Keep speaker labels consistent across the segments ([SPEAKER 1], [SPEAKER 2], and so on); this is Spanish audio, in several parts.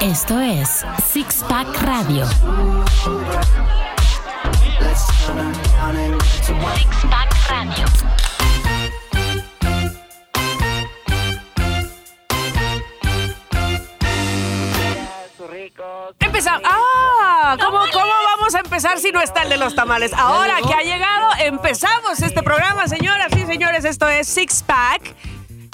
[SPEAKER 1] Esto es Six Pack Radio. Six Pack Radio.
[SPEAKER 2] Empezamos. ¡Ah! ¿Cómo, ¿Cómo vamos a empezar si no está el de los tamales? Ahora que ha llegado, empezamos este programa, señoras y señores. Esto es Six Pack.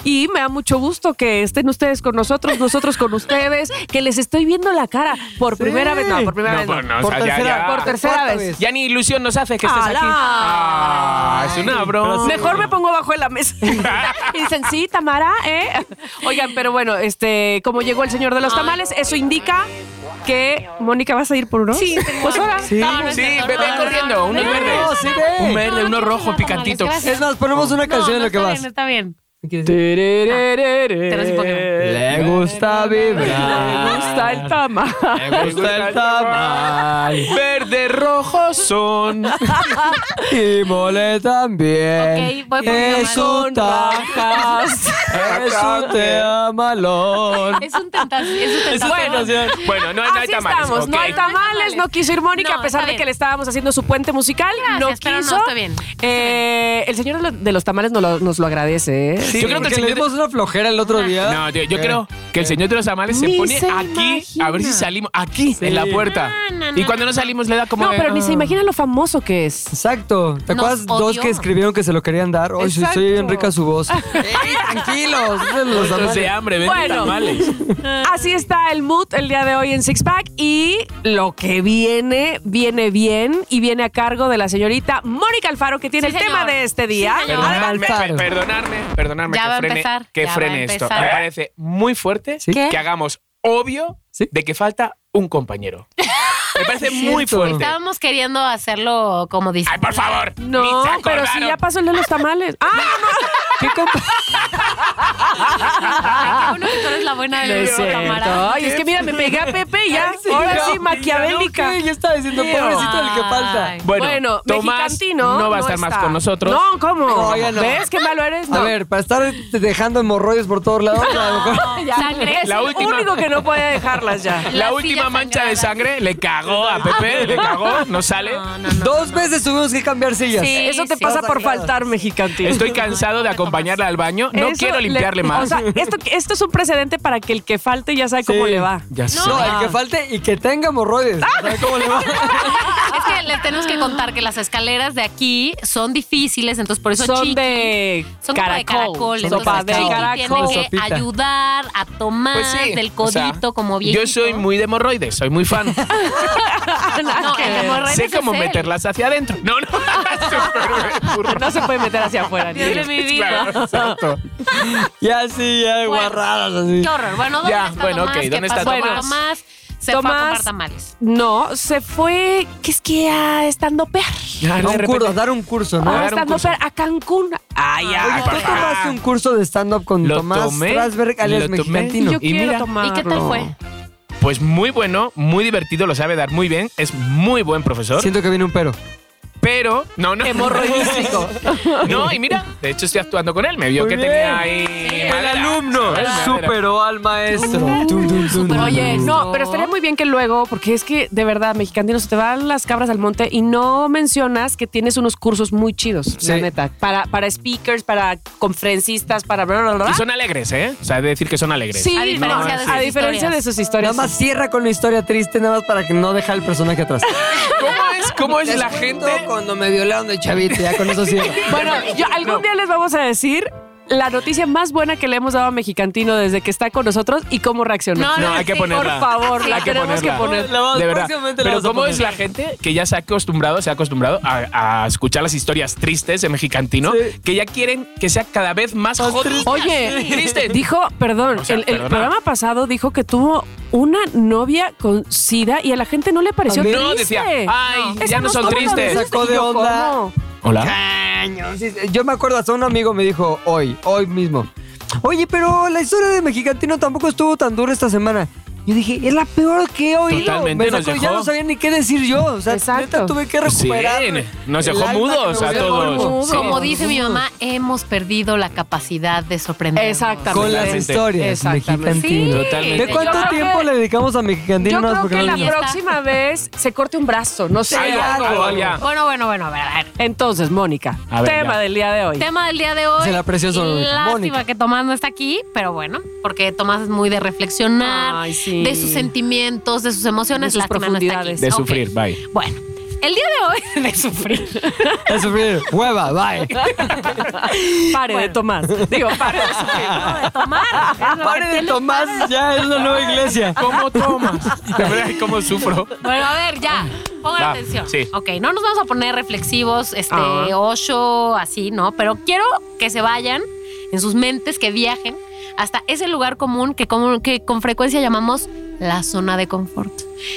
[SPEAKER 2] Y me da mucho gusto que estén ustedes con nosotros, nosotros con ustedes, que les estoy viendo la cara por primera vez. No, por primera
[SPEAKER 3] No,
[SPEAKER 2] vez.
[SPEAKER 3] pues no, o
[SPEAKER 2] por,
[SPEAKER 3] sea, ya-
[SPEAKER 2] tercera,
[SPEAKER 3] ya.
[SPEAKER 2] por tercera
[SPEAKER 4] Cuarta
[SPEAKER 2] vez.
[SPEAKER 4] vez.
[SPEAKER 3] Ya ni ilusión nos hace que estés
[SPEAKER 2] ¡Ala!
[SPEAKER 3] aquí. Ah, es una broma.
[SPEAKER 2] Mejor me pongo bajo de la mesa. y dicen, sí, Tamara, ¿eh? Oigan, pero bueno, este, como llegó el señor de los tamales, eso indica que. Mónica, ¿vas a ir por uno?
[SPEAKER 5] Sí, tengo
[SPEAKER 2] Pues ahora.
[SPEAKER 4] Sí.
[SPEAKER 5] No, no es
[SPEAKER 3] Sí,
[SPEAKER 5] cierto,
[SPEAKER 3] ve-
[SPEAKER 5] no,
[SPEAKER 3] ven
[SPEAKER 5] no,
[SPEAKER 3] corriendo,
[SPEAKER 5] no,
[SPEAKER 3] unos
[SPEAKER 5] no,
[SPEAKER 3] verdes.
[SPEAKER 5] no,
[SPEAKER 4] No, sí, ve.
[SPEAKER 3] Un verde,
[SPEAKER 5] no
[SPEAKER 3] uno
[SPEAKER 5] quiero
[SPEAKER 3] rojo,
[SPEAKER 5] tomar tamales,
[SPEAKER 3] picantito.
[SPEAKER 5] gracias.
[SPEAKER 4] Es más, ponemos una
[SPEAKER 5] No,
[SPEAKER 4] canción
[SPEAKER 5] no
[SPEAKER 4] en lo que
[SPEAKER 5] está
[SPEAKER 4] vas.
[SPEAKER 5] bien, Está bien. sí, Pokémon.
[SPEAKER 3] Eh,
[SPEAKER 4] Le gusta
[SPEAKER 2] Me
[SPEAKER 4] vibrar.
[SPEAKER 2] gusta el tamal.
[SPEAKER 4] Le gusta el tamal.
[SPEAKER 3] Verde, rojo son.
[SPEAKER 4] Y mole también.
[SPEAKER 5] Ok, voy por mi
[SPEAKER 4] es
[SPEAKER 5] tamal.
[SPEAKER 4] un tajas. es un te amalón.
[SPEAKER 5] Es un tentación. Es un tentación.
[SPEAKER 3] Bueno, no, no hay
[SPEAKER 2] Así
[SPEAKER 3] tamales.
[SPEAKER 2] estamos, no
[SPEAKER 3] ok.
[SPEAKER 2] hay tamales, no quiso ir Mónica
[SPEAKER 5] No,
[SPEAKER 2] a pesar
[SPEAKER 5] está
[SPEAKER 2] de que
[SPEAKER 5] bien.
[SPEAKER 2] le estábamos haciendo su puente musical, no
[SPEAKER 5] Gracias,
[SPEAKER 2] quiso.
[SPEAKER 5] pero no, está bien, está
[SPEAKER 2] Eh, El señor de lo- de los tamales nos lo, nos lo agradece, ¿eh?
[SPEAKER 3] Sí, yo creo que el
[SPEAKER 4] porque le
[SPEAKER 3] señor.
[SPEAKER 4] dimos una flojera el otro día.
[SPEAKER 3] No, tío, yo creo que el señor de los tamales se
[SPEAKER 2] Ni
[SPEAKER 3] pone
[SPEAKER 2] se
[SPEAKER 3] aquí a ver si
[SPEAKER 2] imagina.
[SPEAKER 3] salimos. Aquí, en la puerta.
[SPEAKER 5] No, no, no,
[SPEAKER 3] Y cuando no salimos le da como.
[SPEAKER 2] No,
[SPEAKER 3] de-
[SPEAKER 2] pero ni se imagina lo famoso que es.
[SPEAKER 4] Exacto. ¿Te
[SPEAKER 5] Nos
[SPEAKER 4] acuerdas dos
[SPEAKER 5] odió.
[SPEAKER 4] que escribieron que se lo querían dar? Hoy se
[SPEAKER 2] Exacto.
[SPEAKER 4] oye bien rica su voz. ¡Ey, tranquilos! es de los
[SPEAKER 3] Monstruos de
[SPEAKER 4] tamales.
[SPEAKER 3] hambre, vende
[SPEAKER 2] Bueno.
[SPEAKER 3] tamales.
[SPEAKER 2] Así está el mood el día de hoy en Six Pack y lo que viene, viene bien y viene a cargo de la señorita Mónica Alfaro que tiene
[SPEAKER 5] Sí,
[SPEAKER 2] el
[SPEAKER 5] señor.
[SPEAKER 2] tema de este día.
[SPEAKER 5] Sí, señor.
[SPEAKER 2] Adelante.
[SPEAKER 3] Perdonadme,
[SPEAKER 4] Alfaro.
[SPEAKER 3] pe- perdonadme, perdonadme
[SPEAKER 5] Ya
[SPEAKER 3] que
[SPEAKER 5] va a
[SPEAKER 3] frene,
[SPEAKER 5] empezar,
[SPEAKER 3] que
[SPEAKER 5] ya va a
[SPEAKER 3] frene esto.
[SPEAKER 5] empezar.
[SPEAKER 3] Me parece muy fuerte
[SPEAKER 4] ¿Sí?
[SPEAKER 5] ¿Qué?
[SPEAKER 3] que hagamos obvio
[SPEAKER 4] ¿Sí?
[SPEAKER 3] de que falta un compañero. Me parece muy
[SPEAKER 4] cierto.
[SPEAKER 3] fuerte.
[SPEAKER 5] Estábamos queriendo hacerlo como dice.
[SPEAKER 3] Ay, por favor. ni
[SPEAKER 2] No,
[SPEAKER 3] se
[SPEAKER 2] pero
[SPEAKER 3] acordaron.
[SPEAKER 2] si ya pasó el de los tamales. ¡Ah, no!
[SPEAKER 4] ¿Qué compa-
[SPEAKER 5] Ah, bueno, que tú eres la buena
[SPEAKER 2] No
[SPEAKER 5] de
[SPEAKER 2] es
[SPEAKER 5] la cámara.
[SPEAKER 2] cierto. Ay, es que mira, me pegué a Pepe y ya. Ahora sí, maquiavélica.
[SPEAKER 4] Ok, yo estaba diciendo, pobrecito el que falta.
[SPEAKER 5] Ay.
[SPEAKER 3] Bueno,
[SPEAKER 2] Bueno,
[SPEAKER 3] Tomás
[SPEAKER 2] Mexicantino
[SPEAKER 3] no va a estar más
[SPEAKER 2] está.
[SPEAKER 3] con nosotros.
[SPEAKER 2] No, ¿cómo?
[SPEAKER 4] No, ya no.
[SPEAKER 2] ¿Ves qué malo eres? No.
[SPEAKER 4] A ver, para estar dejando hemorroides por todos lados, a lo mejor.
[SPEAKER 2] Ya.
[SPEAKER 5] Sangre.
[SPEAKER 2] Es
[SPEAKER 3] La
[SPEAKER 2] el
[SPEAKER 3] última.
[SPEAKER 2] único que no puede dejarlas ya.
[SPEAKER 3] La,
[SPEAKER 5] La
[SPEAKER 3] última
[SPEAKER 5] silla
[SPEAKER 3] mancha de
[SPEAKER 5] sangrada.
[SPEAKER 3] sangre le cagó a Pepe, le cagó, no sale.
[SPEAKER 5] No, no, no.
[SPEAKER 4] Dos veces tuvimos que cambiar sillas.
[SPEAKER 5] Sí.
[SPEAKER 2] Eso te pasa
[SPEAKER 4] Estás
[SPEAKER 2] por
[SPEAKER 4] sacada.
[SPEAKER 2] faltar, mexicantino.
[SPEAKER 3] Estoy cansado de
[SPEAKER 5] Ay, Tomás.
[SPEAKER 3] acompañarla al baño. No
[SPEAKER 2] Eso
[SPEAKER 3] quiero
[SPEAKER 2] le-
[SPEAKER 3] limpiarle más.
[SPEAKER 2] O sea, esto, esto es un precedente para que el que falte ya sabe cómo
[SPEAKER 4] Sí.
[SPEAKER 2] le va.
[SPEAKER 3] ya sé.
[SPEAKER 4] No, el que falte y que tenga hemorroides. ¿Sabes cómo le va?
[SPEAKER 5] Es que les tenemos que contar que las escaleras de aquí son difíciles, entonces por eso
[SPEAKER 2] Son
[SPEAKER 5] Chiqui-
[SPEAKER 2] de
[SPEAKER 5] son como de
[SPEAKER 2] caracol.
[SPEAKER 5] caracol,
[SPEAKER 2] Sopa
[SPEAKER 5] entonces
[SPEAKER 2] de
[SPEAKER 5] Chiqui
[SPEAKER 2] caracol.
[SPEAKER 5] tiene que
[SPEAKER 4] Sopita.
[SPEAKER 5] ayudar a tomar
[SPEAKER 3] Pues sí,
[SPEAKER 5] del
[SPEAKER 3] o sea,
[SPEAKER 5] codito como viejito.
[SPEAKER 3] Yo soy muy de hemorroides, soy muy fan.
[SPEAKER 5] No, el hemorroides
[SPEAKER 3] sé
[SPEAKER 5] es
[SPEAKER 3] cómo
[SPEAKER 5] él.
[SPEAKER 3] meterlas hacia adentro. No, no. Súper burro.
[SPEAKER 2] No se puede meter hacia afuera.
[SPEAKER 5] Dios de
[SPEAKER 2] niños.
[SPEAKER 5] mi vida.
[SPEAKER 3] Claro, exacto.
[SPEAKER 4] Ya sí, ya
[SPEAKER 5] Bueno,
[SPEAKER 4] guarradas así.
[SPEAKER 5] Qué horror. Bueno, ¿dónde
[SPEAKER 3] Ya,
[SPEAKER 5] está
[SPEAKER 3] bueno,
[SPEAKER 5] Tomás?
[SPEAKER 3] ok,
[SPEAKER 5] ¿Qué
[SPEAKER 3] ¿dónde está
[SPEAKER 5] pasó con
[SPEAKER 2] Tomás?
[SPEAKER 5] Tomás? Se fue a
[SPEAKER 2] Tomás-
[SPEAKER 5] comprar tamales.
[SPEAKER 2] No, se fue, que es que a estando per.
[SPEAKER 3] Ya, Ah, de
[SPEAKER 4] A un
[SPEAKER 3] repente-
[SPEAKER 4] curso, a dar un curso, ¿no?
[SPEAKER 3] Ah,
[SPEAKER 2] A
[SPEAKER 3] dar un
[SPEAKER 2] estando
[SPEAKER 3] curso.
[SPEAKER 2] per, a Cancún. Ay,
[SPEAKER 4] Oye,
[SPEAKER 2] ay,
[SPEAKER 4] ¿tú
[SPEAKER 3] por favor.
[SPEAKER 4] tomaste un curso de stand-up con
[SPEAKER 3] Ah, Lo
[SPEAKER 4] Tomás
[SPEAKER 3] tomé,
[SPEAKER 4] Strasberg,
[SPEAKER 3] lo
[SPEAKER 4] alias
[SPEAKER 3] tomé.
[SPEAKER 4] Mexicantino?
[SPEAKER 2] yo
[SPEAKER 3] y
[SPEAKER 2] quiero
[SPEAKER 3] mira.
[SPEAKER 2] tomarlo.
[SPEAKER 5] ¿Y qué tal fue?
[SPEAKER 3] Pues muy bueno, muy divertido, lo sabe dar muy bien, es muy buen profesor,
[SPEAKER 4] Siento que viene un pero.
[SPEAKER 3] pero no, no.
[SPEAKER 2] Hemorroidístico.
[SPEAKER 3] No, y mira, de hecho estoy actuando con él, me vio
[SPEAKER 4] Muy
[SPEAKER 3] que
[SPEAKER 4] bien.
[SPEAKER 3] tenía ahí
[SPEAKER 4] El
[SPEAKER 3] madera.
[SPEAKER 4] alumno
[SPEAKER 3] Sí, madera.
[SPEAKER 4] superó al maestro.
[SPEAKER 2] Oye,
[SPEAKER 5] Pero oye,
[SPEAKER 2] no, pero estaría muy bien que luego, porque es que de verdad, mexicantino, se te van las cabras al monte y no mencionas que tienes unos cursos muy chidos, la
[SPEAKER 4] Sí.
[SPEAKER 2] neta. Para, para speakers, para conferencistas, para bla, bla, bla, bla.
[SPEAKER 3] Y son alegres, ¿eh? O sea, de decir que son alegres.
[SPEAKER 2] Sí,
[SPEAKER 5] A diferencia
[SPEAKER 2] no,
[SPEAKER 5] de sus
[SPEAKER 2] a diferencia
[SPEAKER 5] historias.
[SPEAKER 2] de sus
[SPEAKER 4] Nada
[SPEAKER 2] historias.
[SPEAKER 4] más cierra con una historia triste, nada más para que no deje al personaje atrás.
[SPEAKER 3] ¿Cómo es, cómo es
[SPEAKER 4] Les
[SPEAKER 3] la
[SPEAKER 4] cuento
[SPEAKER 3] gente?
[SPEAKER 4] Cuando me violaron de chavito, ya con eso cierra.
[SPEAKER 2] Bueno, yo- algún día les vamos a decir la noticia más buena que le hemos dado a Mexicantino desde que está con nosotros y cómo reaccionó.
[SPEAKER 5] No,
[SPEAKER 3] No, hay que
[SPEAKER 5] sí,
[SPEAKER 3] ponerla.
[SPEAKER 2] Por favor,
[SPEAKER 3] Hay
[SPEAKER 2] la
[SPEAKER 3] que
[SPEAKER 2] tenemos
[SPEAKER 3] ponerla.
[SPEAKER 2] que poner.
[SPEAKER 4] La vamos-
[SPEAKER 3] de verdad.
[SPEAKER 4] próximamente la
[SPEAKER 3] Pero
[SPEAKER 4] vamos a
[SPEAKER 3] ¿cómo
[SPEAKER 4] poner.
[SPEAKER 3] es la gente que ya se ha acostumbrado, se ha acostumbrado a, a escuchar las historias tristes de mexicantino,
[SPEAKER 4] Sí.
[SPEAKER 3] que ya quieren que sea cada vez más
[SPEAKER 4] Más
[SPEAKER 3] jodidas?
[SPEAKER 4] triste.
[SPEAKER 2] Oye,
[SPEAKER 3] Triste.
[SPEAKER 2] dijo, perdón,
[SPEAKER 3] O sea,
[SPEAKER 2] el, el
[SPEAKER 3] perdona.
[SPEAKER 2] programa pasado dijo que tuvo una novia con SIDA y a la gente no le pareció triste.
[SPEAKER 3] No, decía, ay,
[SPEAKER 2] Esa
[SPEAKER 3] ya no
[SPEAKER 2] nos
[SPEAKER 3] son
[SPEAKER 2] tuvo
[SPEAKER 3] tristes.
[SPEAKER 2] novia.
[SPEAKER 4] Me sacó
[SPEAKER 2] Y yo,
[SPEAKER 4] de onda.
[SPEAKER 2] ¿cómo?
[SPEAKER 3] Hola.
[SPEAKER 4] Caño, sí, sí. Yo me acuerdo, hasta un amigo me dijo hoy, hoy mismo. Oye, pero la historia de Mexicantino tampoco estuvo tan dura esta semana. Yo dije, es la peor que he oído.
[SPEAKER 3] Totalmente
[SPEAKER 4] me
[SPEAKER 3] nos
[SPEAKER 4] sacó, ya
[SPEAKER 3] dejó. Pues
[SPEAKER 4] no sabía ni qué decir yo. O sea,
[SPEAKER 2] Exacto.
[SPEAKER 4] neta tuve que
[SPEAKER 3] Sí,
[SPEAKER 4] recuperar.
[SPEAKER 3] nos
[SPEAKER 4] el
[SPEAKER 3] dejó
[SPEAKER 4] alma que
[SPEAKER 3] mudos
[SPEAKER 4] me
[SPEAKER 3] a
[SPEAKER 4] había
[SPEAKER 3] todos.
[SPEAKER 4] devuelto.
[SPEAKER 3] Sí.
[SPEAKER 5] Como dice mi mamá, hemos perdido la capacidad de sorprender.
[SPEAKER 2] Exactamente.
[SPEAKER 4] Con las
[SPEAKER 3] Totalmente.
[SPEAKER 4] historias
[SPEAKER 2] Exactamente.
[SPEAKER 4] mexicantinas.
[SPEAKER 3] Totalmente.
[SPEAKER 4] ¿De cuánto
[SPEAKER 2] Yo creo
[SPEAKER 4] tiempo
[SPEAKER 2] que-
[SPEAKER 4] le dedicamos a Mexicantina?
[SPEAKER 2] Yo
[SPEAKER 4] Nada más
[SPEAKER 2] creo
[SPEAKER 4] porque
[SPEAKER 2] que
[SPEAKER 4] no
[SPEAKER 2] la
[SPEAKER 4] lo leí.
[SPEAKER 5] niña está.
[SPEAKER 2] próxima vez se corte un brazo, no sé.
[SPEAKER 3] Sí, algo,
[SPEAKER 2] algo.
[SPEAKER 3] algo, ya.
[SPEAKER 5] Bueno, bueno, bueno, a ver, a ver.
[SPEAKER 2] Entonces, Mónica,
[SPEAKER 3] A ver,
[SPEAKER 2] tema
[SPEAKER 3] ya.
[SPEAKER 2] del día de hoy.
[SPEAKER 5] Tema del día de hoy.
[SPEAKER 4] Se la apreció solo,
[SPEAKER 5] Y Lástima
[SPEAKER 4] Mónica.
[SPEAKER 5] que Tomás no está aquí, pero bueno, porque Tomás es muy de reflexionar,
[SPEAKER 2] Ay, sí.
[SPEAKER 5] de sus sentimientos, de sus emociones.
[SPEAKER 2] De sus
[SPEAKER 5] Lástima no está aquí.
[SPEAKER 2] profundidades.
[SPEAKER 3] De
[SPEAKER 5] Ok.
[SPEAKER 3] sufrir, bye.
[SPEAKER 5] Bueno, el día de hoy de sufrir.
[SPEAKER 4] A sufrir. Hueva, bye.
[SPEAKER 2] Pare de tomar. Digo, pare de sufrir.
[SPEAKER 5] No, de tomar. Es lo
[SPEAKER 4] Pare
[SPEAKER 5] que
[SPEAKER 4] de
[SPEAKER 5] les
[SPEAKER 4] Tomás, ya es la nueva iglesia.
[SPEAKER 3] ¿Cómo tomas? De verdad, ¿cómo sufro?
[SPEAKER 5] Bueno, a ver, ya. Pongan
[SPEAKER 3] Va,
[SPEAKER 5] atención.
[SPEAKER 3] sí.
[SPEAKER 5] Ok, no nos vamos a poner reflexivos, este,
[SPEAKER 2] Ah.
[SPEAKER 5] ocho, así, ¿no? Pero quiero que se vayan en sus mentes, que viajen hasta ese lugar común que, como- que con frecuencia llamamos la zona de confort.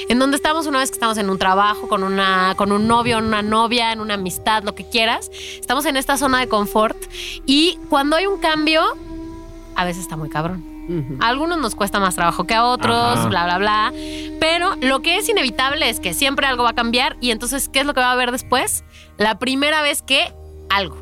[SPEAKER 5] En donde estamos una vez que estamos en un trabajo, con, una, con un novio, una novia, en una amistad, lo que quieras. Estamos en esta zona de confort y cuando hay un cambio, a veces está muy cabrón. A algunos nos cuesta más trabajo que a otros,
[SPEAKER 3] Ajá.
[SPEAKER 5] bla, bla, bla. Pero lo que es inevitable es que siempre algo va a cambiar y entonces, ¿qué es lo que va a haber después? La primera vez que algo.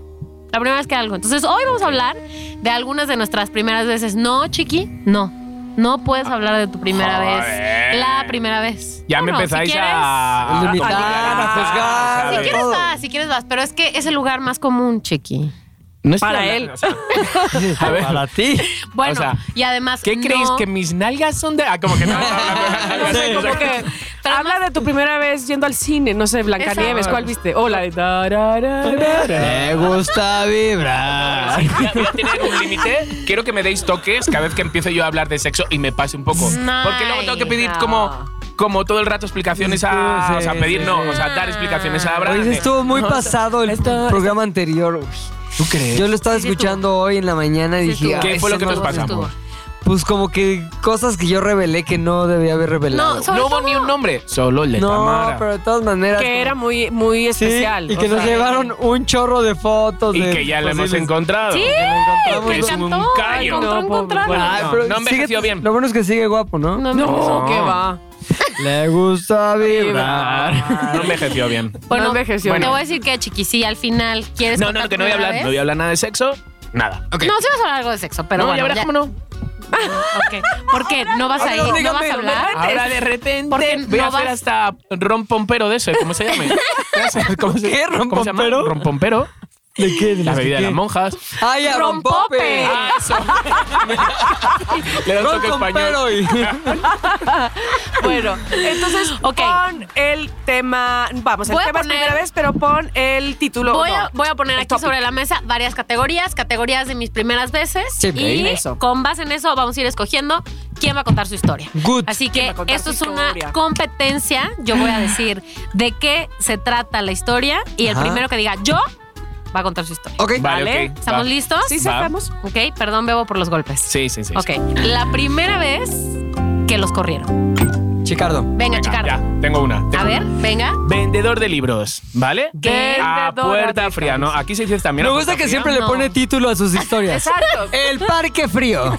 [SPEAKER 5] La primera vez que algo. Entonces, hoy vamos a hablar de algunas de nuestras primeras veces. No, chiqui, no. No puedes hablar de tu primera
[SPEAKER 3] Ah. Joder.
[SPEAKER 5] vez. La primera vez.
[SPEAKER 3] Ya me
[SPEAKER 5] Bueno, si
[SPEAKER 3] empezáis
[SPEAKER 5] quieres-
[SPEAKER 3] a...
[SPEAKER 4] Limitar,
[SPEAKER 3] a-
[SPEAKER 4] a juzgar.
[SPEAKER 5] Si
[SPEAKER 3] ¿sabes?
[SPEAKER 5] quieres
[SPEAKER 4] todo.
[SPEAKER 5] vas, si quieres vas, pero es que es el lugar más común, chiqui.
[SPEAKER 3] No estoy
[SPEAKER 2] Para
[SPEAKER 3] hablando,
[SPEAKER 2] él.
[SPEAKER 3] o sea,
[SPEAKER 4] A ver. Para ti.
[SPEAKER 5] Bueno,
[SPEAKER 3] O sea,
[SPEAKER 5] y además.
[SPEAKER 3] ¿Qué
[SPEAKER 5] no-
[SPEAKER 3] creéis que mis nalgas son de.? Ah, como que no. no, no, no,
[SPEAKER 2] No sé,
[SPEAKER 3] no, no,
[SPEAKER 2] como
[SPEAKER 3] no.
[SPEAKER 2] que. Habla de tu primera vez yendo al cine, no sé, Blancanieves,
[SPEAKER 5] Exacto.
[SPEAKER 2] ¿cuál viste? Hola, de. da, ra, ra, ra, ra.
[SPEAKER 4] Me gusta vibrar.
[SPEAKER 3] Voy a- voy a tener un límite. Quiero que me deis toques cada vez que empiezo yo a hablar de sexo y me pase un poco.
[SPEAKER 5] Nice.
[SPEAKER 3] Porque luego tengo que pedir
[SPEAKER 2] No.
[SPEAKER 3] como, como todo el rato explicaciones a.
[SPEAKER 4] Sí,
[SPEAKER 3] o sea, pedir
[SPEAKER 4] sí,
[SPEAKER 3] no,
[SPEAKER 4] sí.
[SPEAKER 3] o sea, dar explicaciones a Abraham.
[SPEAKER 4] Oye, ese estuvo muy pasado el
[SPEAKER 2] esto-
[SPEAKER 4] programa anterior. Uy.
[SPEAKER 3] ¿Tú crees?
[SPEAKER 4] Yo lo estaba
[SPEAKER 5] Sí, sí,
[SPEAKER 4] escuchando hoy en la mañana y dije,
[SPEAKER 5] Sí, estuvo.
[SPEAKER 4] "Ay,
[SPEAKER 3] ¿Qué fue lo
[SPEAKER 4] ese
[SPEAKER 3] que
[SPEAKER 4] no
[SPEAKER 3] nos
[SPEAKER 4] lo
[SPEAKER 5] estuvo,
[SPEAKER 3] pasamos?
[SPEAKER 5] estuvo.
[SPEAKER 4] Pues como que cosas que yo revelé que no debía haber revelado.
[SPEAKER 5] No, so- Sobre
[SPEAKER 3] No hubo
[SPEAKER 5] todo-
[SPEAKER 3] ni un nombre, solo el de
[SPEAKER 4] No,
[SPEAKER 3] Tamara.
[SPEAKER 4] pero de todas maneras.
[SPEAKER 2] Que era
[SPEAKER 4] como-
[SPEAKER 2] muy, muy
[SPEAKER 4] Sí,
[SPEAKER 2] especial.
[SPEAKER 4] Y
[SPEAKER 2] o
[SPEAKER 4] que nos
[SPEAKER 2] sea,
[SPEAKER 4] llevaron un chorro de fotos.
[SPEAKER 3] Y
[SPEAKER 4] de
[SPEAKER 3] que ya lo hemos
[SPEAKER 4] posibles-
[SPEAKER 3] encontrado.
[SPEAKER 5] Sí,
[SPEAKER 4] encontramos.
[SPEAKER 5] que
[SPEAKER 3] Es un
[SPEAKER 5] cantó,
[SPEAKER 3] callo.
[SPEAKER 5] encontró
[SPEAKER 2] No,
[SPEAKER 5] un
[SPEAKER 2] pobre,
[SPEAKER 5] contrato.
[SPEAKER 2] bueno.
[SPEAKER 4] Ay, pero
[SPEAKER 3] No envejeció
[SPEAKER 4] sigue-
[SPEAKER 3] bien.
[SPEAKER 4] Lo bueno es que sigue guapo, ¿no?
[SPEAKER 5] No,
[SPEAKER 2] No, qué va.
[SPEAKER 4] Le gusta vibrar.
[SPEAKER 3] No envejeció bien.
[SPEAKER 5] Bueno,
[SPEAKER 2] No envejeció.
[SPEAKER 5] Te
[SPEAKER 2] Bueno.
[SPEAKER 5] voy a decir que, chiqui, sí, al final quieres.
[SPEAKER 3] No, no,
[SPEAKER 5] contar
[SPEAKER 3] no, que
[SPEAKER 5] tu
[SPEAKER 3] no voy a
[SPEAKER 5] primera
[SPEAKER 3] hablar. No
[SPEAKER 5] vez?
[SPEAKER 3] voy a hablar nada de sexo. Nada. Ok.
[SPEAKER 5] No, sí vas a hablar algo de sexo, pero
[SPEAKER 3] No,
[SPEAKER 5] bueno.
[SPEAKER 3] ya verás cómo no.
[SPEAKER 5] Ok. ¿Por qué? ¿No vas a ir? ¿No vas a hablar?
[SPEAKER 3] Ahora de repente
[SPEAKER 5] Porque
[SPEAKER 3] voy
[SPEAKER 5] no
[SPEAKER 3] a hacer
[SPEAKER 5] vas-
[SPEAKER 3] hasta rompompero de ese, ¿cómo se llama? ¿Cómo se,
[SPEAKER 4] ¿Qué?
[SPEAKER 3] ¿Cómo se llama?
[SPEAKER 4] ¿Rompompero?
[SPEAKER 3] Rompompero.
[SPEAKER 4] ¿De qué? ¿De
[SPEAKER 3] La
[SPEAKER 4] las
[SPEAKER 3] bebida de
[SPEAKER 4] qué?
[SPEAKER 3] las monjas.
[SPEAKER 4] ¡Ay, a
[SPEAKER 5] Rompope.
[SPEAKER 4] Rompope!
[SPEAKER 3] Ah, eso. Le da un toque español.
[SPEAKER 4] Rompompero y-
[SPEAKER 2] Bueno, entonces
[SPEAKER 5] Ok.
[SPEAKER 2] pon el tema, vamos, el
[SPEAKER 5] Voy a
[SPEAKER 2] tema es
[SPEAKER 5] poner-
[SPEAKER 2] primera vez, pero pon el título.
[SPEAKER 5] Voy
[SPEAKER 2] no,
[SPEAKER 5] a, voy a poner
[SPEAKER 2] el
[SPEAKER 5] aquí
[SPEAKER 2] topic.
[SPEAKER 5] sobre la mesa varias categorías, categorías de mis primeras veces.
[SPEAKER 4] Sí,
[SPEAKER 5] y
[SPEAKER 2] eso.
[SPEAKER 5] con base en eso vamos a ir escogiendo quién va a contar su historia.
[SPEAKER 4] Good.
[SPEAKER 5] Así
[SPEAKER 2] ¿Quién va
[SPEAKER 5] que
[SPEAKER 2] a contar
[SPEAKER 5] esto
[SPEAKER 2] su
[SPEAKER 5] es una
[SPEAKER 2] historia?
[SPEAKER 5] competencia. Yo voy a decir de qué se trata la historia y
[SPEAKER 4] Ajá.
[SPEAKER 5] el primero que diga yo va a contar su historia.
[SPEAKER 4] Ok.
[SPEAKER 2] Vale.
[SPEAKER 3] Vale, ok.
[SPEAKER 5] ¿Estamos
[SPEAKER 3] va.
[SPEAKER 5] listos?
[SPEAKER 2] Sí,
[SPEAKER 3] Va.
[SPEAKER 2] sacamos.
[SPEAKER 5] Ok, perdón, bebo por los golpes.
[SPEAKER 3] Sí, sí, Ah, sí.
[SPEAKER 5] Ok, la primera vez que los corrieron.
[SPEAKER 4] Chicardo.
[SPEAKER 5] Venga,
[SPEAKER 3] Venga,
[SPEAKER 5] Chicardo.
[SPEAKER 3] ya, tengo una. tengo
[SPEAKER 5] A ver, venga.
[SPEAKER 3] Vendedor de libros, ¿vale?
[SPEAKER 5] ¿Qué?
[SPEAKER 2] Vendedora
[SPEAKER 3] A puerta
[SPEAKER 2] de
[SPEAKER 3] fría, ¿no? Aquí se dice también.
[SPEAKER 4] Me
[SPEAKER 3] a
[SPEAKER 4] gusta
[SPEAKER 3] puerta
[SPEAKER 4] que
[SPEAKER 3] fría.
[SPEAKER 4] siempre le
[SPEAKER 5] No.
[SPEAKER 4] pone título a sus historias.
[SPEAKER 2] Exacto.
[SPEAKER 4] El parque frío.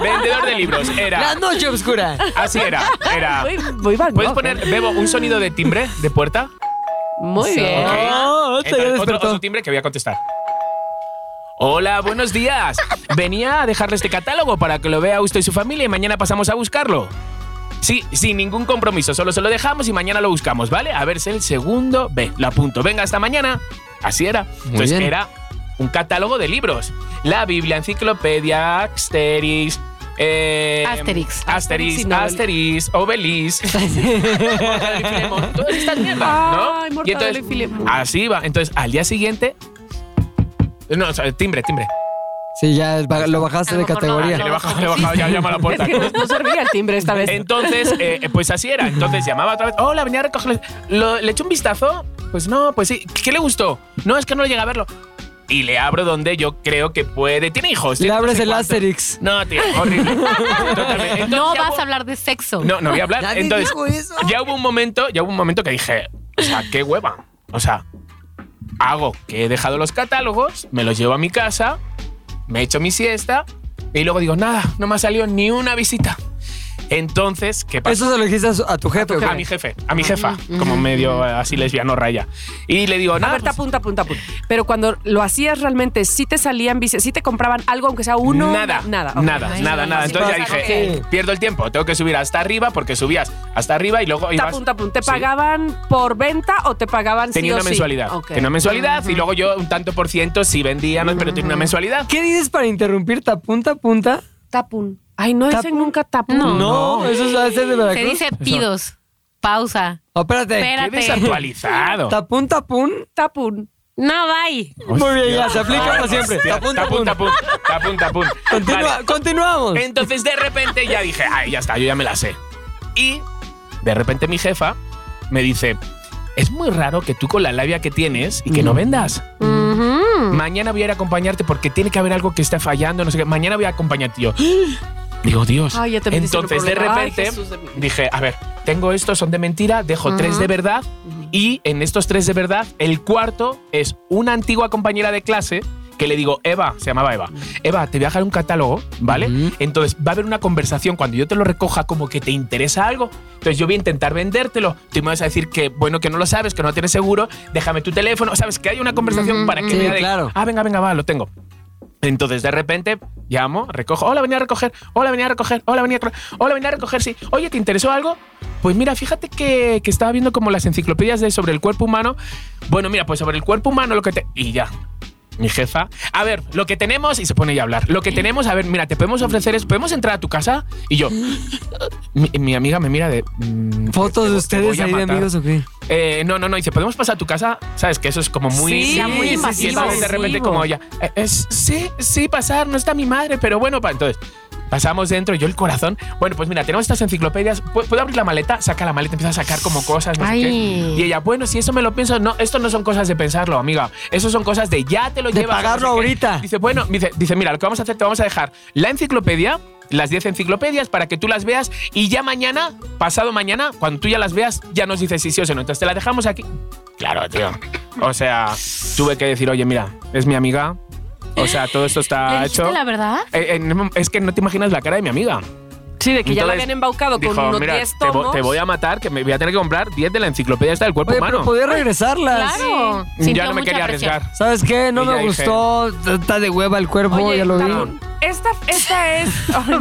[SPEAKER 3] Vendedor de libros,
[SPEAKER 4] La
[SPEAKER 3] era.
[SPEAKER 4] noche oscura.
[SPEAKER 3] Así era,
[SPEAKER 5] Ah.
[SPEAKER 3] era.
[SPEAKER 2] Muy, muy Van
[SPEAKER 3] ¿Puedes
[SPEAKER 2] Gogh,
[SPEAKER 3] poner,
[SPEAKER 2] ¿eh?
[SPEAKER 3] Bebo, un sonido de timbre de puerta?
[SPEAKER 2] Muy bien.
[SPEAKER 3] Ok.
[SPEAKER 4] Ah, te
[SPEAKER 3] Entonces, otro,
[SPEAKER 4] despertó.
[SPEAKER 3] otro timbre que voy a contestar. Hola, buenos días. Venía a dejarle este catálogo para que lo vea usted y su familia y mañana pasamos a buscarlo. Sí, sin ningún compromiso, solo se lo dejamos y mañana lo buscamos, ¿vale? A ver, es el segundo B, lo apunto. Venga, hasta mañana. Así era. Entonces
[SPEAKER 4] bien.
[SPEAKER 3] era un catálogo de libros. La Biblia, enciclopedia, Asterix. eh,
[SPEAKER 5] Asterix.
[SPEAKER 3] Asterix,
[SPEAKER 2] Asterix y Obelix.
[SPEAKER 3] Asterix, Obelix. Mortadelo y Filemón, Todas estas mierdas, ¿no?
[SPEAKER 2] Ay,
[SPEAKER 3] Y
[SPEAKER 2] Mortadelo
[SPEAKER 3] entonces,
[SPEAKER 2] y Filemón.
[SPEAKER 3] Así va. Entonces, al día siguiente. No, o sea, timbre, timbre.
[SPEAKER 4] Sí, ya ba- lo bajaste
[SPEAKER 5] A lo
[SPEAKER 4] de
[SPEAKER 5] mejor no,
[SPEAKER 4] categoría.
[SPEAKER 5] no.
[SPEAKER 3] Le he bajado, le he bajado, ya llama a la
[SPEAKER 2] Es
[SPEAKER 3] puerta.
[SPEAKER 2] que no, no servía el timbre esta vez.
[SPEAKER 3] Entonces, eh, eh, pues así era. Entonces llamaba otra vez. Hola, venía a recogerlo. Lo- ¿Le echo un vistazo? Pues no, pues sí. ¿Qué le gustó? No, es que no llega a verlo. Y le abro donde yo creo que puede. Tiene hijos.
[SPEAKER 4] Le
[SPEAKER 3] tiene no
[SPEAKER 4] abres
[SPEAKER 3] sé
[SPEAKER 4] el
[SPEAKER 3] cuánto.
[SPEAKER 4] Asterix.
[SPEAKER 3] No, tío, horrible. Totalmente. Entonces,
[SPEAKER 5] No
[SPEAKER 3] ya
[SPEAKER 5] vas
[SPEAKER 3] hubo-
[SPEAKER 5] a hablar de sexo.
[SPEAKER 3] No, no voy a hablar.
[SPEAKER 4] Nadie
[SPEAKER 3] Entonces,
[SPEAKER 4] dijo eso.
[SPEAKER 3] ya hubo un momento, ya hubo un momento que dije, o sea, qué hueva. O sea, hago que he dejado los catálogos, me los llevo a mi casa, me echo mi siesta y luego digo, nada, no me ha salido ni una visita. Entonces, ¿qué pasa?
[SPEAKER 4] Eso se lo dijiste a, su- a tu jefe.
[SPEAKER 3] a mi jefe, a mi jefa, como medio eh, así lesbiano raya. Y le digo,
[SPEAKER 2] A
[SPEAKER 3] nada, pues,
[SPEAKER 2] ver, punta, punta, punta. Pero cuando lo hacías realmente, ¿sí te salían bici? ¿Sí te compraban algo, aunque sea uno?
[SPEAKER 3] Nada,
[SPEAKER 2] Nada.
[SPEAKER 3] nada,
[SPEAKER 2] ok.
[SPEAKER 3] nada,
[SPEAKER 5] Ay,
[SPEAKER 3] nada,
[SPEAKER 5] no,
[SPEAKER 3] nada.
[SPEAKER 5] sí
[SPEAKER 3] Entonces ya
[SPEAKER 5] pasa,
[SPEAKER 3] dije,
[SPEAKER 4] ok.
[SPEAKER 3] pierdo el tiempo, tengo que subir hasta arriba porque subías hasta arriba y luego
[SPEAKER 2] Punta,
[SPEAKER 3] ibas.
[SPEAKER 2] punta, punta. ¿Te
[SPEAKER 3] Sí.
[SPEAKER 2] pagaban por venta o te pagaban sí
[SPEAKER 3] Tenía
[SPEAKER 2] o
[SPEAKER 3] una
[SPEAKER 2] sí?
[SPEAKER 3] mensualidad.
[SPEAKER 2] Ok.
[SPEAKER 3] Tenía una mensualidad y luego yo un tanto por ciento sí vendía, ¿no? pero tenía una mensualidad.
[SPEAKER 4] ¿Qué dices para interrumpir? ¿Tapunta, punta?
[SPEAKER 2] Tapun. Ay, no dicen
[SPEAKER 4] Tapun.
[SPEAKER 2] nunca tapun.
[SPEAKER 5] No.
[SPEAKER 4] eso se hace de Veracruz.
[SPEAKER 5] Se dice pidos, pausa.
[SPEAKER 4] Oh, espérate.
[SPEAKER 5] Espera.
[SPEAKER 3] Qué
[SPEAKER 5] Espérate.
[SPEAKER 3] desactualizado.
[SPEAKER 4] ¿Tapun, tapun?
[SPEAKER 2] Tapun.
[SPEAKER 5] No, bye.
[SPEAKER 4] Muy bien, ya, se aplica para siempre.
[SPEAKER 3] Hostia,
[SPEAKER 4] Tapun, tapun.
[SPEAKER 3] tapun, tapun, tapun.
[SPEAKER 4] Continúa-
[SPEAKER 3] Vale.
[SPEAKER 4] Continuamos.
[SPEAKER 3] Entonces de repente ya dije, ay, ya está, yo ya me la sé. Y de repente mi jefa me dice, es muy raro que tú con la labia que tienes y que no vendas.
[SPEAKER 2] Mm.
[SPEAKER 5] Ujú.
[SPEAKER 3] Mañana voy a ir a acompañarte porque tiene que haber algo que está fallando, no sé qué. Mañana voy a acompañarte Y yo. Digo, Dios.
[SPEAKER 2] Ay, ya te metiste en un
[SPEAKER 3] Entonces de
[SPEAKER 2] problema. Ay,
[SPEAKER 3] repente
[SPEAKER 2] Jesús de mi vida.
[SPEAKER 3] dije, a ver, tengo estos, son de mentira, dejo
[SPEAKER 5] Ujú.
[SPEAKER 3] tres de verdad y en estos tres de verdad, el cuarto es una antigua compañera de clase que le digo, Eva, se llamaba Eva, Eva, te voy a dejar un catálogo, ¿vale? Entonces va a haber una conversación cuando yo te lo recoja como que te interesa algo. Entonces yo voy a intentar vendértelo. Tú me vas a decir que, bueno, que no lo sabes, que no tienes seguro, déjame tu teléfono, ¿sabes? Que hay una conversación
[SPEAKER 5] Ujú,
[SPEAKER 3] para que
[SPEAKER 4] sí,
[SPEAKER 3] vea de,
[SPEAKER 4] claro.
[SPEAKER 3] ah, venga, venga, va, lo tengo. Entonces de repente llamo, recojo, hola, venía a recoger, hola, venía a recoger, hola, venía a recoger, hola, venía a recoger, sí. Oye, ¿te interesó algo? Pues mira, fíjate que, que estaba viendo como las enciclopedias de sobre el cuerpo humano. Bueno, mira, pues sobre el cuerpo humano lo que te... Y ya. Mi jefa, a ver, lo que tenemos, y se pone ya a hablar, lo que tenemos, a ver, mira, te podemos ofrecer es, ¿podemos entrar a tu casa? Y yo, mi, mi amiga me mira de... mm,
[SPEAKER 4] ¿Fotos
[SPEAKER 3] te-
[SPEAKER 4] de
[SPEAKER 3] te voy
[SPEAKER 4] ustedes
[SPEAKER 3] a
[SPEAKER 4] ahí de
[SPEAKER 3] matar.
[SPEAKER 4] amigos o qué?
[SPEAKER 3] Eh, no, no, no, dice, ¿podemos pasar a tu casa? ¿Sabes? Que eso es como muy...
[SPEAKER 2] Sí,
[SPEAKER 5] ya muy
[SPEAKER 3] y
[SPEAKER 5] invasivo.
[SPEAKER 3] entonces de repente
[SPEAKER 2] Invasivo.
[SPEAKER 3] como ella, eh, es, sí, sí, pasar, no está mi madre, pero bueno, pa- entonces... Pasamos dentro, yo el corazón. Bueno, pues mira, tenemos estas enciclopedias. ¿Pu- ¿Puedo abrir la maleta? Saca la maleta, empieza a sacar como cosas. no sé
[SPEAKER 5] Ay.
[SPEAKER 3] qué. Y ella, bueno, si eso me lo pienso, no, esto no son cosas de pensarlo, amiga. Eso son cosas de ya te lo
[SPEAKER 4] De
[SPEAKER 3] llevas.
[SPEAKER 4] pagarlo
[SPEAKER 3] no sé qué.
[SPEAKER 4] ahorita.
[SPEAKER 3] Dice, bueno, dice, dice, mira, lo que vamos a hacer, te vamos a dejar la enciclopedia, las 10 enciclopedias, para que tú las veas y ya mañana, pasado mañana, cuando tú ya las veas, ya nos dices si sí o si no. Entonces te la dejamos aquí. Claro, tío. O sea, tuve que decir, oye, mira, es mi amiga. O sea, todo esto
[SPEAKER 5] ¿Le
[SPEAKER 3] está
[SPEAKER 5] dijiste
[SPEAKER 3] hecho.
[SPEAKER 5] la verdad?
[SPEAKER 3] Eh, eh, no, es que no te imaginas la cara de mi amiga.
[SPEAKER 2] Sí, de que ya la
[SPEAKER 3] Entonces,
[SPEAKER 2] habían embaucado
[SPEAKER 3] Dijo,
[SPEAKER 2] con unos
[SPEAKER 3] mira,
[SPEAKER 2] 10
[SPEAKER 3] te, vo-
[SPEAKER 2] tomos.
[SPEAKER 3] te voy a matar, que me voy a tener que comprar 10 de la enciclopedia esta del cuerpo
[SPEAKER 4] Oye,
[SPEAKER 3] humano.
[SPEAKER 4] pero podía regresarlas.
[SPEAKER 3] Mm,
[SPEAKER 5] Claro.
[SPEAKER 3] ya
[SPEAKER 5] Sintió
[SPEAKER 3] no me
[SPEAKER 5] mucha
[SPEAKER 3] quería
[SPEAKER 5] presión.
[SPEAKER 3] arriesgar.
[SPEAKER 4] ¿Sabes qué? No
[SPEAKER 3] Y ya
[SPEAKER 4] me
[SPEAKER 3] dije-
[SPEAKER 4] gustó. Está de hueva el cuerpo,
[SPEAKER 2] Oye,
[SPEAKER 4] ya lo vi.
[SPEAKER 2] tapun. Esta, esta es.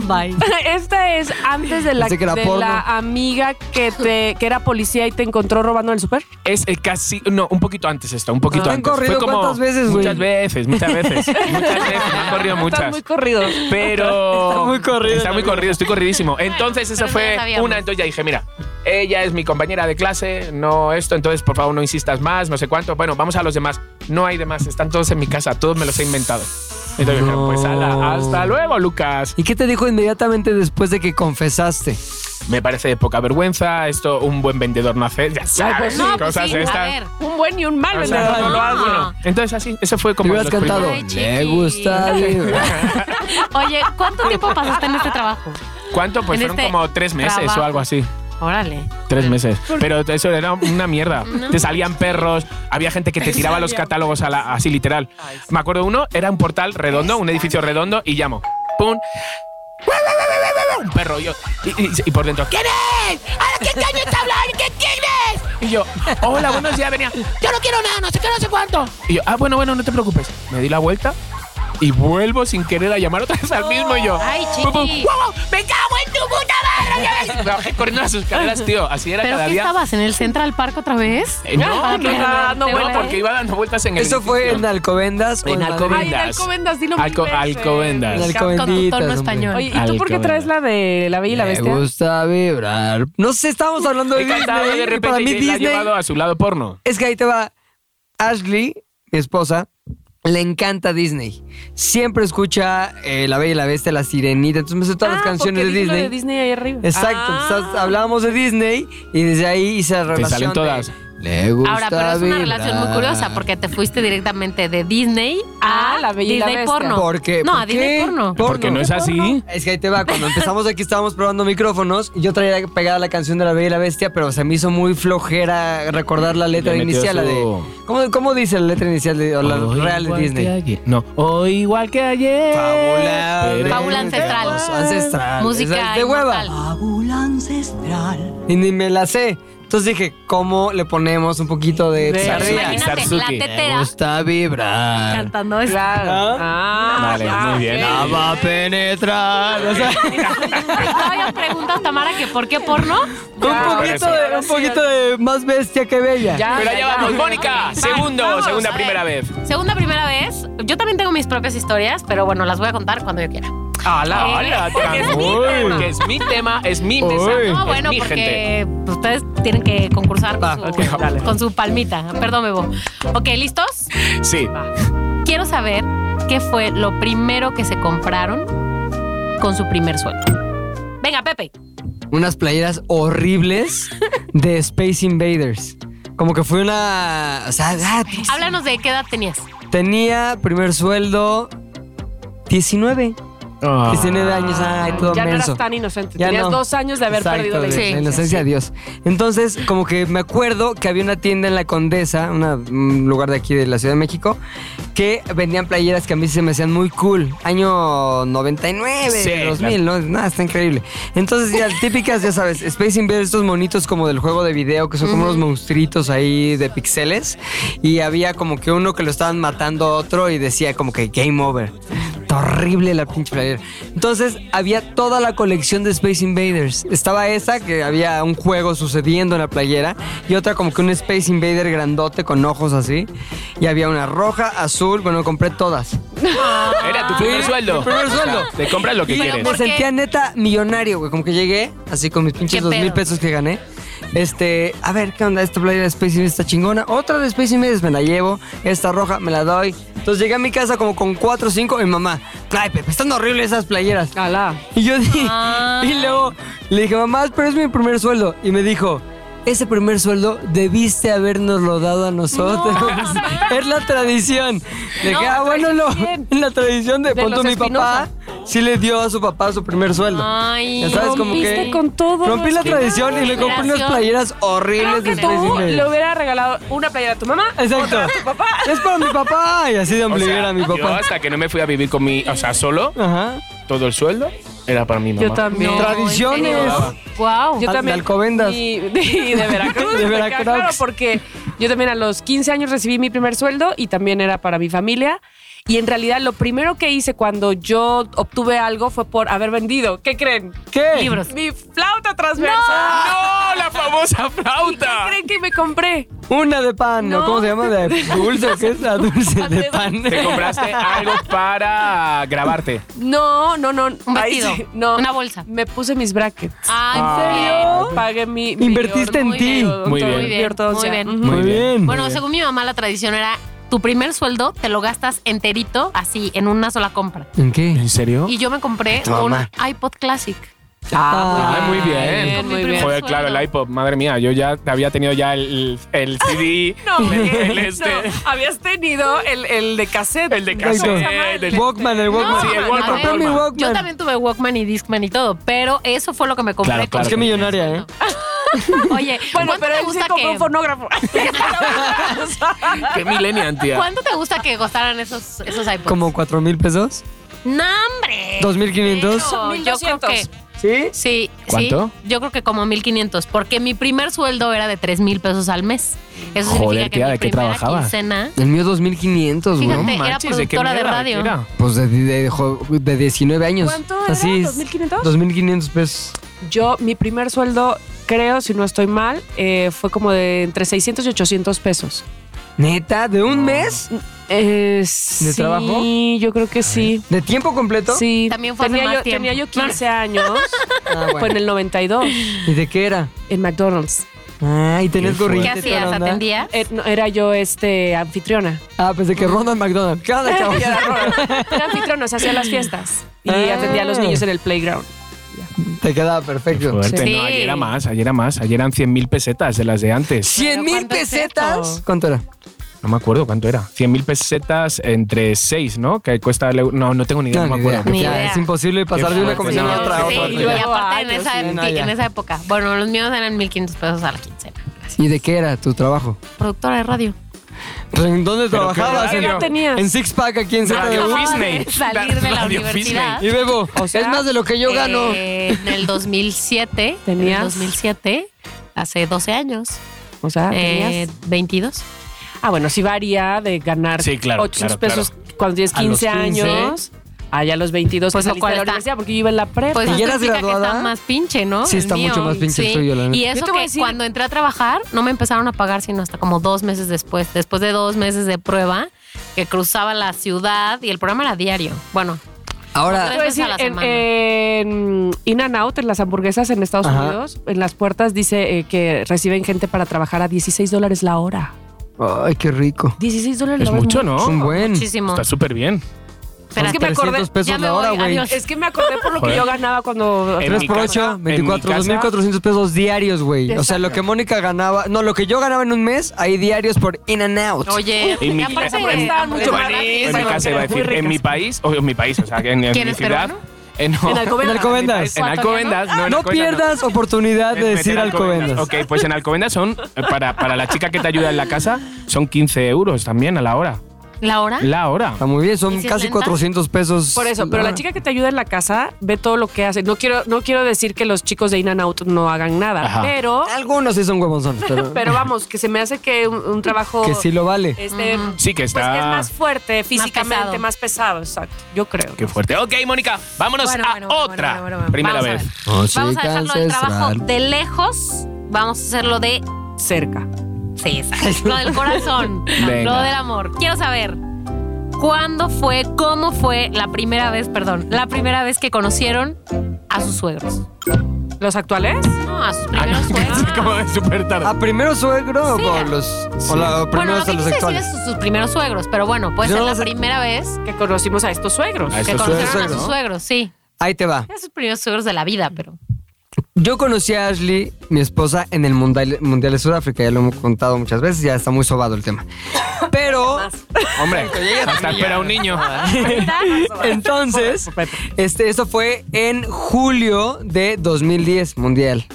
[SPEAKER 5] Bye.
[SPEAKER 2] Esta es antes de la,
[SPEAKER 4] Pensé que era
[SPEAKER 2] de
[SPEAKER 4] porno.
[SPEAKER 2] la amiga que, te, que era policía y te encontró robando en el súper.
[SPEAKER 3] Es eh, casi, no, un poquito antes esto, un poquito
[SPEAKER 4] ¿Te han
[SPEAKER 3] antes.
[SPEAKER 4] corrido cuántas veces, güey?
[SPEAKER 3] Muchas veces, muchas veces. muchas veces, me han corrido
[SPEAKER 2] Están
[SPEAKER 3] muchas.
[SPEAKER 2] muy corridos.
[SPEAKER 3] Pero.
[SPEAKER 4] Está muy corrido
[SPEAKER 3] Está muy
[SPEAKER 4] también.
[SPEAKER 3] corrido, estoy corridísimo. Entonces,
[SPEAKER 5] Bueno,
[SPEAKER 3] esa
[SPEAKER 5] pero no
[SPEAKER 3] fue
[SPEAKER 5] lo sabíamos.
[SPEAKER 3] una. Entonces ya dije, mira, ella es mi compañera de clase, no esto, entonces por favor no insistas más, no sé cuánto. Bueno, vamos a los demás. No hay demás, están todos en mi casa, todos me los he inventado. Entonces me dijeron, pues ala, hasta luego, Lucas.
[SPEAKER 4] ¿Y qué te dijo inmediatamente después de que confesaste?
[SPEAKER 3] Me parece de poca vergüenza, esto un buen vendedor no hace, ya sabes,
[SPEAKER 5] No, pues
[SPEAKER 3] cosas
[SPEAKER 5] sí,
[SPEAKER 3] estas.
[SPEAKER 5] a ver.
[SPEAKER 2] Un buen y un mal
[SPEAKER 3] O sea,
[SPEAKER 2] vendedor.
[SPEAKER 3] no lo hago,
[SPEAKER 5] No.
[SPEAKER 3] no. Entonces así, eso fue
[SPEAKER 4] Te
[SPEAKER 3] como...
[SPEAKER 4] hubieras
[SPEAKER 3] los primeros-
[SPEAKER 4] cantado.
[SPEAKER 5] Ay,
[SPEAKER 4] Me
[SPEAKER 5] chiqui.
[SPEAKER 4] gusta. bien".
[SPEAKER 5] Oye, ¿cuánto tiempo pasaste en este trabajo?
[SPEAKER 3] ¿Cuánto? Pues
[SPEAKER 5] En
[SPEAKER 3] fueron
[SPEAKER 5] este
[SPEAKER 3] como tres meses
[SPEAKER 5] trabajo.
[SPEAKER 3] o algo así.
[SPEAKER 5] Órale.
[SPEAKER 3] Tres meses. Pero eso era una mierda. Te salían perros, había gente que te tiraba los catálogos a la- así literal. Me acuerdo uno, era un portal redondo, un edificio redondo, y llamo. ¡Pum! Un perro, y yo. Y, y- y por dentro, ¿quién es? ¿Ahora qué coño está hablando? ¿Qué tienes? Y yo, hola, buenos días, venía. Yo no quiero nada, no sé qué, no sé cuánto. Y yo, ah, bueno, bueno, no te preocupes. Me di la vuelta y vuelvo sin querer a llamar otra vez al mismo y yo.
[SPEAKER 5] Ay, chiqui.
[SPEAKER 3] pum, pum, guau, guau, ¡Me cago en tu puta madre! otra vez! Me bajé corriendo a sus carreras, tío. Así era
[SPEAKER 5] ¿Pero
[SPEAKER 3] cada
[SPEAKER 5] qué
[SPEAKER 3] día.
[SPEAKER 5] estabas? ¿En el Central Park otra vez?
[SPEAKER 3] Eh, no,
[SPEAKER 5] Para
[SPEAKER 3] no,
[SPEAKER 5] que
[SPEAKER 3] no,
[SPEAKER 2] dando
[SPEAKER 5] te
[SPEAKER 3] no,
[SPEAKER 5] vuelva.
[SPEAKER 3] porque iba dando vueltas en el.
[SPEAKER 4] ¿Eso fue en
[SPEAKER 3] edificio.
[SPEAKER 4] Alcobendas? o
[SPEAKER 3] En
[SPEAKER 4] Madrid?
[SPEAKER 3] Alcobendas.
[SPEAKER 2] Ay, en Alcobendas, dilo mil
[SPEAKER 3] Alco-
[SPEAKER 2] veces.
[SPEAKER 3] Alcobendas.
[SPEAKER 4] En
[SPEAKER 5] Con tu
[SPEAKER 4] Alcobenditas,
[SPEAKER 5] tono
[SPEAKER 4] hombre.
[SPEAKER 5] español.
[SPEAKER 2] Oye, ¿y tú por qué
[SPEAKER 3] Alcobendas.
[SPEAKER 2] traes la de La Bella y la
[SPEAKER 4] Me
[SPEAKER 2] Bestia?
[SPEAKER 4] gusta vibrar. No sé, estábamos hablando de
[SPEAKER 3] He cantado
[SPEAKER 4] Disney.
[SPEAKER 3] de
[SPEAKER 4] y para
[SPEAKER 3] repente
[SPEAKER 4] mí
[SPEAKER 3] y la ha
[SPEAKER 4] Disney
[SPEAKER 3] llevado a su lado porno.
[SPEAKER 4] Es que ahí te va. Ashley, mi esposa, le encanta Disney. Siempre escucha eh, La Bella y la Bestia, La Sirenita. Entonces me sé todas
[SPEAKER 2] Ah,
[SPEAKER 4] las canciones
[SPEAKER 2] porque
[SPEAKER 4] de
[SPEAKER 2] dice lo
[SPEAKER 4] Disney.
[SPEAKER 2] de Disney ahí arriba.
[SPEAKER 4] Exacto.
[SPEAKER 2] Ah.
[SPEAKER 4] Entonces, hablábamos de Disney y desde ahí hice la relación.
[SPEAKER 3] salen
[SPEAKER 4] de,
[SPEAKER 3] todas.
[SPEAKER 4] le gusta
[SPEAKER 5] Ahora, pero es una relación muy
[SPEAKER 4] vibrar".
[SPEAKER 5] curiosa porque te fuiste directamente de Disney
[SPEAKER 2] Ah,
[SPEAKER 5] a
[SPEAKER 2] la Bella y la
[SPEAKER 5] Disney
[SPEAKER 2] Bestia.
[SPEAKER 5] porno.
[SPEAKER 4] ¿Por qué?
[SPEAKER 5] No,
[SPEAKER 4] ¿Por
[SPEAKER 5] a Disney
[SPEAKER 4] qué?
[SPEAKER 5] porno.
[SPEAKER 4] Porno.
[SPEAKER 3] Porque no es así.
[SPEAKER 4] Es que ahí te va, cuando empezamos aquí estábamos probando micrófonos y yo traía pegada la canción de La Bella y la Bestia, pero se me hizo muy flojera recordar la letra
[SPEAKER 3] Le metió
[SPEAKER 4] inicial, la de...
[SPEAKER 3] su-
[SPEAKER 4] ¿cómo, cómo dice la letra inicial de, o la
[SPEAKER 3] O
[SPEAKER 4] real de
[SPEAKER 3] igual que
[SPEAKER 4] Disney?
[SPEAKER 3] ayer. No, o igual que ayer.
[SPEAKER 4] Fábula.
[SPEAKER 3] Pero-
[SPEAKER 5] Fábula ancestral.
[SPEAKER 4] Ancestral.
[SPEAKER 5] Música
[SPEAKER 4] Esa es de
[SPEAKER 5] inmortal.
[SPEAKER 4] hueva.
[SPEAKER 6] fábula ancestral.
[SPEAKER 4] Y ni me la sé. Entonces dije, ¿cómo le ponemos un poquito de
[SPEAKER 2] De-
[SPEAKER 4] tardía?
[SPEAKER 5] Imagínate, la
[SPEAKER 3] Satsuki.
[SPEAKER 4] Me
[SPEAKER 5] tetera
[SPEAKER 4] gusta vibrar.
[SPEAKER 5] cantando esto.
[SPEAKER 2] Claro. Ah,
[SPEAKER 3] Vale,
[SPEAKER 2] ya,
[SPEAKER 3] muy bien.
[SPEAKER 2] ok.
[SPEAKER 4] La Ah, va a penetrar. O sea,
[SPEAKER 5] Todavía preguntas, Tamara, que por qué porno.
[SPEAKER 4] un poquito, de, un poquito de más bestia que bella.
[SPEAKER 2] Ya,
[SPEAKER 3] Pero
[SPEAKER 2] ya,
[SPEAKER 3] allá
[SPEAKER 2] ya.
[SPEAKER 3] vamos, Mónica. Segundo,
[SPEAKER 2] vamos,
[SPEAKER 3] segunda,
[SPEAKER 5] a ver.
[SPEAKER 3] primera vez.
[SPEAKER 5] Segunda, primera vez. Yo también tengo mis propias historias, pero bueno, las voy a contar cuando yo quiera.
[SPEAKER 3] ¡Hala,
[SPEAKER 5] Eh.
[SPEAKER 3] hala!
[SPEAKER 2] Porque es mi
[SPEAKER 3] Uy,
[SPEAKER 2] tema.
[SPEAKER 3] Porque es mi tema, es mi mesa.
[SPEAKER 4] Uy. pues,
[SPEAKER 5] No,
[SPEAKER 3] es
[SPEAKER 5] bueno,
[SPEAKER 3] mi gente.
[SPEAKER 5] porque ustedes tienen que concursar con,
[SPEAKER 4] Ah,
[SPEAKER 5] su,
[SPEAKER 2] ok, dale.
[SPEAKER 5] con su palmita. Perdón, Bebo. Ok, ¿listos?
[SPEAKER 3] Sí.
[SPEAKER 5] Quiero saber qué fue lo primero que se compraron con su primer sueldo. Venga, Pepe.
[SPEAKER 4] Unas playeras horribles de Space Invaders. Como que fue una. O sea, ah,
[SPEAKER 5] Háblanos de qué edad tenías.
[SPEAKER 4] tenía primer sueldo 19. 19
[SPEAKER 2] Ah.
[SPEAKER 4] años, ay, todo
[SPEAKER 2] Ya no
[SPEAKER 4] menso.
[SPEAKER 2] eras tan inocente.
[SPEAKER 4] Ya
[SPEAKER 2] Tenías
[SPEAKER 4] no.
[SPEAKER 2] dos años de haber
[SPEAKER 4] Exacto,
[SPEAKER 2] perdido la
[SPEAKER 4] de-
[SPEAKER 2] inocencia.
[SPEAKER 4] inocencia, Dios. Entonces, como que me acuerdo que había una tienda en la Condesa, una- un lugar de aquí de la Ciudad de México, que vendían playeras que a mí se me hacían muy cool. Año 99,
[SPEAKER 3] Sí,
[SPEAKER 4] 2000, ¿no? Nada, está increíble. Entonces, ya, típicas, ya sabes, Space Invaders, estos monitos como del juego de video, que son como unos monstruitos ahí de pixeles. Y había como que uno que lo estaban matando a otro y decía como que game over. Está Horrible la pinche playera. Entonces había toda la colección de Space Invaders. Estaba esa que había un juego sucediendo en la playera y otra como que un Space Invader grandote con ojos así. Y había una roja, azul. Bueno, compré todas.
[SPEAKER 3] Era tu Ah. primer
[SPEAKER 4] Sí,
[SPEAKER 3] sueldo.
[SPEAKER 4] mi primer sueldo.
[SPEAKER 3] O sea, Te compras lo que
[SPEAKER 4] Y
[SPEAKER 3] quieres.
[SPEAKER 4] me
[SPEAKER 5] ¿por qué?
[SPEAKER 4] sentía neta millonario, güey. Como que llegué así con mis pinches
[SPEAKER 5] ¿Qué
[SPEAKER 4] dos mil
[SPEAKER 5] pedo?
[SPEAKER 4] pesos que gané. Este, a ver, ¿qué onda? Esta playera de Space Invaders está chingona. Otra de Space Invaders me la llevo. Esta roja me la doy. Entonces llegué a mi casa como con cuatro o cinco. Y mi mamá, ay, Pepe, están horribles esas playeras.
[SPEAKER 2] Alá.
[SPEAKER 4] Y yo dije,
[SPEAKER 5] Ay.
[SPEAKER 2] Ah.
[SPEAKER 4] y luego le dije, mamá, pero es mi primer sueldo. Y me dijo, ese primer sueldo debiste habernoslo dado a nosotros. es la tradición. Le dije,
[SPEAKER 5] No,
[SPEAKER 4] ah, bueno, lo- la tradición de,
[SPEAKER 2] De
[SPEAKER 4] punto
[SPEAKER 2] los
[SPEAKER 4] mi papá sí le dio a su papá su primer sueldo.
[SPEAKER 5] Ay.
[SPEAKER 4] ya sabes, como
[SPEAKER 2] Rompiste
[SPEAKER 4] que...
[SPEAKER 2] con todo.
[SPEAKER 4] rompí la tradición y le compré unas
[SPEAKER 5] Generación.
[SPEAKER 4] playeras horribles
[SPEAKER 2] Creo que
[SPEAKER 4] de Space
[SPEAKER 2] tú
[SPEAKER 4] Invaders.
[SPEAKER 2] le hubieras regalado una playera a tu mamá.
[SPEAKER 4] Exacto. Es para mi papá. Y así de
[SPEAKER 3] O sea,
[SPEAKER 4] ombliguera a mi
[SPEAKER 3] yo
[SPEAKER 4] papá.
[SPEAKER 3] hasta que no me fui a vivir con mi, o sea, solo,
[SPEAKER 4] Ajá.
[SPEAKER 3] todo el sueldo era para mi mamá.
[SPEAKER 2] Yo también.
[SPEAKER 4] Tradiciones.
[SPEAKER 5] Wow.
[SPEAKER 2] Yo
[SPEAKER 4] Al- de
[SPEAKER 2] también.
[SPEAKER 4] Alcobendas.
[SPEAKER 2] Y de, y de Veracruz.
[SPEAKER 4] De
[SPEAKER 2] me queda
[SPEAKER 4] Veracruz.
[SPEAKER 2] Claro, porque yo también a los 15 años recibí mi primer sueldo y también era para mi familia. Y en realidad lo primero que hice cuando yo obtuve algo fue por haber vendido. ¿Qué creen?
[SPEAKER 4] ¿Qué?
[SPEAKER 5] Libros.
[SPEAKER 2] Mi flauta transversal.
[SPEAKER 3] ¡No! ¡La famosa flauta!
[SPEAKER 2] ¿Qué creen que me compré?
[SPEAKER 4] Una de pan, ¿no?
[SPEAKER 2] No.
[SPEAKER 4] ¿Cómo se llama? De dulce, ¿qué es la dulce de pan?
[SPEAKER 3] Te compraste algo para grabarte.
[SPEAKER 2] No, no, no.
[SPEAKER 5] Un
[SPEAKER 2] Ahí
[SPEAKER 5] vestido.
[SPEAKER 2] sí, no.
[SPEAKER 5] Una bolsa. Ah,
[SPEAKER 2] Me puse mis brackets.
[SPEAKER 5] Ay,
[SPEAKER 2] Pagué mi. mi
[SPEAKER 4] Invertiste en
[SPEAKER 5] muy
[SPEAKER 4] ti.
[SPEAKER 5] bien.
[SPEAKER 3] Muy
[SPEAKER 2] odonto- mi
[SPEAKER 3] bien.
[SPEAKER 5] Muy bien. Muy
[SPEAKER 2] ortodoncia.
[SPEAKER 5] bien.
[SPEAKER 2] Ujú.
[SPEAKER 4] Muy
[SPEAKER 3] Muy bien.
[SPEAKER 4] bien.
[SPEAKER 5] Bueno, según mi mamá, la tradición era tu primer sueldo te lo gastas enterito, así, en una sola compra.
[SPEAKER 4] ¿En qué?
[SPEAKER 3] ¿En serio?
[SPEAKER 5] Y yo me compré
[SPEAKER 4] Tu
[SPEAKER 5] un
[SPEAKER 4] mamá.
[SPEAKER 5] iPod Classic.
[SPEAKER 3] Ay, Ah, muy
[SPEAKER 2] bien,
[SPEAKER 3] bien.
[SPEAKER 2] muy bien.
[SPEAKER 3] Joder, claro, el iPod, madre mía, yo ya había tenido ya el, el CD,
[SPEAKER 2] No,
[SPEAKER 3] el
[SPEAKER 2] no,
[SPEAKER 3] este,
[SPEAKER 2] habías tenido el, el de cassette.
[SPEAKER 3] el de
[SPEAKER 4] Exacto.
[SPEAKER 3] cassette,
[SPEAKER 2] Ay,
[SPEAKER 3] del-
[SPEAKER 4] Walkman, el Walkman.
[SPEAKER 3] Sí, el
[SPEAKER 5] a
[SPEAKER 3] Walkman,
[SPEAKER 5] ver,
[SPEAKER 4] Compré mi
[SPEAKER 3] Walkman.
[SPEAKER 4] Walkman. Pues
[SPEAKER 5] Yo también tuve Walkman y Discman y todo, pero eso fue lo que me compré.
[SPEAKER 3] Claro,
[SPEAKER 5] con-
[SPEAKER 4] Es que millonaria, ¿eh?
[SPEAKER 5] Oye,
[SPEAKER 2] Bueno,
[SPEAKER 5] ¿cuánto
[SPEAKER 2] pero él
[SPEAKER 5] te
[SPEAKER 2] sí
[SPEAKER 5] gusta
[SPEAKER 2] compró un
[SPEAKER 5] que,
[SPEAKER 2] fonógrafo.
[SPEAKER 3] Qué millennial, tía.
[SPEAKER 5] ¿Cuánto te gusta que costaran esos, esos iPods?
[SPEAKER 4] Como 4 mil pesos.
[SPEAKER 5] ¡No, hombre!
[SPEAKER 4] ¿2,500?
[SPEAKER 5] Pero Yo creo que...
[SPEAKER 2] 1,200.
[SPEAKER 4] ¿Sí?
[SPEAKER 5] Sí,
[SPEAKER 3] ¿Cuánto?
[SPEAKER 5] sí. Yo creo que como 1500, porque mi primer sueldo era de 3000 pesos al mes. Eso
[SPEAKER 3] Joder,
[SPEAKER 5] significa que
[SPEAKER 3] tía,
[SPEAKER 5] mi
[SPEAKER 3] ¿de qué
[SPEAKER 5] primera
[SPEAKER 3] trabajaba?
[SPEAKER 5] quincena
[SPEAKER 4] El mío 2500,
[SPEAKER 5] Fíjate.
[SPEAKER 4] güey.
[SPEAKER 5] era
[SPEAKER 3] ¿de qué
[SPEAKER 5] productora de
[SPEAKER 3] mierda?
[SPEAKER 5] radio.
[SPEAKER 3] ¿Qué era?
[SPEAKER 4] Pues de, de, de- de 19 años.
[SPEAKER 2] ¿Cuánto era?
[SPEAKER 4] Así es.
[SPEAKER 2] ¿2500?
[SPEAKER 4] 2500 pesos.
[SPEAKER 2] Yo, mi primer sueldo, creo, si no estoy mal, eh, fue como de entre 600 y 800 pesos.
[SPEAKER 4] Neta, de un mes.
[SPEAKER 2] Eh, sí,
[SPEAKER 4] trabajo?
[SPEAKER 2] yo creo que sí.
[SPEAKER 4] ¿De tiempo completo?
[SPEAKER 2] Sí.
[SPEAKER 5] También fue hace
[SPEAKER 2] tenía
[SPEAKER 5] más
[SPEAKER 2] yo,
[SPEAKER 5] tiempo.
[SPEAKER 2] Tenía yo 15 años,
[SPEAKER 4] Ah, bueno.
[SPEAKER 2] fue en el 92,
[SPEAKER 4] ¿Y de qué era?
[SPEAKER 2] en McDonald's.
[SPEAKER 4] Ah, y tenés
[SPEAKER 3] Qué fuerte.
[SPEAKER 5] ¿Qué
[SPEAKER 4] gorrita y toda
[SPEAKER 5] hacías?
[SPEAKER 4] la onda.
[SPEAKER 5] ¿Atendías?
[SPEAKER 2] Eh, no, Era yo este anfitriona.
[SPEAKER 4] Ah, pensé que Ronald McDonald. ¿Qué onda, chavos?
[SPEAKER 2] Era anfitriona, se hacía las fiestas. Y
[SPEAKER 4] Ah.
[SPEAKER 2] atendía a los niños en el playground.
[SPEAKER 4] Te quedaba
[SPEAKER 3] Qué
[SPEAKER 4] perfecto.
[SPEAKER 3] fuerte.
[SPEAKER 5] Sí.
[SPEAKER 3] No, ayer era más, ayer era más. Ayer eran 100 mil pesetas de las de antes.
[SPEAKER 4] ¿100 mil
[SPEAKER 5] ¿cuánto es
[SPEAKER 4] pesetas?
[SPEAKER 5] esto?
[SPEAKER 4] ¿Cuánto era?
[SPEAKER 3] No me acuerdo cuánto era. 100 mil pesetas entre 6, ¿no? Que cuesta... el eu- No, no tengo ni idea, no, me acuerdo.
[SPEAKER 5] Ni
[SPEAKER 4] Ya,
[SPEAKER 5] idea.
[SPEAKER 4] Es imposible pasar de una
[SPEAKER 3] fuerte.
[SPEAKER 4] comisión a otra. a
[SPEAKER 5] Sí,
[SPEAKER 4] otra.
[SPEAKER 5] y aparte en
[SPEAKER 2] Ay,
[SPEAKER 5] esa,
[SPEAKER 4] Dios mío, no, ya.
[SPEAKER 5] en esa época. Bueno, los míos eran 1500 pesos a la quincena. Gracias.
[SPEAKER 4] ¿Y de qué era tu trabajo?
[SPEAKER 5] Productora de radio.
[SPEAKER 4] Pues, ¿En dónde
[SPEAKER 3] Pero qué
[SPEAKER 4] trabajabas?
[SPEAKER 3] horario.
[SPEAKER 4] En-
[SPEAKER 2] ¿Qué tenías?
[SPEAKER 4] En Six Pack aquí en
[SPEAKER 3] Radio
[SPEAKER 4] ZDU.
[SPEAKER 5] Acababa de
[SPEAKER 3] Disney.
[SPEAKER 5] Salir de la
[SPEAKER 3] Radio
[SPEAKER 5] universidad.
[SPEAKER 4] Y bebo,
[SPEAKER 2] sea,
[SPEAKER 4] es más de lo que yo gano.
[SPEAKER 5] Eh, en el 2007.
[SPEAKER 2] Tenías-
[SPEAKER 5] En el 2007, hace 12 años.
[SPEAKER 2] O
[SPEAKER 4] Ah,
[SPEAKER 2] sea, tenías-
[SPEAKER 5] eh, 22.
[SPEAKER 2] Ah, bueno, sí varía de ganar
[SPEAKER 3] Sí, claro,
[SPEAKER 2] 800
[SPEAKER 3] claro,
[SPEAKER 2] pesos cuando tienes
[SPEAKER 4] A los
[SPEAKER 2] 15,
[SPEAKER 4] 15.
[SPEAKER 2] años. Allá a los 22
[SPEAKER 5] Pues
[SPEAKER 2] pues
[SPEAKER 5] lo
[SPEAKER 2] saliste
[SPEAKER 5] cual
[SPEAKER 2] de la
[SPEAKER 5] está-
[SPEAKER 2] universidad porque yo iba en la prepa.
[SPEAKER 5] Pues
[SPEAKER 4] ¿Y
[SPEAKER 5] eso
[SPEAKER 4] ya eras
[SPEAKER 5] explica que
[SPEAKER 4] graduada?
[SPEAKER 5] está más pinche, ¿no?
[SPEAKER 4] Sí, está mucho más pinche el tuyo, la neta.
[SPEAKER 5] Y
[SPEAKER 2] Yo
[SPEAKER 5] eso
[SPEAKER 2] te
[SPEAKER 5] que
[SPEAKER 2] voy a decir-
[SPEAKER 5] cuando entré a trabajar, no me empezaron a pagar sino hasta como dos meses después. Después de dos meses de prueba, que cruzaba la ciudad y el programa era diario. Bueno,
[SPEAKER 2] Te
[SPEAKER 4] Ahora,
[SPEAKER 2] voy a
[SPEAKER 5] veces
[SPEAKER 2] decir,
[SPEAKER 5] a la
[SPEAKER 2] en,
[SPEAKER 5] semana.
[SPEAKER 2] en In and Out, en las hamburguesas en Estados
[SPEAKER 4] Ajá.
[SPEAKER 2] Unidos, en las puertas dice eh, que reciben gente para trabajar a 16 dólares la hora.
[SPEAKER 4] ay, qué rico.
[SPEAKER 2] 16 dólares
[SPEAKER 3] Es
[SPEAKER 2] la hora. mu-
[SPEAKER 3] mucho, ¿no?
[SPEAKER 4] Es un buen.
[SPEAKER 5] muchísimo.
[SPEAKER 3] Está súper bien.
[SPEAKER 5] Espera,
[SPEAKER 2] Es que me acordé-
[SPEAKER 4] 300 pesos
[SPEAKER 5] ya me
[SPEAKER 4] la hora,
[SPEAKER 5] voy,
[SPEAKER 4] güey.
[SPEAKER 5] adiós.
[SPEAKER 2] Es que me acordé por lo que
[SPEAKER 3] Joder.
[SPEAKER 2] yo ganaba cuando.
[SPEAKER 3] En
[SPEAKER 4] 3
[SPEAKER 3] mi
[SPEAKER 4] por
[SPEAKER 3] casa,
[SPEAKER 4] 8,
[SPEAKER 3] en mi
[SPEAKER 4] 24,
[SPEAKER 3] casa.
[SPEAKER 4] 2.400 pesos diarios, güey. O sea,
[SPEAKER 2] Exacto.
[SPEAKER 4] lo que Mónica ganaba, no, lo que yo ganaba en un mes, ahí diarios por In and Out.
[SPEAKER 5] Oye,
[SPEAKER 3] En mi,
[SPEAKER 5] y aparte,
[SPEAKER 2] en- estaban mucho más
[SPEAKER 3] en mi
[SPEAKER 2] baratísimas,
[SPEAKER 3] casa iba a
[SPEAKER 2] eran muy
[SPEAKER 3] decir, en
[SPEAKER 2] ricas.
[SPEAKER 3] mi país, o en mi país, o sea, que en, en
[SPEAKER 5] ¿Quién
[SPEAKER 3] mi
[SPEAKER 5] es
[SPEAKER 3] ciudad.
[SPEAKER 5] peruano?
[SPEAKER 3] eh, no.
[SPEAKER 2] En
[SPEAKER 4] En
[SPEAKER 2] Alcobendas.
[SPEAKER 4] Alcobendas.
[SPEAKER 3] En Alcobendas. No, en
[SPEAKER 4] No
[SPEAKER 3] Alcobendas,
[SPEAKER 4] pierdas oportunidad de
[SPEAKER 3] Es
[SPEAKER 4] decir
[SPEAKER 3] meter
[SPEAKER 4] Alcobendas.
[SPEAKER 3] Ok, pues en Alcobendas son, eh, para, para la chica que te ayuda en la casa, son 15 euros también a la hora.
[SPEAKER 5] ¿la hora?
[SPEAKER 3] La hora.
[SPEAKER 4] Está muy bien, son
[SPEAKER 5] ¿Y si es
[SPEAKER 4] casi
[SPEAKER 5] lenta?
[SPEAKER 4] 400 pesos. Ah,
[SPEAKER 2] Por eso, pero la chica que te ayuda en la casa ve todo lo que hace. No quiero, no quiero decir que los chicos de In and Out no hagan nada,
[SPEAKER 3] Ajá.
[SPEAKER 2] pero,
[SPEAKER 4] Algunos sí son huevonzones, pero,
[SPEAKER 2] pero vamos, que se me hace que un, un trabajo.
[SPEAKER 4] que sí lo vale.
[SPEAKER 5] eh,
[SPEAKER 2] este,
[SPEAKER 3] Sí que está.
[SPEAKER 2] Pues que es más fuerte físicamente,
[SPEAKER 5] pesado.
[SPEAKER 2] más pesado, exacto. Yo creo.
[SPEAKER 3] Qué fuerte. Ok, Mónica, vámonos
[SPEAKER 5] Bueno,
[SPEAKER 3] a
[SPEAKER 5] bueno, bueno,
[SPEAKER 3] otra.
[SPEAKER 5] bueno, bueno, bueno.
[SPEAKER 3] Primera
[SPEAKER 5] Vamos a
[SPEAKER 3] vez.
[SPEAKER 5] ver.
[SPEAKER 4] Música
[SPEAKER 5] Vamos a dejarlo del trabajo
[SPEAKER 4] ancestral.
[SPEAKER 5] de lejos. Vamos a hacerlo de.
[SPEAKER 2] Cerca.
[SPEAKER 5] Sí, exacto. Lo del corazón.
[SPEAKER 3] Venga.
[SPEAKER 5] Lo del amor. Quiero saber. ¿Cuándo fue, cómo fue la primera vez, perdón, la primera vez que conocieron a sus suegros?
[SPEAKER 2] ¿Los actuales?
[SPEAKER 5] No, a sus
[SPEAKER 3] Ah,
[SPEAKER 5] primeros
[SPEAKER 3] no,
[SPEAKER 5] suegros.
[SPEAKER 3] es como de súper tarde.
[SPEAKER 4] ¿A primero suegro
[SPEAKER 5] Sí.
[SPEAKER 4] o con los, o la- o
[SPEAKER 5] bueno,
[SPEAKER 4] primero
[SPEAKER 5] no
[SPEAKER 4] hasta
[SPEAKER 5] sé
[SPEAKER 4] los
[SPEAKER 5] si decir
[SPEAKER 4] actuales?
[SPEAKER 5] es sus, sus primeros suegros, pero bueno, puede
[SPEAKER 4] Yo
[SPEAKER 5] ser
[SPEAKER 4] no
[SPEAKER 5] la
[SPEAKER 4] sé-
[SPEAKER 5] primera vez
[SPEAKER 2] Que conocimos a estos suegros.
[SPEAKER 3] A
[SPEAKER 5] que
[SPEAKER 3] estos
[SPEAKER 5] conocieron
[SPEAKER 4] suegros,
[SPEAKER 5] a
[SPEAKER 4] ¿no?
[SPEAKER 5] sus suegros, sí.
[SPEAKER 4] Ahí te va.
[SPEAKER 5] Eran sus primeros suegros de la vida, pero.
[SPEAKER 4] Yo conocí a Ashley, mi esposa, en el Mundial, mundial de Sudáfrica. Ya lo hemos contado muchas veces, ya está muy sobado el tema. Pero,
[SPEAKER 3] Hombre, hasta espera un niño.
[SPEAKER 4] entonces,
[SPEAKER 2] Perfecto.
[SPEAKER 4] este, esto fue en julio de 2010, Mundial.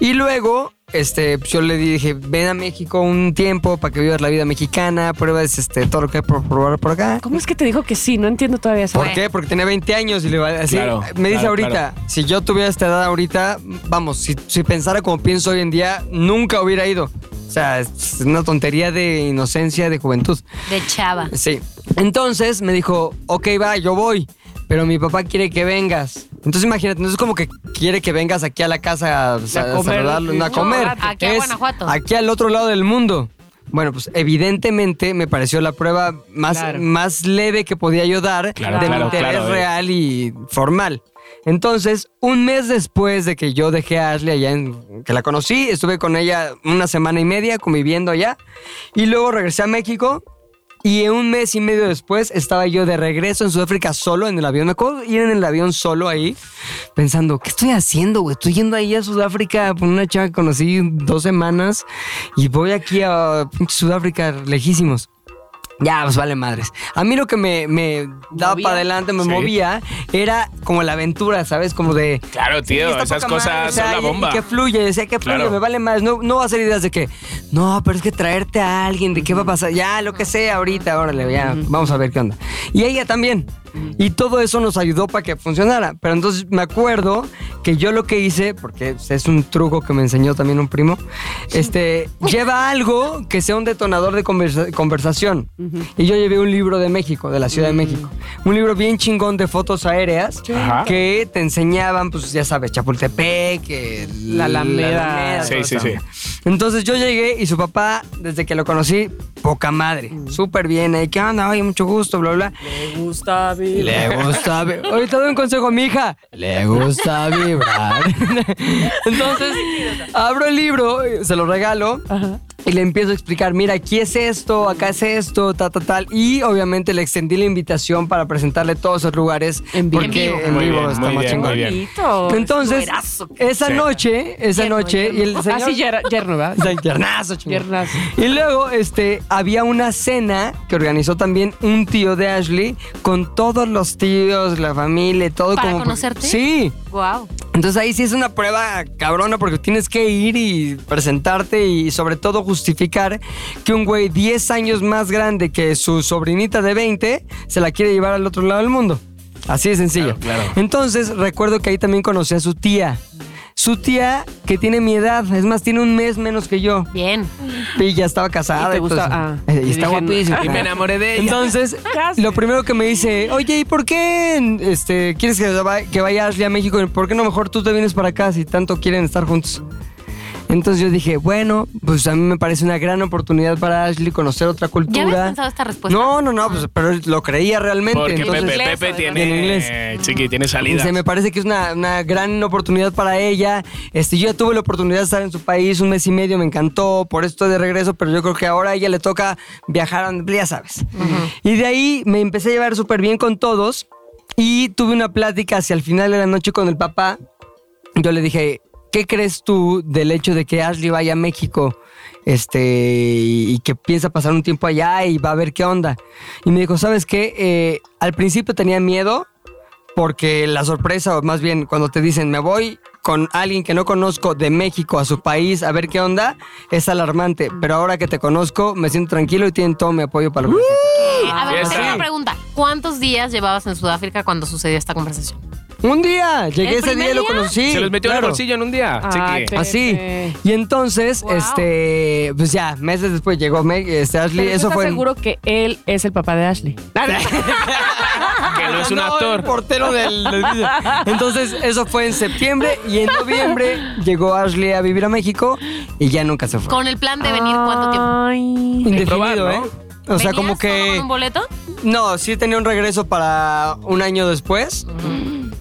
[SPEAKER 4] Y luego, este, yo le dije, ven a México un tiempo para que vivas la vida mexicana, pruebas este, todo lo que hay por probar por acá.
[SPEAKER 2] ¿Cómo es que te dijo que sí? No entiendo todavía eso.
[SPEAKER 4] ¿Por qué? Porque tenía 20 años y le va así.
[SPEAKER 3] Claro,
[SPEAKER 4] me dice
[SPEAKER 3] claro,
[SPEAKER 4] ahorita,
[SPEAKER 3] claro.
[SPEAKER 4] si yo tuviera esta edad ahorita, vamos, si, si pensara como pienso hoy en día, nunca hubiera ido. O sea, es una tontería de inocencia, de juventud.
[SPEAKER 5] De chava.
[SPEAKER 4] Sí. Entonces me dijo, ok, va, yo voy, pero mi papá quiere que vengas. Entonces imagínate, no es como que quiere que vengas aquí a la casa a, sa-
[SPEAKER 2] comer,
[SPEAKER 4] saludarlo,
[SPEAKER 2] sí.
[SPEAKER 4] no, a comer.
[SPEAKER 2] No,
[SPEAKER 5] aquí a
[SPEAKER 4] Es
[SPEAKER 5] Guanajuato.
[SPEAKER 4] Aquí al otro lado del mundo. Bueno, pues evidentemente me pareció la prueba más,
[SPEAKER 2] Claro.
[SPEAKER 4] más leve que podía yo dar
[SPEAKER 3] Claro,
[SPEAKER 4] de mi
[SPEAKER 3] claro,
[SPEAKER 4] interés
[SPEAKER 3] claro, eh.
[SPEAKER 4] real y formal. Entonces, un mes después de que yo dejé a Ashley allá, en, que la conocí, estuve con ella una semana y media conviviendo allá y luego regresé a México y un mes y medio después estaba yo de regreso en Sudáfrica solo en el avión. Me acuerdo ir en el avión solo ahí pensando, ¿qué estoy haciendo, güey? Estoy yendo ahí a Sudáfrica por una chava que conocí dos semanas y voy aquí a pinche Sudáfrica lejísimos. Ya, pues vale madres. A mí lo que me, me daba
[SPEAKER 2] Movía.
[SPEAKER 4] para adelante, me
[SPEAKER 3] Sí.
[SPEAKER 4] movía, era como la aventura, ¿sabes? Como de...
[SPEAKER 3] Claro, tío,
[SPEAKER 4] Sí, está
[SPEAKER 3] esas
[SPEAKER 4] poca
[SPEAKER 3] cosas
[SPEAKER 4] madre, o sea,
[SPEAKER 3] son la
[SPEAKER 4] y- y
[SPEAKER 3] bomba.
[SPEAKER 4] que fluye, decía que fluye,
[SPEAKER 3] Claro.
[SPEAKER 4] me vale más. No, no va a ser ideas de que, no, pero es que traerte a alguien, de qué va a pasar, ya, lo que sea, ahorita, órale, ya, vamos a ver qué onda. Y ella también. Y todo eso nos ayudó para que funcionara. Pero entonces me acuerdo que yo lo que hice, porque es un truco que me enseñó también un primo, este, lleva algo que sea un detonador de conversa- conversación. Y yo llevé un libro de México, de la Ciudad de México. Un libro bien chingón de fotos aéreas
[SPEAKER 3] Ajá.
[SPEAKER 4] que te enseñaban, pues ya sabes, Chapultepec, el-
[SPEAKER 2] La Alameda.
[SPEAKER 3] Sí,
[SPEAKER 4] todo
[SPEAKER 3] sí,
[SPEAKER 4] eso.
[SPEAKER 3] sí.
[SPEAKER 4] Entonces yo llegué y su papá, desde que lo conocí, poca madre,
[SPEAKER 2] Mm.
[SPEAKER 4] súper bien, ahí, ¿qué onda? Oye, mucho gusto, bla, bla.
[SPEAKER 2] Me gusta
[SPEAKER 4] Le gusta vi- Ahorita doy un consejo a mi hija. Le gusta vibrar. Entonces, abro el libro, se lo regalo. Y le empiezo a explicar, mira, aquí es esto, acá es esto, tal, tal, tal. Y obviamente le extendí la invitación para presentarle todos esos lugares.
[SPEAKER 2] En vivo. Oh,
[SPEAKER 4] Porque
[SPEAKER 5] En vivo.
[SPEAKER 4] en
[SPEAKER 3] Muy
[SPEAKER 4] vivo
[SPEAKER 3] bien,
[SPEAKER 4] está
[SPEAKER 3] muy
[SPEAKER 4] más
[SPEAKER 3] bien, muy
[SPEAKER 4] chingón.
[SPEAKER 3] bien.
[SPEAKER 4] Entonces, esa
[SPEAKER 3] Sí.
[SPEAKER 4] noche, esa
[SPEAKER 5] Yerno,
[SPEAKER 4] noche, y el señor...
[SPEAKER 2] Así yerno, ¿verdad?
[SPEAKER 4] San Piernazo, chingón.
[SPEAKER 2] Piernazo.
[SPEAKER 4] Y luego, este, había una cena que organizó también un tío de Ashley con todos los tíos, la familia, todo
[SPEAKER 5] ¿Para
[SPEAKER 4] como.
[SPEAKER 5] conocerte?
[SPEAKER 4] Sí.
[SPEAKER 5] Wow.
[SPEAKER 4] Entonces ahí sí es una prueba cabrona porque tienes que ir y presentarte y sobre todo justificar que un güey 10 años más grande que su sobrinita de 20 se la quiere llevar al otro lado del mundo. Así de sencillo.
[SPEAKER 3] Claro, claro.
[SPEAKER 4] Entonces recuerdo que ahí también conocí a su tía. Su tía que tiene mi edad, es más, tiene un mes menos que yo.
[SPEAKER 5] Bien.
[SPEAKER 4] Y ya estaba casada.
[SPEAKER 2] Y te
[SPEAKER 4] todo eso.
[SPEAKER 2] gusta- ah,
[SPEAKER 4] Eh,
[SPEAKER 2] y
[SPEAKER 4] y está
[SPEAKER 2] dije, no.
[SPEAKER 4] guapísima.
[SPEAKER 3] Y me enamoré de ella.
[SPEAKER 4] Entonces,
[SPEAKER 2] Ya sé.
[SPEAKER 4] lo primero que me dice, oye, ¿y por qué este, quieres que, va- que vaya Ashley a México? ¿Por qué no mejor tú te vienes para acá si tanto quieren estar juntos? Entonces yo dije, bueno, pues a mí me parece una gran oportunidad para Ashley conocer otra cultura.
[SPEAKER 5] habías pensado esta respuesta?
[SPEAKER 4] No, no, no, pues, pero lo creía realmente.
[SPEAKER 3] Porque
[SPEAKER 4] entonces,
[SPEAKER 3] Pepe,
[SPEAKER 5] inglés,
[SPEAKER 3] Pepe
[SPEAKER 5] además.
[SPEAKER 3] tiene.
[SPEAKER 4] En inglés.
[SPEAKER 3] eh, Chiqui, tiene salida.
[SPEAKER 4] Dice, me parece que es una, una gran oportunidad para ella. Este, yo ya tuve la oportunidad de estar en su país un mes y medio, me encantó, por esto de regreso, pero yo creo que ahora a ella le toca viajar, a- ya sabes. Y de ahí me empecé a llevar súper bien con todos y tuve una plática hacia el final de la noche con el papá. Yo le dije, ¿qué crees tú del hecho de que Ashley vaya a México? Este, y y que piensa pasar un tiempo allá y va a ver qué onda. Y me dijo, ¿sabes qué? Eh, al principio tenía miedo, porque la sorpresa, o más bien cuando te dicen me voy con alguien que no conozco de México a su país a ver qué onda, es alarmante. Pero ahora que te conozco, me siento tranquilo y tienen todo mi apoyo para lo que necesites.
[SPEAKER 5] a ver,
[SPEAKER 3] sí.
[SPEAKER 5] tengo una pregunta. ¿Cuántos días llevabas en Sudáfrica cuando sucedió esta conversación?
[SPEAKER 2] Uh.
[SPEAKER 4] Un día, llegué
[SPEAKER 5] ¿El
[SPEAKER 4] ese día y lo
[SPEAKER 5] primer día?
[SPEAKER 4] conocí.
[SPEAKER 3] Se los metió en
[SPEAKER 4] claro.
[SPEAKER 3] el bolsillo en un día.
[SPEAKER 2] Ah,
[SPEAKER 3] Chiqui.
[SPEAKER 2] qué-
[SPEAKER 4] Así.
[SPEAKER 2] Pepe.
[SPEAKER 4] Y entonces,
[SPEAKER 5] Wow.
[SPEAKER 4] este, pues ya, meses después llegó Meg, este, Ashley.
[SPEAKER 2] Pero tú
[SPEAKER 4] eso
[SPEAKER 2] estás
[SPEAKER 4] fue. en-
[SPEAKER 2] seguro que él es el papá de Ashley.
[SPEAKER 3] que no es un
[SPEAKER 4] el
[SPEAKER 3] actor.
[SPEAKER 4] portero del. del- Entonces, eso fue en septiembre y en noviembre llegó Ashley a vivir a México y ya nunca se fue.
[SPEAKER 5] Con el plan de venir cuánto tiempo.
[SPEAKER 2] Ay.
[SPEAKER 3] probar,
[SPEAKER 4] Indefinido,
[SPEAKER 3] ¿no?
[SPEAKER 4] ¿eh? O sea,
[SPEAKER 5] ¿Venías
[SPEAKER 4] como
[SPEAKER 5] solo
[SPEAKER 4] que.
[SPEAKER 5] con un boleto?
[SPEAKER 4] No, sí tenía un regreso para un año después.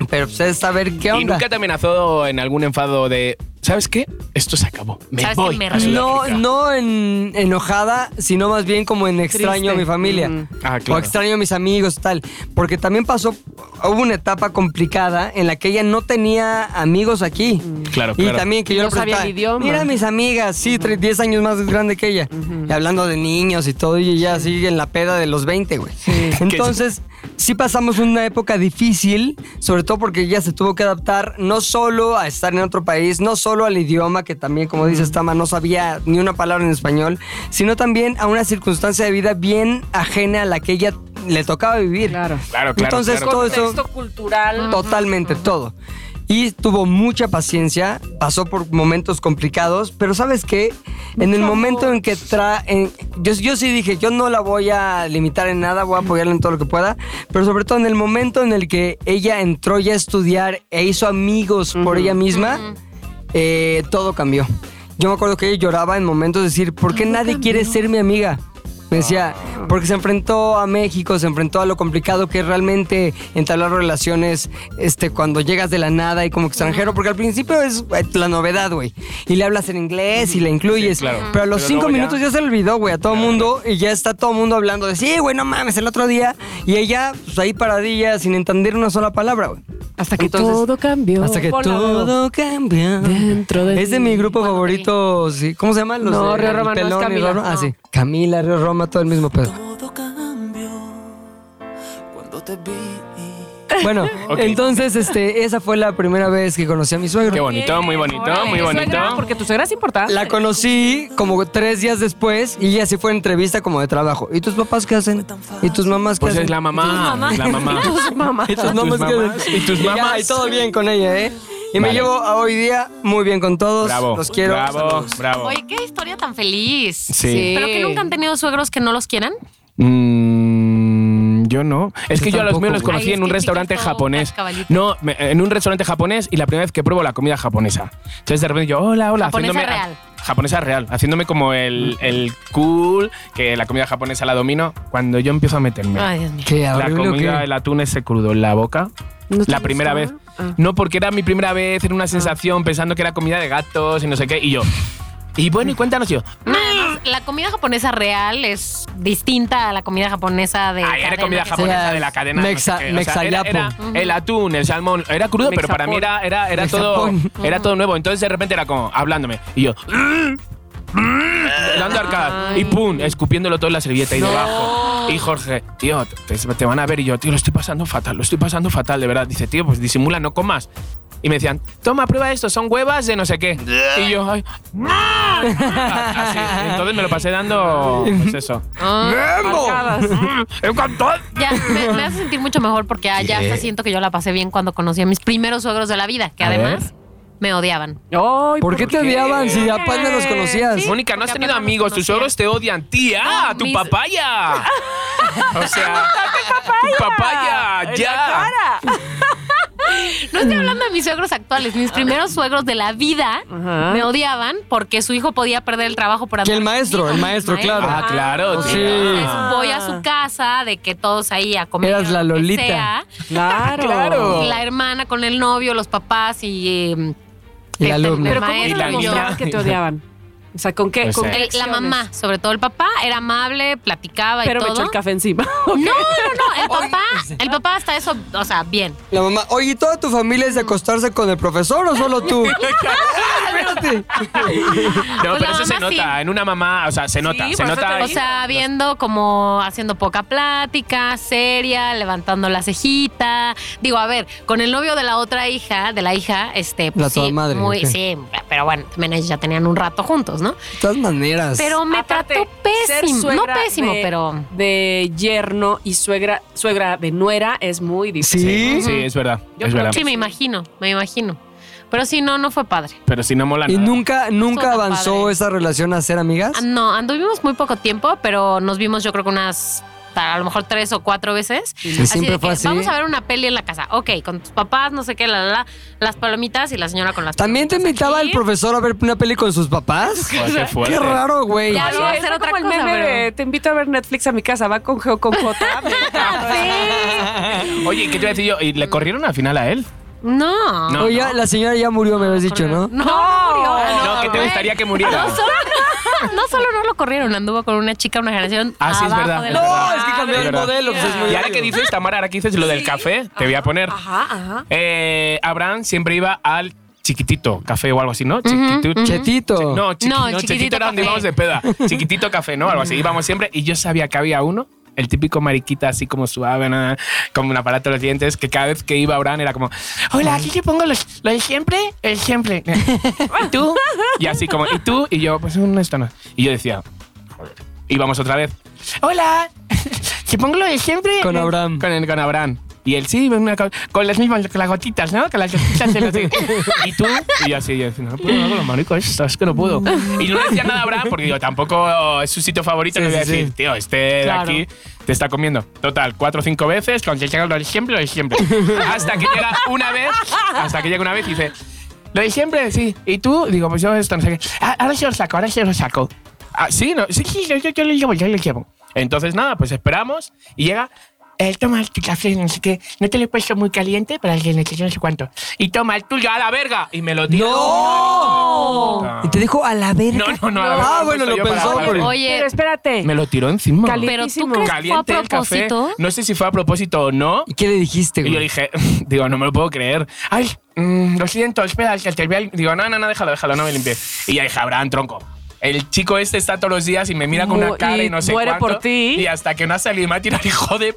[SPEAKER 4] Pero pues es saber qué
[SPEAKER 3] Mm. Y
[SPEAKER 4] onda.
[SPEAKER 3] nunca te amenazó en algún enfado de. ¿Sabes qué? Esto se acabó. Me
[SPEAKER 5] ¿Sabes
[SPEAKER 3] voy.
[SPEAKER 5] qué? Me
[SPEAKER 3] a
[SPEAKER 5] retiro.
[SPEAKER 4] no,
[SPEAKER 3] Sudáfrica".
[SPEAKER 4] no en enojada, sino más bien como en extraño a mi familia.
[SPEAKER 2] Mm.
[SPEAKER 3] Ah,
[SPEAKER 4] O
[SPEAKER 3] claro.
[SPEAKER 4] extraño a mis amigos, tal. Porque también pasó, hubo una etapa complicada en la que ella no tenía amigos aquí.
[SPEAKER 3] Claro,
[SPEAKER 4] Y
[SPEAKER 3] claro.
[SPEAKER 4] también que yo
[SPEAKER 2] No
[SPEAKER 4] le
[SPEAKER 2] sabía
[SPEAKER 4] preguntaba,
[SPEAKER 2] el idioma.
[SPEAKER 4] Mira mis amigas, sí, tre- 10 años más grande que ella. Y hablando de niños y todo, y ella sigue en la peda de los 20, güey. Entonces, sí pasamos una época difícil, sobre todo porque ella se tuvo que adaptar no solo a estar en otro país, no solo al idioma, que también, como dices, Tama, no sabía ni una palabra en español, sino también a una circunstancia de vida bien ajena a la que ella le tocaba vivir.
[SPEAKER 2] Claro.
[SPEAKER 3] Claro, claro.
[SPEAKER 4] Entonces,
[SPEAKER 3] claro.
[SPEAKER 4] todo eso-
[SPEAKER 2] cultural.
[SPEAKER 4] Totalmente, todo. Y tuvo mucha paciencia, pasó por momentos complicados, pero ¿sabes qué? En el momento en que trae... Yo, yo sí dije, yo no la voy a limitar en nada, voy a apoyarla en todo lo que pueda, pero sobre todo en el momento en el que ella entró ya a estudiar e hizo amigos por ella misma, eh, todo cambió. Yo me acuerdo que ella lloraba en momentos de decir, ¿por qué nadie quiere ser mi amiga? Me decía,
[SPEAKER 2] Ah.
[SPEAKER 4] porque se enfrentó a México, se enfrentó a lo complicado que es realmente entablar relaciones este, cuando llegas de la nada y como extranjero, porque al principio es eh, la novedad, güey. Y le hablas en inglés y la incluyes.
[SPEAKER 3] claro.
[SPEAKER 4] Pero a los
[SPEAKER 3] Pero
[SPEAKER 4] cinco
[SPEAKER 3] luego ya-
[SPEAKER 4] minutos ya se le olvidó, güey, a todo mundo y ya está todo mundo hablando de, sí, güey, no mames, el otro día. Y ella, pues ahí paradilla, sin entender una sola palabra, güey.
[SPEAKER 2] Hasta que
[SPEAKER 4] Entonces,
[SPEAKER 2] todo cambió.
[SPEAKER 4] Hasta que
[SPEAKER 2] Ponla, Dodo.
[SPEAKER 4] todo cambia.
[SPEAKER 2] Dentro de
[SPEAKER 4] Es de
[SPEAKER 2] mí.
[SPEAKER 4] mi grupo favorito. sí. ¿Cómo se llama? Los
[SPEAKER 2] No,
[SPEAKER 4] de-
[SPEAKER 2] Río
[SPEAKER 4] el
[SPEAKER 2] Roma, no es
[SPEAKER 4] Pelón y
[SPEAKER 2] Camila.
[SPEAKER 4] Roma. Ah,
[SPEAKER 2] No.
[SPEAKER 4] sí. Camila, Río Roma, todo el mismo pedo.
[SPEAKER 6] Todo cambió cuando te vi.
[SPEAKER 4] Bueno,
[SPEAKER 3] Ok.
[SPEAKER 4] entonces este, esa fue la primera vez que conocí a mi suegro.
[SPEAKER 3] Qué bonito, muy bonito, muy
[SPEAKER 2] Tu suegra,
[SPEAKER 3] bonito.
[SPEAKER 2] Porque tu suegra es importante.
[SPEAKER 4] La conocí como tres días después y así fue entrevista como de trabajo. ¿Y tus papás qué hacen? ¿Y tus mamás qué
[SPEAKER 3] Pues
[SPEAKER 4] hacen?
[SPEAKER 3] es la mamá. Es la mamá.
[SPEAKER 4] ¿Y tus
[SPEAKER 3] ¿Tus
[SPEAKER 4] mamás qué
[SPEAKER 3] mamás?
[SPEAKER 4] hacen?
[SPEAKER 3] ¿Y tus
[SPEAKER 4] ya,
[SPEAKER 3] mamás?
[SPEAKER 4] y todo bien con ella, ¿eh? Y me
[SPEAKER 3] Vale.
[SPEAKER 4] llevo a hoy día muy bien con todos.
[SPEAKER 3] Bravo.
[SPEAKER 4] Los quiero.
[SPEAKER 3] Bravo,
[SPEAKER 4] Saludos.
[SPEAKER 3] bravo.
[SPEAKER 5] Oye, qué historia tan feliz.
[SPEAKER 3] Oh. Sí.
[SPEAKER 5] ¿Pero que nunca han tenido suegros que no los quieran?
[SPEAKER 3] Mm, yo no. Es
[SPEAKER 4] Yo
[SPEAKER 3] que yo a los
[SPEAKER 4] tampoco,
[SPEAKER 3] míos los
[SPEAKER 4] güey.
[SPEAKER 3] conocí
[SPEAKER 5] Ay, es
[SPEAKER 3] en un
[SPEAKER 5] que
[SPEAKER 3] restaurante
[SPEAKER 5] chiquito,
[SPEAKER 3] japonés.
[SPEAKER 5] cascabalito.
[SPEAKER 3] No, me- en un restaurante japonés y la primera vez que pruebo la comida japonesa. Entonces de repente yo, hola, hola.
[SPEAKER 5] Japonesa
[SPEAKER 3] haciéndome-
[SPEAKER 5] real.
[SPEAKER 3] Japonesa real, haciéndome como el, el cool, que la comida japonesa la domino. Cuando yo empiezo a meterme
[SPEAKER 5] Ay, Dios mío.
[SPEAKER 4] Qué
[SPEAKER 3] la
[SPEAKER 4] horrible,
[SPEAKER 3] comida,
[SPEAKER 4] qué-
[SPEAKER 3] el atún ese crudo en la boca,
[SPEAKER 2] ¿No te
[SPEAKER 3] la primera vez.
[SPEAKER 2] gustaba? Ah.
[SPEAKER 3] No, porque era mi primera vez,
[SPEAKER 5] Ah.
[SPEAKER 3] era una sensación pensando que era comida de gatos y no sé qué. Y yo, y bueno, y cuéntanos yo.
[SPEAKER 5] Además, la comida japonesa real es distinta a la comida japonesa de.
[SPEAKER 3] Ay, era
[SPEAKER 5] cadena
[SPEAKER 3] comida
[SPEAKER 5] que se-
[SPEAKER 3] japonesa
[SPEAKER 4] sea
[SPEAKER 3] de la cadena. no sé
[SPEAKER 4] mexa-
[SPEAKER 3] qué. O sea, era-
[SPEAKER 4] mexayapo.
[SPEAKER 3] era el atún, el salmón. Era crudo, pero para mí era, era, era todo,
[SPEAKER 4] Mexapón.
[SPEAKER 3] era todo nuevo. Entonces de repente era como hablándome. Y yo. Dando arcada. Y pum, escupiéndolo todo en la servilleta y debajo. Y Jorge, tío, te, te van a ver. Y yo, tío, lo estoy pasando fatal, lo estoy pasando fatal, de verdad. Dice, tío, pues disimula, no comas. Y me decían, toma, prueba esto, son huevas de no sé qué. Y yo, ay, ¡no! Así. Entonces me lo pasé dando, pues eso.
[SPEAKER 5] Ah,
[SPEAKER 3] ¡Encantado!
[SPEAKER 5] ya, me, me hace sentir mucho mejor porque ah, ya hasta siento que yo la pasé bien cuando conocí a mis primeros suegros de la vida, que
[SPEAKER 3] A ver.
[SPEAKER 5] además me odiaban.
[SPEAKER 2] Ay,
[SPEAKER 4] ¿Por qué te odiaban si apenas los conocías?
[SPEAKER 5] Sí.
[SPEAKER 3] Mónica, no has
[SPEAKER 5] Porque
[SPEAKER 3] tenido
[SPEAKER 5] apenas
[SPEAKER 3] amigos,
[SPEAKER 5] los
[SPEAKER 3] tus
[SPEAKER 5] conocía.
[SPEAKER 3] suegros te odian. ¡Tía!
[SPEAKER 5] No,
[SPEAKER 3] ¡ah! ¡Tu
[SPEAKER 5] mis-
[SPEAKER 3] papaya! o sea, ¡tu papaya!
[SPEAKER 2] En
[SPEAKER 3] ¡Ya!
[SPEAKER 2] la cara.
[SPEAKER 5] No estoy hablando de mis suegros actuales, mis primeros suegros de la vida
[SPEAKER 2] Ajá.
[SPEAKER 5] me odiaban porque su hijo podía perder el trabajo por
[SPEAKER 4] Que el
[SPEAKER 5] andar
[SPEAKER 4] maestro,
[SPEAKER 5] conmigo.
[SPEAKER 4] el maestro, claro.
[SPEAKER 3] Ah, claro,
[SPEAKER 4] Sí.
[SPEAKER 3] tía.
[SPEAKER 5] Entonces voy a su casa de que todos ahí a comer.
[SPEAKER 4] Eras la
[SPEAKER 5] lo que
[SPEAKER 4] Lolita. Oh.
[SPEAKER 5] sea.
[SPEAKER 2] Claro.
[SPEAKER 3] Claro.
[SPEAKER 5] Y la hermana con el novio, los papás y eh,
[SPEAKER 4] Y
[SPEAKER 5] Este,
[SPEAKER 4] la alumna.
[SPEAKER 5] pero-
[SPEAKER 2] Pero ¿cómo te
[SPEAKER 5] Y
[SPEAKER 3] la Pues
[SPEAKER 2] demostrabas
[SPEAKER 3] niña.
[SPEAKER 2] que te odiaban? O sea, ¿con qué?
[SPEAKER 3] No
[SPEAKER 2] ¿Con
[SPEAKER 3] sé.
[SPEAKER 2] qué
[SPEAKER 5] el- la
[SPEAKER 2] acciones?
[SPEAKER 5] mamá, sobre todo el papá, era amable, platicaba
[SPEAKER 2] Pero
[SPEAKER 5] y
[SPEAKER 2] me
[SPEAKER 5] todo.
[SPEAKER 2] echó el café encima.
[SPEAKER 5] No, no, no, el papá, el papá hasta eso, o sea, bien.
[SPEAKER 4] La mamá, oye, ¿y toda tu familia es de acostarse con el profesor o solo tú? Espérate.
[SPEAKER 3] No,
[SPEAKER 5] Pues
[SPEAKER 3] pero
[SPEAKER 5] la
[SPEAKER 3] eso se
[SPEAKER 5] mamá sí.
[SPEAKER 3] nota. En una mamá, o sea, se nota.
[SPEAKER 2] Sí,
[SPEAKER 3] se
[SPEAKER 2] por eso
[SPEAKER 3] nota.
[SPEAKER 2] te
[SPEAKER 5] O sea, viendo como haciendo poca plática, seria, levantando la cejita. Digo, a ver, con el novio de la otra hija, de la hija, este, pues
[SPEAKER 4] La toda
[SPEAKER 5] sí,
[SPEAKER 4] madre,
[SPEAKER 5] muy,
[SPEAKER 4] ok.
[SPEAKER 5] sí, pero bueno, también ellos ya tenían un rato juntos, ¿no?
[SPEAKER 4] De todas maneras.
[SPEAKER 5] Pero me
[SPEAKER 2] Aparte,
[SPEAKER 5] trató
[SPEAKER 2] ser
[SPEAKER 5] pésimo, no
[SPEAKER 2] suegra
[SPEAKER 5] pésimo,
[SPEAKER 2] de-
[SPEAKER 5] pero
[SPEAKER 2] De yerno y suegra, suegra de nuera es muy difícil.
[SPEAKER 4] ¿Sí?
[SPEAKER 3] Sí, sí, es verdad.
[SPEAKER 2] Yo
[SPEAKER 3] es
[SPEAKER 2] creo
[SPEAKER 3] verdad.
[SPEAKER 5] sí me imagino, me imagino. Pero sí, no, no fue padre.
[SPEAKER 3] Pero si no mola
[SPEAKER 4] ¿Y
[SPEAKER 3] nada.
[SPEAKER 4] nunca, nunca
[SPEAKER 5] Son
[SPEAKER 4] avanzó
[SPEAKER 5] padres.
[SPEAKER 4] esa relación a ser amigas?
[SPEAKER 5] Ah, No, anduvimos muy poco tiempo, pero nos vimos yo creo que unas, a lo mejor tres o cuatro veces.
[SPEAKER 4] Sí, siempre
[SPEAKER 5] de
[SPEAKER 4] fue
[SPEAKER 5] que,
[SPEAKER 4] así.
[SPEAKER 5] Vamos a ver una peli en la casa. Ok, con tus papás, no sé qué, la, la, la, las palomitas y la señora con las
[SPEAKER 4] ¿También te
[SPEAKER 5] palomitas
[SPEAKER 4] invitaba
[SPEAKER 5] aquí.
[SPEAKER 4] el profesor a ver una peli con sus papás?
[SPEAKER 3] Joder, qué fuerte.
[SPEAKER 4] Qué raro, güey.
[SPEAKER 5] Ya,
[SPEAKER 2] Claro,
[SPEAKER 5] iba a
[SPEAKER 2] es
[SPEAKER 5] hacer otra
[SPEAKER 2] como el
[SPEAKER 5] cosa,
[SPEAKER 2] meme
[SPEAKER 5] pero-
[SPEAKER 2] de, te invito a ver Netflix a mi casa, va con G o con J. Me encanta.
[SPEAKER 3] Oye, ¿qué te iba a decir yo? ¿Y le corrieron al final a él?
[SPEAKER 5] No.
[SPEAKER 3] No.
[SPEAKER 4] Oye, la señora ya murió, me habías dicho, ¿no?
[SPEAKER 5] No, no murió.
[SPEAKER 3] No, que te gustaría que muriera.
[SPEAKER 5] No solo, no solo no lo corrieron, anduvo con una chica, una generación
[SPEAKER 3] Ah, sí, es
[SPEAKER 5] abajo
[SPEAKER 3] verdad,
[SPEAKER 5] de
[SPEAKER 3] es
[SPEAKER 5] la-
[SPEAKER 3] verdad.
[SPEAKER 4] es que cambió
[SPEAKER 3] Es
[SPEAKER 4] el
[SPEAKER 3] verdad.
[SPEAKER 4] modelo. pues es muy
[SPEAKER 3] Y ahora
[SPEAKER 4] obvio.
[SPEAKER 3] que dices, Tamara, ahora que dices lo del café, te voy a poner.
[SPEAKER 2] Ajá, ajá.
[SPEAKER 3] Eh, Abraham siempre iba al chiquitito café o algo así, ¿no? Chiquitito.
[SPEAKER 4] Mm-hmm. Chetito.
[SPEAKER 3] No, chiqui-
[SPEAKER 5] No,
[SPEAKER 3] no,
[SPEAKER 5] el
[SPEAKER 3] chiquitito,
[SPEAKER 5] chiquitito
[SPEAKER 3] era donde
[SPEAKER 5] café.
[SPEAKER 3] íbamos de peda. Chiquitito café, ¿no? Algo así. Íbamos siempre y yo sabía que había uno, el típico mariquita así como suave, nada, como un aparato de los dientes, que cada vez que iba Abraham era como, hola, aquí te pongo los, lo de siempre, el siempre. ¿Y tú? Y así como, ¿y tú? Y yo, pues un esto no. Y yo decía, joder. Íbamos otra vez. Hola, te pongo lo de siempre.
[SPEAKER 4] Con Abraham.
[SPEAKER 3] Con, el- con Abraham. Y él sí, una co- con las mismas, con las gotitas, ¿no? Con las gotitas de los Y tú, y yo así, yo decía, no puedo, con los maricos, esto, es que no puedo. Y no le decía nada a Abraham porque digo, tampoco es su sitio favorito,
[SPEAKER 4] Sí,
[SPEAKER 3] le voy a
[SPEAKER 4] sí,
[SPEAKER 3] decir,
[SPEAKER 4] sí.
[SPEAKER 3] tío, este de
[SPEAKER 5] Claro.
[SPEAKER 3] aquí te está comiendo. Total, cuatro o cinco veces, con que llega lo de siempre, lo de siempre. Hasta que llega una vez, hasta que llega una vez y dice, lo de siempre, sí. Y tú, digo, pues yo esto no sé qué. Ah, Ahora sí lo saco, ahora sí lo saco. Ah, sí, no, sí, sí, yo, yo, yo lo llevo, yo lo llevo. Entonces, nada, pues esperamos y llega. Él toma tu café, no sé qué. No te lo he puesto muy caliente para que no sé qué, no sé cuánto. Y toma el tuyo a la verga. Y me lo tira.
[SPEAKER 4] ¡No! Y te dijo a la verga.
[SPEAKER 3] No, no, no, a la verga
[SPEAKER 4] Ah,
[SPEAKER 3] lo
[SPEAKER 4] bueno,
[SPEAKER 3] he puesto
[SPEAKER 4] lo
[SPEAKER 3] yo para
[SPEAKER 4] pensó.
[SPEAKER 3] la
[SPEAKER 4] por-
[SPEAKER 3] verga.
[SPEAKER 5] Oye,
[SPEAKER 2] Pero espérate.
[SPEAKER 3] Me lo tiró encima.
[SPEAKER 2] Cali-
[SPEAKER 5] pero tú
[SPEAKER 2] Calientísimo.
[SPEAKER 5] crees que fue a
[SPEAKER 3] Caliente el café.
[SPEAKER 5] propósito.
[SPEAKER 3] No sé si fue a propósito o no.
[SPEAKER 4] ¿Y qué le dijiste,
[SPEAKER 3] Y yo
[SPEAKER 4] güey?
[SPEAKER 3] dije, digo, no me lo puedo creer. Ay, mm, lo siento, espera, que te voy a lim-". Digo, no, no, no, déjalo, déjalo, no me limpié. Y ya dije, Abraham, tronco. El chico este está todos los días y me mira con
[SPEAKER 2] Mu-
[SPEAKER 3] una cara y,
[SPEAKER 2] y
[SPEAKER 3] no sé
[SPEAKER 2] muere
[SPEAKER 3] cuánto.
[SPEAKER 2] por ti.
[SPEAKER 3] Y hasta que no ha salido, me ha tirado, hijo de...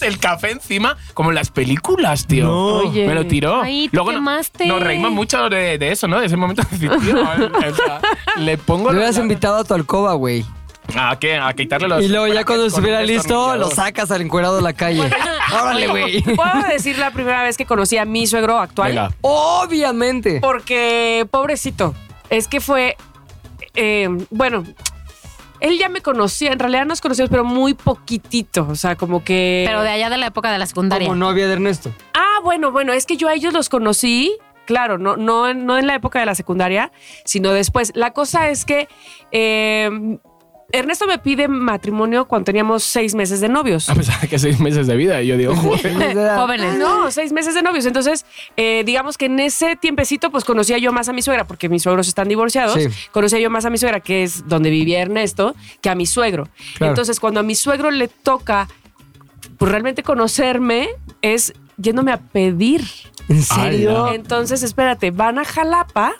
[SPEAKER 3] El café encima, como en las películas, tío.
[SPEAKER 2] Oye.
[SPEAKER 3] Me lo tiró.
[SPEAKER 5] Ay, te
[SPEAKER 3] Luego no-
[SPEAKER 5] quemaste.
[SPEAKER 3] nos reímos mucho de, de eso, ¿no? De ese momento. de decir, tío, o sea, le pongo...
[SPEAKER 4] Le hubieras
[SPEAKER 3] la-
[SPEAKER 4] invitado a tu alcoba, güey.
[SPEAKER 3] ¿A qué? A quitarle los...
[SPEAKER 4] Y luego ya cuando
[SPEAKER 3] con un
[SPEAKER 4] estuviera listo, lo
[SPEAKER 3] destornillador.
[SPEAKER 4] sacas al encuerado de la calle. Órale, güey.
[SPEAKER 2] Puedo decir la primera vez que conocí a mi suegro actual.
[SPEAKER 3] Venga.
[SPEAKER 4] Obviamente.
[SPEAKER 2] Porque, pobrecito, es que fue. eh, bueno, él ya me conocía, en realidad nos conocíamos, pero muy poquitito. O sea, como que.
[SPEAKER 5] Pero de allá de la época de la secundaria.
[SPEAKER 4] Como novia de Ernesto.
[SPEAKER 2] Ah, bueno, bueno, es que yo a ellos los conocí, claro, no, no, en- no en la época de la secundaria, sino después. La cosa es que eh, Ernesto me pide matrimonio cuando teníamos seis meses de novios.
[SPEAKER 3] A pesar de que seis meses de vida. Y yo digo, joder.
[SPEAKER 5] Jóvenes.
[SPEAKER 2] No, seis meses de novios. Entonces, eh, digamos que en ese tiempecito, pues conocía yo más a mi suegra, porque mis suegros están divorciados.
[SPEAKER 4] Sí.
[SPEAKER 2] Conocía yo más a mi suegra, que es donde vivía Ernesto, que a mi suegro.
[SPEAKER 4] Claro.
[SPEAKER 2] Entonces, cuando a mi suegro le toca pues, realmente conocerme, es yéndome a pedir.
[SPEAKER 4] ¿En
[SPEAKER 3] Ah.
[SPEAKER 4] serio?
[SPEAKER 2] Entonces, espérate, van a Jalapa.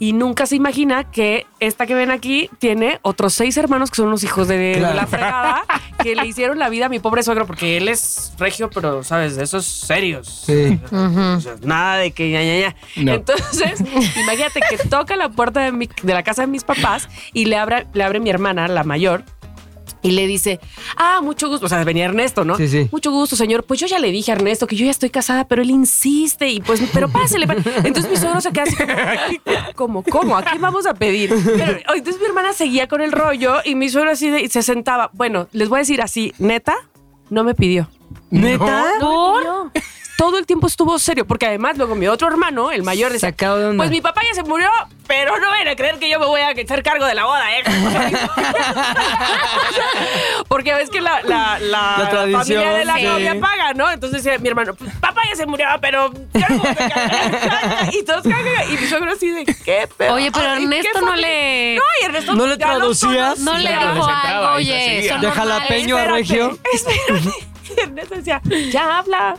[SPEAKER 2] Y nunca se imagina que esta que ven aquí tiene otros seis hermanos que son los hijos de
[SPEAKER 4] Claro.
[SPEAKER 2] la fregada que le hicieron la vida a mi pobre suegro, porque él es regio, pero, ¿sabes? De esos serios.
[SPEAKER 4] Sí.
[SPEAKER 2] O sea, nada de que ya, ya, ya.
[SPEAKER 3] No.
[SPEAKER 2] Entonces, imagínate que toca la puerta de, mi- de la casa de mis papás y le abre, le abre mi hermana, la mayor, y le dice, ah, mucho gusto. O sea, venía Ernesto, ¿no?
[SPEAKER 4] Sí, sí.
[SPEAKER 2] Mucho gusto, señor. Pues yo ya le dije a Ernesto que yo ya estoy casada, pero él insiste y pues, pero pásele. pa-". Entonces mi suegro se queda así como, como, ¿cómo? ¿A qué vamos a pedir? Pero, oh, entonces mi hermana seguía con el rollo y mi suegro así de- y se sentaba. Bueno, les voy a decir así, neta, no me pidió.
[SPEAKER 4] ¿Neta?
[SPEAKER 2] ¿Por? Todo el tiempo estuvo serio, porque además luego mi otro hermano, el mayor, decía,
[SPEAKER 4] Sacado de onda.
[SPEAKER 2] pues mi papá ya se murió, pero no van a creer que yo me voy a hacer cargo de la boda, ¿eh? porque ves que la, la, la,
[SPEAKER 4] La tradición,
[SPEAKER 2] familia de la
[SPEAKER 4] sí.
[SPEAKER 2] novia paga, ¿no? Entonces decía mi hermano, "Pues, papá ya se murió, pero yo no voy a hacer cargo". Y todos cagan, y mi suegro así de, ¿qué? pedo?
[SPEAKER 5] Oye, pero
[SPEAKER 2] Ay, ¿qué
[SPEAKER 5] Ernesto no
[SPEAKER 2] familia?
[SPEAKER 5] le.
[SPEAKER 2] No, y Ernesto
[SPEAKER 4] ¿No le
[SPEAKER 2] ya los
[SPEAKER 4] traducías?
[SPEAKER 5] No
[SPEAKER 3] Sí,
[SPEAKER 5] le
[SPEAKER 3] claro,
[SPEAKER 5] dijo
[SPEAKER 3] le sentaba
[SPEAKER 5] algo,
[SPEAKER 3] y se
[SPEAKER 5] oye.
[SPEAKER 3] seguía.
[SPEAKER 5] son
[SPEAKER 4] De
[SPEAKER 5] normales.
[SPEAKER 4] jalapeño a
[SPEAKER 2] Espérate,
[SPEAKER 4] regio.
[SPEAKER 2] Espérate. Y Ernesto decía, ya habla.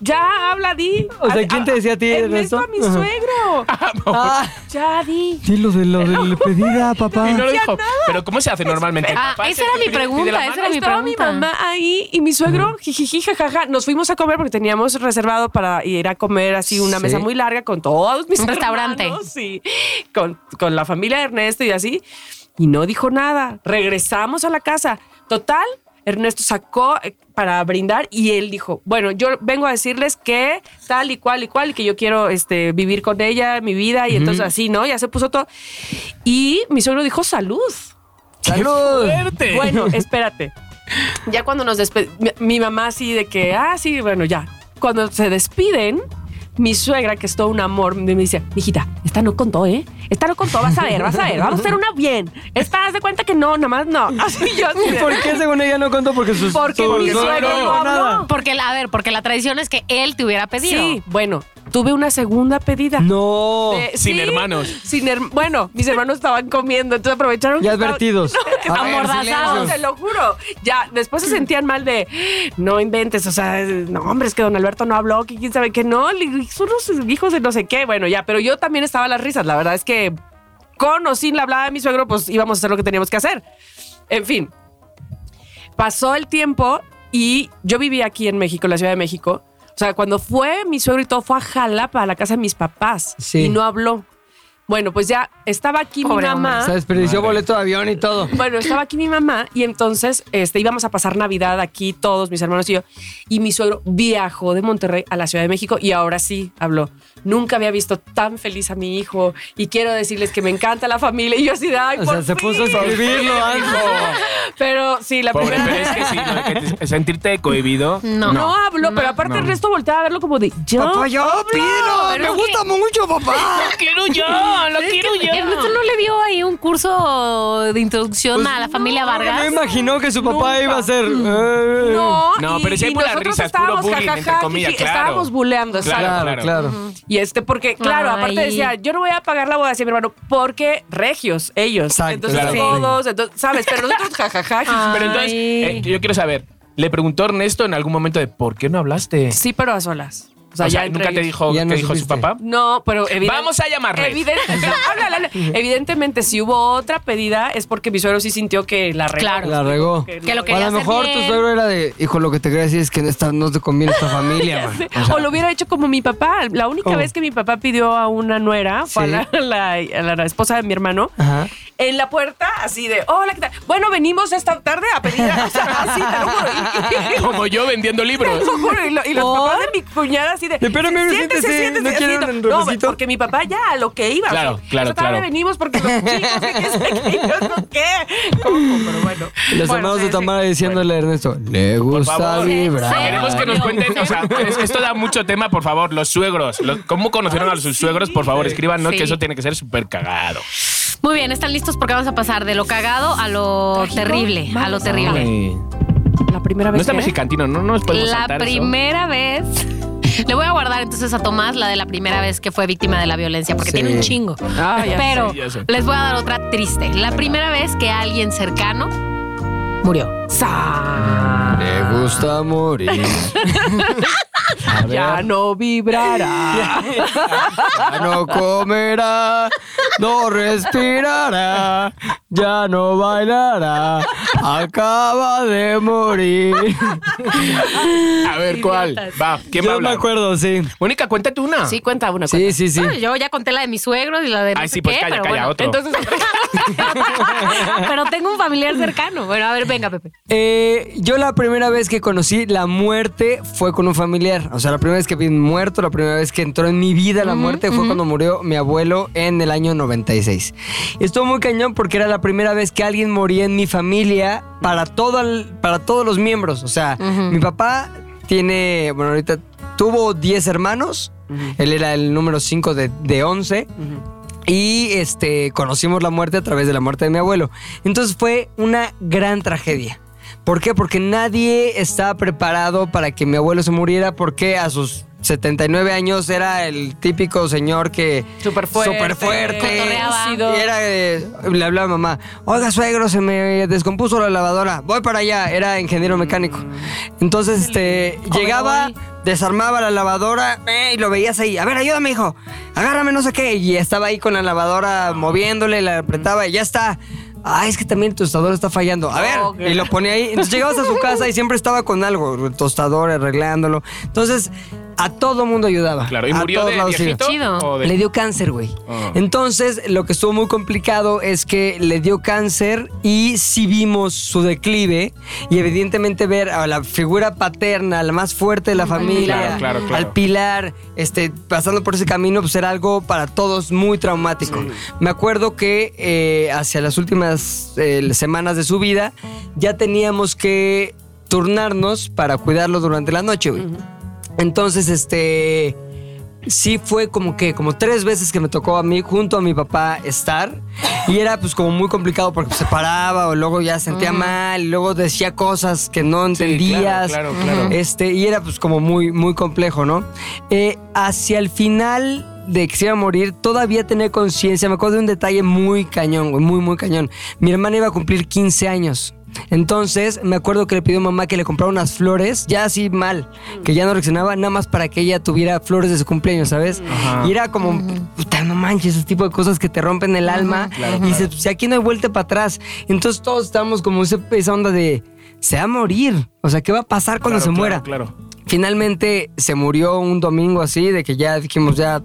[SPEAKER 2] Ya habla, di.
[SPEAKER 4] O sea, ¿quién te decía a ti,
[SPEAKER 2] Ernesto?
[SPEAKER 4] Ernesto?
[SPEAKER 2] a mi
[SPEAKER 4] Ajá.
[SPEAKER 2] suegro.
[SPEAKER 4] Ah,
[SPEAKER 2] Ya, di.
[SPEAKER 4] sí, lo de lo de la pedida, papá.
[SPEAKER 3] Y no lo
[SPEAKER 2] hacía
[SPEAKER 3] dijo.
[SPEAKER 2] nada.
[SPEAKER 3] Pero ¿cómo se hace normalmente?
[SPEAKER 5] Ah,
[SPEAKER 3] Papá, se
[SPEAKER 5] esa era
[SPEAKER 3] pide-
[SPEAKER 5] mi
[SPEAKER 3] pide la
[SPEAKER 5] pregunta,
[SPEAKER 3] mano.
[SPEAKER 5] esa era mi
[SPEAKER 2] Estaba mi
[SPEAKER 5] pregunta.
[SPEAKER 2] mamá ahí y mi suegro, jijiji, jajaja. Nos fuimos a comer porque teníamos reservado para ir a comer así una
[SPEAKER 4] Sí.
[SPEAKER 2] mesa muy larga con todos mis
[SPEAKER 5] Un restaurante.
[SPEAKER 2] hermanos, Sí, con, con la familia de Ernesto y así. Y no dijo nada. Regresamos a la casa. Total, Ernesto sacó eh, para brindar y él dijo, bueno, yo vengo a decirles que tal y cual y cual y que yo quiero este, vivir con ella mi vida y entonces así, ¿no? Ya se puso todo. Y mi suegro dijo, salud.
[SPEAKER 4] ¡Salud!
[SPEAKER 3] Fuerte.
[SPEAKER 2] Bueno, espérate. Ya cuando nos despedimos, mi, mi mamá así de que, ah, sí, bueno, ya. Cuando se despiden, mi suegra, que es todo un amor, me me dice, mijita, esta no contó, ¿eh? Esta no contó, vas a ver, vas a ver, vamos a hacer una bien. Esta, haz de cuenta que no, nada más no. Así yo, así de-
[SPEAKER 4] ¿Por qué según ella no contó? Porque sus
[SPEAKER 2] Porque
[SPEAKER 4] sus-
[SPEAKER 2] mi
[SPEAKER 4] no,
[SPEAKER 2] suegro
[SPEAKER 4] no,
[SPEAKER 2] no habló.
[SPEAKER 4] nada.
[SPEAKER 5] Porque, la- a ver, porque la tradición es que él te hubiera pedido.
[SPEAKER 2] Sí, bueno, tuve una segunda pedida.
[SPEAKER 4] No.
[SPEAKER 2] Eh,
[SPEAKER 3] Sin
[SPEAKER 2] sí,
[SPEAKER 3] hermanos.
[SPEAKER 2] Sin her- bueno, mis hermanos estaban comiendo, entonces aprovecharon. que
[SPEAKER 4] Ya
[SPEAKER 2] estaba-
[SPEAKER 4] advertidos.
[SPEAKER 5] A ver,
[SPEAKER 2] Amordazados,
[SPEAKER 5] silencio.
[SPEAKER 2] te lo juro. Ya, después se sentían mal de no inventes, o sea, no, hombre, es que don Alberto no habló, que quién sabe que no, le- son unos hijos de no sé qué. Bueno, ya, pero yo también estaba a las risas. La verdad es que con o sin la hablada de mi suegro, pues íbamos a hacer lo que teníamos que hacer. En fin, pasó el tiempo y yo vivía aquí en México, en la Ciudad de México. O sea, cuando fue mi suegro y todo, fue a Jalapa, a la casa de mis papás.
[SPEAKER 4] Sí.
[SPEAKER 2] Y no habló. Bueno, pues ya estaba aquí
[SPEAKER 5] Pobre
[SPEAKER 2] mi
[SPEAKER 5] hombre.
[SPEAKER 2] mamá.
[SPEAKER 4] Se desperdició
[SPEAKER 3] Madre.
[SPEAKER 4] boleto de avión y todo.
[SPEAKER 2] Bueno, estaba aquí mi mamá y entonces este, íbamos a pasar Navidad aquí todos, mis hermanos y yo. Y mi suegro viajó de Monterrey a la Ciudad de México y ahora sí habló. Nunca había visto tan feliz a mi hijo y quiero decirles que me encanta la familia. Y yo así, de, ay,
[SPEAKER 4] O
[SPEAKER 2] por
[SPEAKER 4] sea, se
[SPEAKER 2] fin".
[SPEAKER 4] puso a escribirlo antes.
[SPEAKER 2] Pero sí, la
[SPEAKER 3] Pobre,
[SPEAKER 2] primera
[SPEAKER 3] pero
[SPEAKER 2] vez.
[SPEAKER 3] es que sí, lo de que te- sentirte cohibido.
[SPEAKER 5] No.
[SPEAKER 2] No, habló, pero aparte el resto volteaba a verlo como de, yo.
[SPEAKER 4] Papá, yo pídelo.
[SPEAKER 5] pero
[SPEAKER 4] Me
[SPEAKER 5] es
[SPEAKER 4] gusta mucho, papá.
[SPEAKER 3] quiero yo, lo quiero yo.
[SPEAKER 5] Ernesto no le dio ahí un curso de introducción a la familia
[SPEAKER 4] Pues No
[SPEAKER 5] Vargas.
[SPEAKER 4] imaginó que su papá
[SPEAKER 2] Nunca.
[SPEAKER 4] iba a ser. eh,
[SPEAKER 2] No,
[SPEAKER 3] No,
[SPEAKER 2] y-
[SPEAKER 3] pero sí hay
[SPEAKER 2] y
[SPEAKER 3] puras
[SPEAKER 2] nosotros
[SPEAKER 3] risas, puro
[SPEAKER 2] estábamos
[SPEAKER 3] bullying, entre
[SPEAKER 2] jajaja,
[SPEAKER 3] comillas,
[SPEAKER 2] jiji,
[SPEAKER 3] claro.
[SPEAKER 2] Estábamos buleando, exacto.
[SPEAKER 4] Claro,
[SPEAKER 3] Claro.
[SPEAKER 4] claro.
[SPEAKER 2] Y este, porque, claro,
[SPEAKER 5] Ay.
[SPEAKER 2] aparte decía, yo no voy a pagar la boda, decía mi hermano, porque regios, ellos.
[SPEAKER 4] Exacto,
[SPEAKER 2] entonces
[SPEAKER 3] claro.
[SPEAKER 2] todos, entonces, ¿sabes? Pero nosotros, jajaja. jiji.
[SPEAKER 3] Pero entonces,
[SPEAKER 5] Ay.
[SPEAKER 3] eh, yo quiero saber, le preguntó Ernesto en algún momento de por qué no hablaste.
[SPEAKER 2] Sí, pero a solas. O
[SPEAKER 3] O
[SPEAKER 2] sea,
[SPEAKER 3] sea,
[SPEAKER 2] ya entre
[SPEAKER 3] nunca te
[SPEAKER 2] ellos.
[SPEAKER 3] dijo
[SPEAKER 4] Ya
[SPEAKER 3] qué
[SPEAKER 4] no
[SPEAKER 3] dijo su
[SPEAKER 4] supiste.
[SPEAKER 3] papá.
[SPEAKER 2] No, pero evidente-
[SPEAKER 3] Vamos a llamarle.
[SPEAKER 2] Evidente- Háblale, háblale. evidentemente, si hubo otra pedida, es porque mi suegro sí sintió que la regó.
[SPEAKER 5] Claro.
[SPEAKER 4] La regó.
[SPEAKER 5] Que lo
[SPEAKER 4] O a
[SPEAKER 5] quería
[SPEAKER 4] lo
[SPEAKER 5] hacer
[SPEAKER 4] mejor tu
[SPEAKER 5] bien.
[SPEAKER 4] suegro era de, hijo, lo que te quería decir es que en esta no te conviene esta familia, man. O sea,
[SPEAKER 2] O lo hubiera hecho como mi papá. La única
[SPEAKER 4] ¿Cómo?
[SPEAKER 2] vez que mi papá pidió a una nuera fue
[SPEAKER 4] Sí.
[SPEAKER 2] a, la, la- a la esposa de mi hermano.
[SPEAKER 4] Ajá.
[SPEAKER 2] En la puerta, así de, hola, ¿qué tal? Bueno, venimos esta tarde a pedir. O sea, así, te lo juro. Y-
[SPEAKER 3] Como yo vendiendo libros.
[SPEAKER 2] Te lo juro, y, lo- y los papás de mi cuñada así de.
[SPEAKER 4] Espérame, siéntese, ¿no
[SPEAKER 2] así,
[SPEAKER 4] quieren un
[SPEAKER 2] No,
[SPEAKER 4] refresquito?
[SPEAKER 2] porque mi papá ya a lo que iba.
[SPEAKER 3] Claro,
[SPEAKER 2] o sea,
[SPEAKER 3] claro,
[SPEAKER 2] Esta tarde
[SPEAKER 3] claro.
[SPEAKER 2] venimos porque los chicos, de que sé que yo no qué. ¿Cómo? Pero bueno.
[SPEAKER 4] Los
[SPEAKER 2] Bueno,
[SPEAKER 4] hermanos de
[SPEAKER 2] sí,
[SPEAKER 4] Tamara
[SPEAKER 2] sí.
[SPEAKER 4] diciéndole a Ernesto, le gusta
[SPEAKER 3] favor.
[SPEAKER 4] vibrar.
[SPEAKER 3] Queremos que nos cuenten, o sea, es- esto da mucho tema, por favor, los suegros. Los- ¿Cómo conocieron a sus suegros? Por favor, escríbanos
[SPEAKER 5] Sí.
[SPEAKER 3] que eso tiene que ser súper cagado.
[SPEAKER 5] Muy bien, están listos porque vamos a pasar de lo cagado a lo
[SPEAKER 2] Trágico.
[SPEAKER 5] terrible. A lo
[SPEAKER 2] Vamos.
[SPEAKER 5] terrible.
[SPEAKER 3] Ay.
[SPEAKER 2] La primera vez.
[SPEAKER 3] No está
[SPEAKER 2] que-
[SPEAKER 3] mexicantino, no nos
[SPEAKER 4] pues
[SPEAKER 3] podemos
[SPEAKER 5] La
[SPEAKER 3] saltar eso.
[SPEAKER 5] primera vez. Le voy a guardar entonces a Tomás la de la primera vez que fue víctima de la violencia, porque
[SPEAKER 4] Sí.
[SPEAKER 5] tiene un chingo.
[SPEAKER 2] Ah, ya
[SPEAKER 5] Pero
[SPEAKER 3] sé, ya sé.
[SPEAKER 5] les voy a dar otra triste. La primera vez que alguien cercano murió.
[SPEAKER 2] Sa-
[SPEAKER 4] Le gusta morir.
[SPEAKER 3] A
[SPEAKER 2] Ya
[SPEAKER 3] ver.
[SPEAKER 2] no vibrará.
[SPEAKER 4] Ya no comerá, no respirará, ya no bailará, acaba de morir.
[SPEAKER 3] A ver cuál. Va,
[SPEAKER 4] Yo
[SPEAKER 3] ¿quién va a
[SPEAKER 4] me
[SPEAKER 3] hablar?
[SPEAKER 4] acuerdo, sí.
[SPEAKER 3] Mónica, cuéntate una.
[SPEAKER 2] Sí, cuenta una.
[SPEAKER 4] Sí, sí, sí.
[SPEAKER 5] Bueno, yo ya conté la de mis suegros y la de no
[SPEAKER 3] Ay,
[SPEAKER 5] sé
[SPEAKER 3] sí, pues
[SPEAKER 5] qué,
[SPEAKER 3] calla,
[SPEAKER 5] pero
[SPEAKER 3] calla,
[SPEAKER 5] bueno.
[SPEAKER 3] otro. Entonces,
[SPEAKER 5] pero tengo un familiar cercano. Bueno, a ver, venga, Pepe.
[SPEAKER 4] Eh, yo la primera vez que conocí la muerte fue con un familiar. O sea, la primera vez que vi un muerto, la primera vez que entró en mi vida la muerte fue cuando murió mi abuelo en el año 96. Estuvo muy cañón porque era la primera vez que alguien moría en mi familia para, todo el- para todos los miembros. O sea, mi papá tiene, bueno, ahorita tuvo 10 hermanos. Él era el número 5 de, de 11. Y este, conocimos la muerte a través de la muerte de mi abuelo. Entonces fue una gran tragedia. ¿Por qué? Porque nadie estaba preparado para que mi abuelo se muriera porque a sus 79 años era el típico señor que...
[SPEAKER 2] Súper fuerte.
[SPEAKER 4] Súper fuerte.
[SPEAKER 5] Cotorreaba.
[SPEAKER 4] Y era, eh, le hablaba a mamá, oiga suegro, se me descompuso la lavadora, voy para allá, era ingeniero mecánico. Entonces, este, llegaba, desarmaba la lavadora eh, y lo veías ahí, a ver, ayúdame hijo, agárrame no sé qué, y estaba ahí con la lavadora moviéndole, la apretaba y ya está. Ah, es que también el tostador está fallando. A ver,
[SPEAKER 2] Ok.
[SPEAKER 4] y lo ponía ahí. Entonces llegabas a su casa y siempre estaba con algo, el tostador arreglándolo. Entonces, a todo mundo ayudaba.
[SPEAKER 3] claro, ¿y
[SPEAKER 4] A
[SPEAKER 3] murió
[SPEAKER 4] todos
[SPEAKER 3] de
[SPEAKER 4] lados iba.
[SPEAKER 3] viejito?
[SPEAKER 5] Chido.
[SPEAKER 3] o de-
[SPEAKER 4] Le dio cáncer, güey.
[SPEAKER 3] Ah.
[SPEAKER 4] Entonces, lo que estuvo muy complicado es que le dio cáncer y sí vimos su declive y evidentemente ver a la figura paterna, la más fuerte de la familia,
[SPEAKER 3] Claro, claro, claro.
[SPEAKER 4] al pilar, este, pasando por ese camino, pues era algo para todos muy traumático. Me acuerdo que eh, hacia las últimas eh, semanas de su vida ya teníamos que turnarnos para cuidarlo durante la noche, güey. Entonces, este sí fue como que, como tres veces que me tocó a mí, junto a mi papá, estar. Y era pues como muy complicado porque pues, se paraba o luego ya sentía mal, y luego decía cosas que no entendías.
[SPEAKER 3] claro, claro.
[SPEAKER 4] Este, y era pues como muy, muy complejo, ¿no? Eh, hacia el final de que se iba a morir, todavía tenía conciencia. Me acuerdo de un detalle muy cañón, güey, muy, muy cañón. Mi hermana iba a cumplir 15 años. Entonces, me acuerdo que le pidió a mamá que le comprara unas flores, ya así mal, que ya no reaccionaba, nada más para que ella tuviera flores de su cumpleaños, ¿sabes? Y era como, puta, no manches, ese tipo de cosas que te rompen el alma. y dices, pues, aquí no hay vuelta para atrás. Entonces, todos estábamos como ese- esa onda de, se va a morir. O sea, ¿qué va a pasar cuando
[SPEAKER 3] Claro,
[SPEAKER 4] se muera?
[SPEAKER 3] claro, Claro.
[SPEAKER 5] Ah,
[SPEAKER 4] Finalmente se murió un domingo así, de que ya dijimos, ya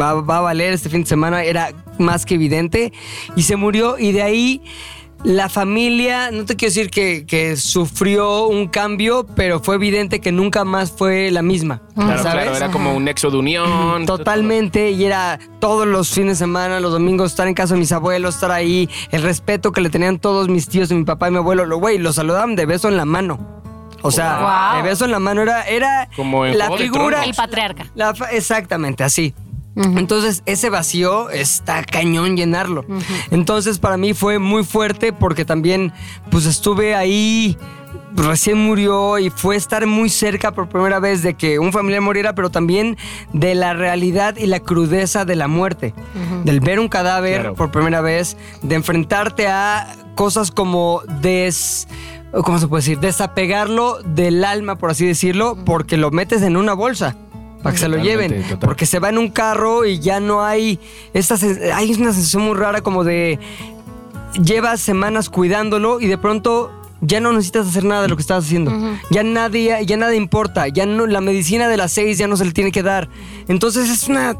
[SPEAKER 4] va, va a valer este fin de semana, era más que evidente. Y se murió y de ahí la familia, no te quiero decir que, que sufrió un cambio, pero fue evidente que nunca más fue la misma.
[SPEAKER 3] Claro,
[SPEAKER 4] ¿sabes?
[SPEAKER 3] claro, era como un nexo de unión.
[SPEAKER 4] Totalmente, y era todos los fines de semana, los domingos, estar en casa de mis abuelos, estar ahí, el respeto que le tenían todos mis tíos y mi papá y mi abuelo, lo güey, lo saludaban de beso en la mano. O sea,
[SPEAKER 5] Wow.
[SPEAKER 4] de beso en la mano era, era
[SPEAKER 3] Como en
[SPEAKER 4] la
[SPEAKER 3] Juego de
[SPEAKER 4] figura.
[SPEAKER 3] Tronos.
[SPEAKER 5] El patriarca.
[SPEAKER 4] la fa- exactamente, así. Entonces, ese vacío está cañón llenarlo. Entonces, para mí fue muy fuerte porque también, pues estuve ahí, recién murió y fue estar muy cerca por primera vez de que un familiar muriera, pero también de la realidad y la crudeza de la muerte. Del ver un cadáver
[SPEAKER 3] Claro.
[SPEAKER 4] por primera vez, de enfrentarte a cosas como des. ¿Cómo se puede decir? Desapegarlo del alma, por así decirlo, porque lo metes en una bolsa para que se lo
[SPEAKER 3] Totalmente,
[SPEAKER 4] lleven.
[SPEAKER 3] total.
[SPEAKER 4] Porque se va en un carro y ya no hay. Esta, sen- hay una sensación muy rara como de. Llevas semanas cuidándolo y de pronto ya no necesitas hacer nada de lo que estás haciendo. Ya nadie, ya nada importa. Ya no, la medicina de las seis ya no se le tiene que dar. Entonces es una.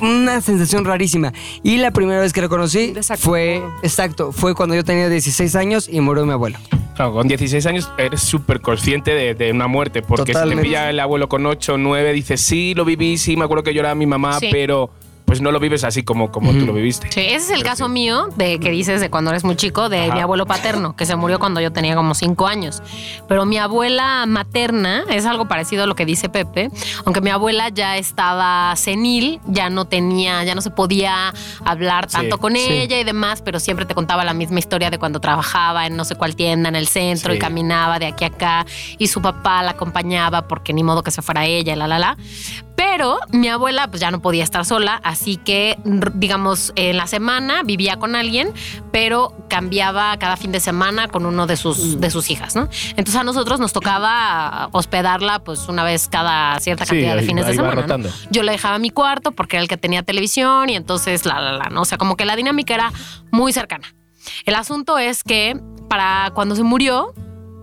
[SPEAKER 4] Una sensación rarísima. Y la primera vez que lo conocí
[SPEAKER 2] Desacomodo.
[SPEAKER 4] fue, exacto, fue cuando yo tenía 16 años y murió mi abuelo.
[SPEAKER 3] Claro, con 16 años eres súper consciente de, de una muerte, porque si
[SPEAKER 4] Totalmente.
[SPEAKER 3] te pilla el abuelo con 8 o 9, dices, sí, lo viví, sí, me acuerdo que lloraba mi mamá,
[SPEAKER 5] Sí.
[SPEAKER 3] pero pues no lo vives así como, como
[SPEAKER 4] Mm.
[SPEAKER 3] tú lo viviste.
[SPEAKER 5] Sí, ese es el caso mío de que dices de cuando eres muy chico, de
[SPEAKER 3] Ajá.
[SPEAKER 5] mi abuelo paterno, que se murió cuando yo tenía como cinco años. Pero mi abuela materna es algo parecido a lo que dice Pepe, aunque mi abuela ya estaba senil, ya no tenía, ya no se podía hablar
[SPEAKER 3] Sí,
[SPEAKER 5] tanto con
[SPEAKER 4] sí.
[SPEAKER 5] ella y demás, pero siempre te contaba la misma historia de cuando trabajaba en no sé cuál tienda en el centro
[SPEAKER 3] Sí.
[SPEAKER 5] y caminaba de aquí a acá y su papá la acompañaba porque ni modo que se fuera ella, la la la. Pero mi abuela pues ya no podía estar sola, así que r- digamos en la semana vivía con alguien, pero cambiaba cada fin de semana con uno de
[SPEAKER 3] Mm.
[SPEAKER 5] sus de sus hijas, ¿no? Entonces a nosotros nos tocaba hospedarla pues una vez cada cierta
[SPEAKER 3] Sí,
[SPEAKER 5] cantidad de
[SPEAKER 3] ahí-
[SPEAKER 5] fines de
[SPEAKER 3] ahí va
[SPEAKER 5] semana. ¿no?
[SPEAKER 3] rotando.
[SPEAKER 5] Yo le dejaba mi cuarto porque era el que tenía televisión y entonces la la la, ¿no? O sea, como que la dinámica era muy cercana. El asunto es que para cuando se murió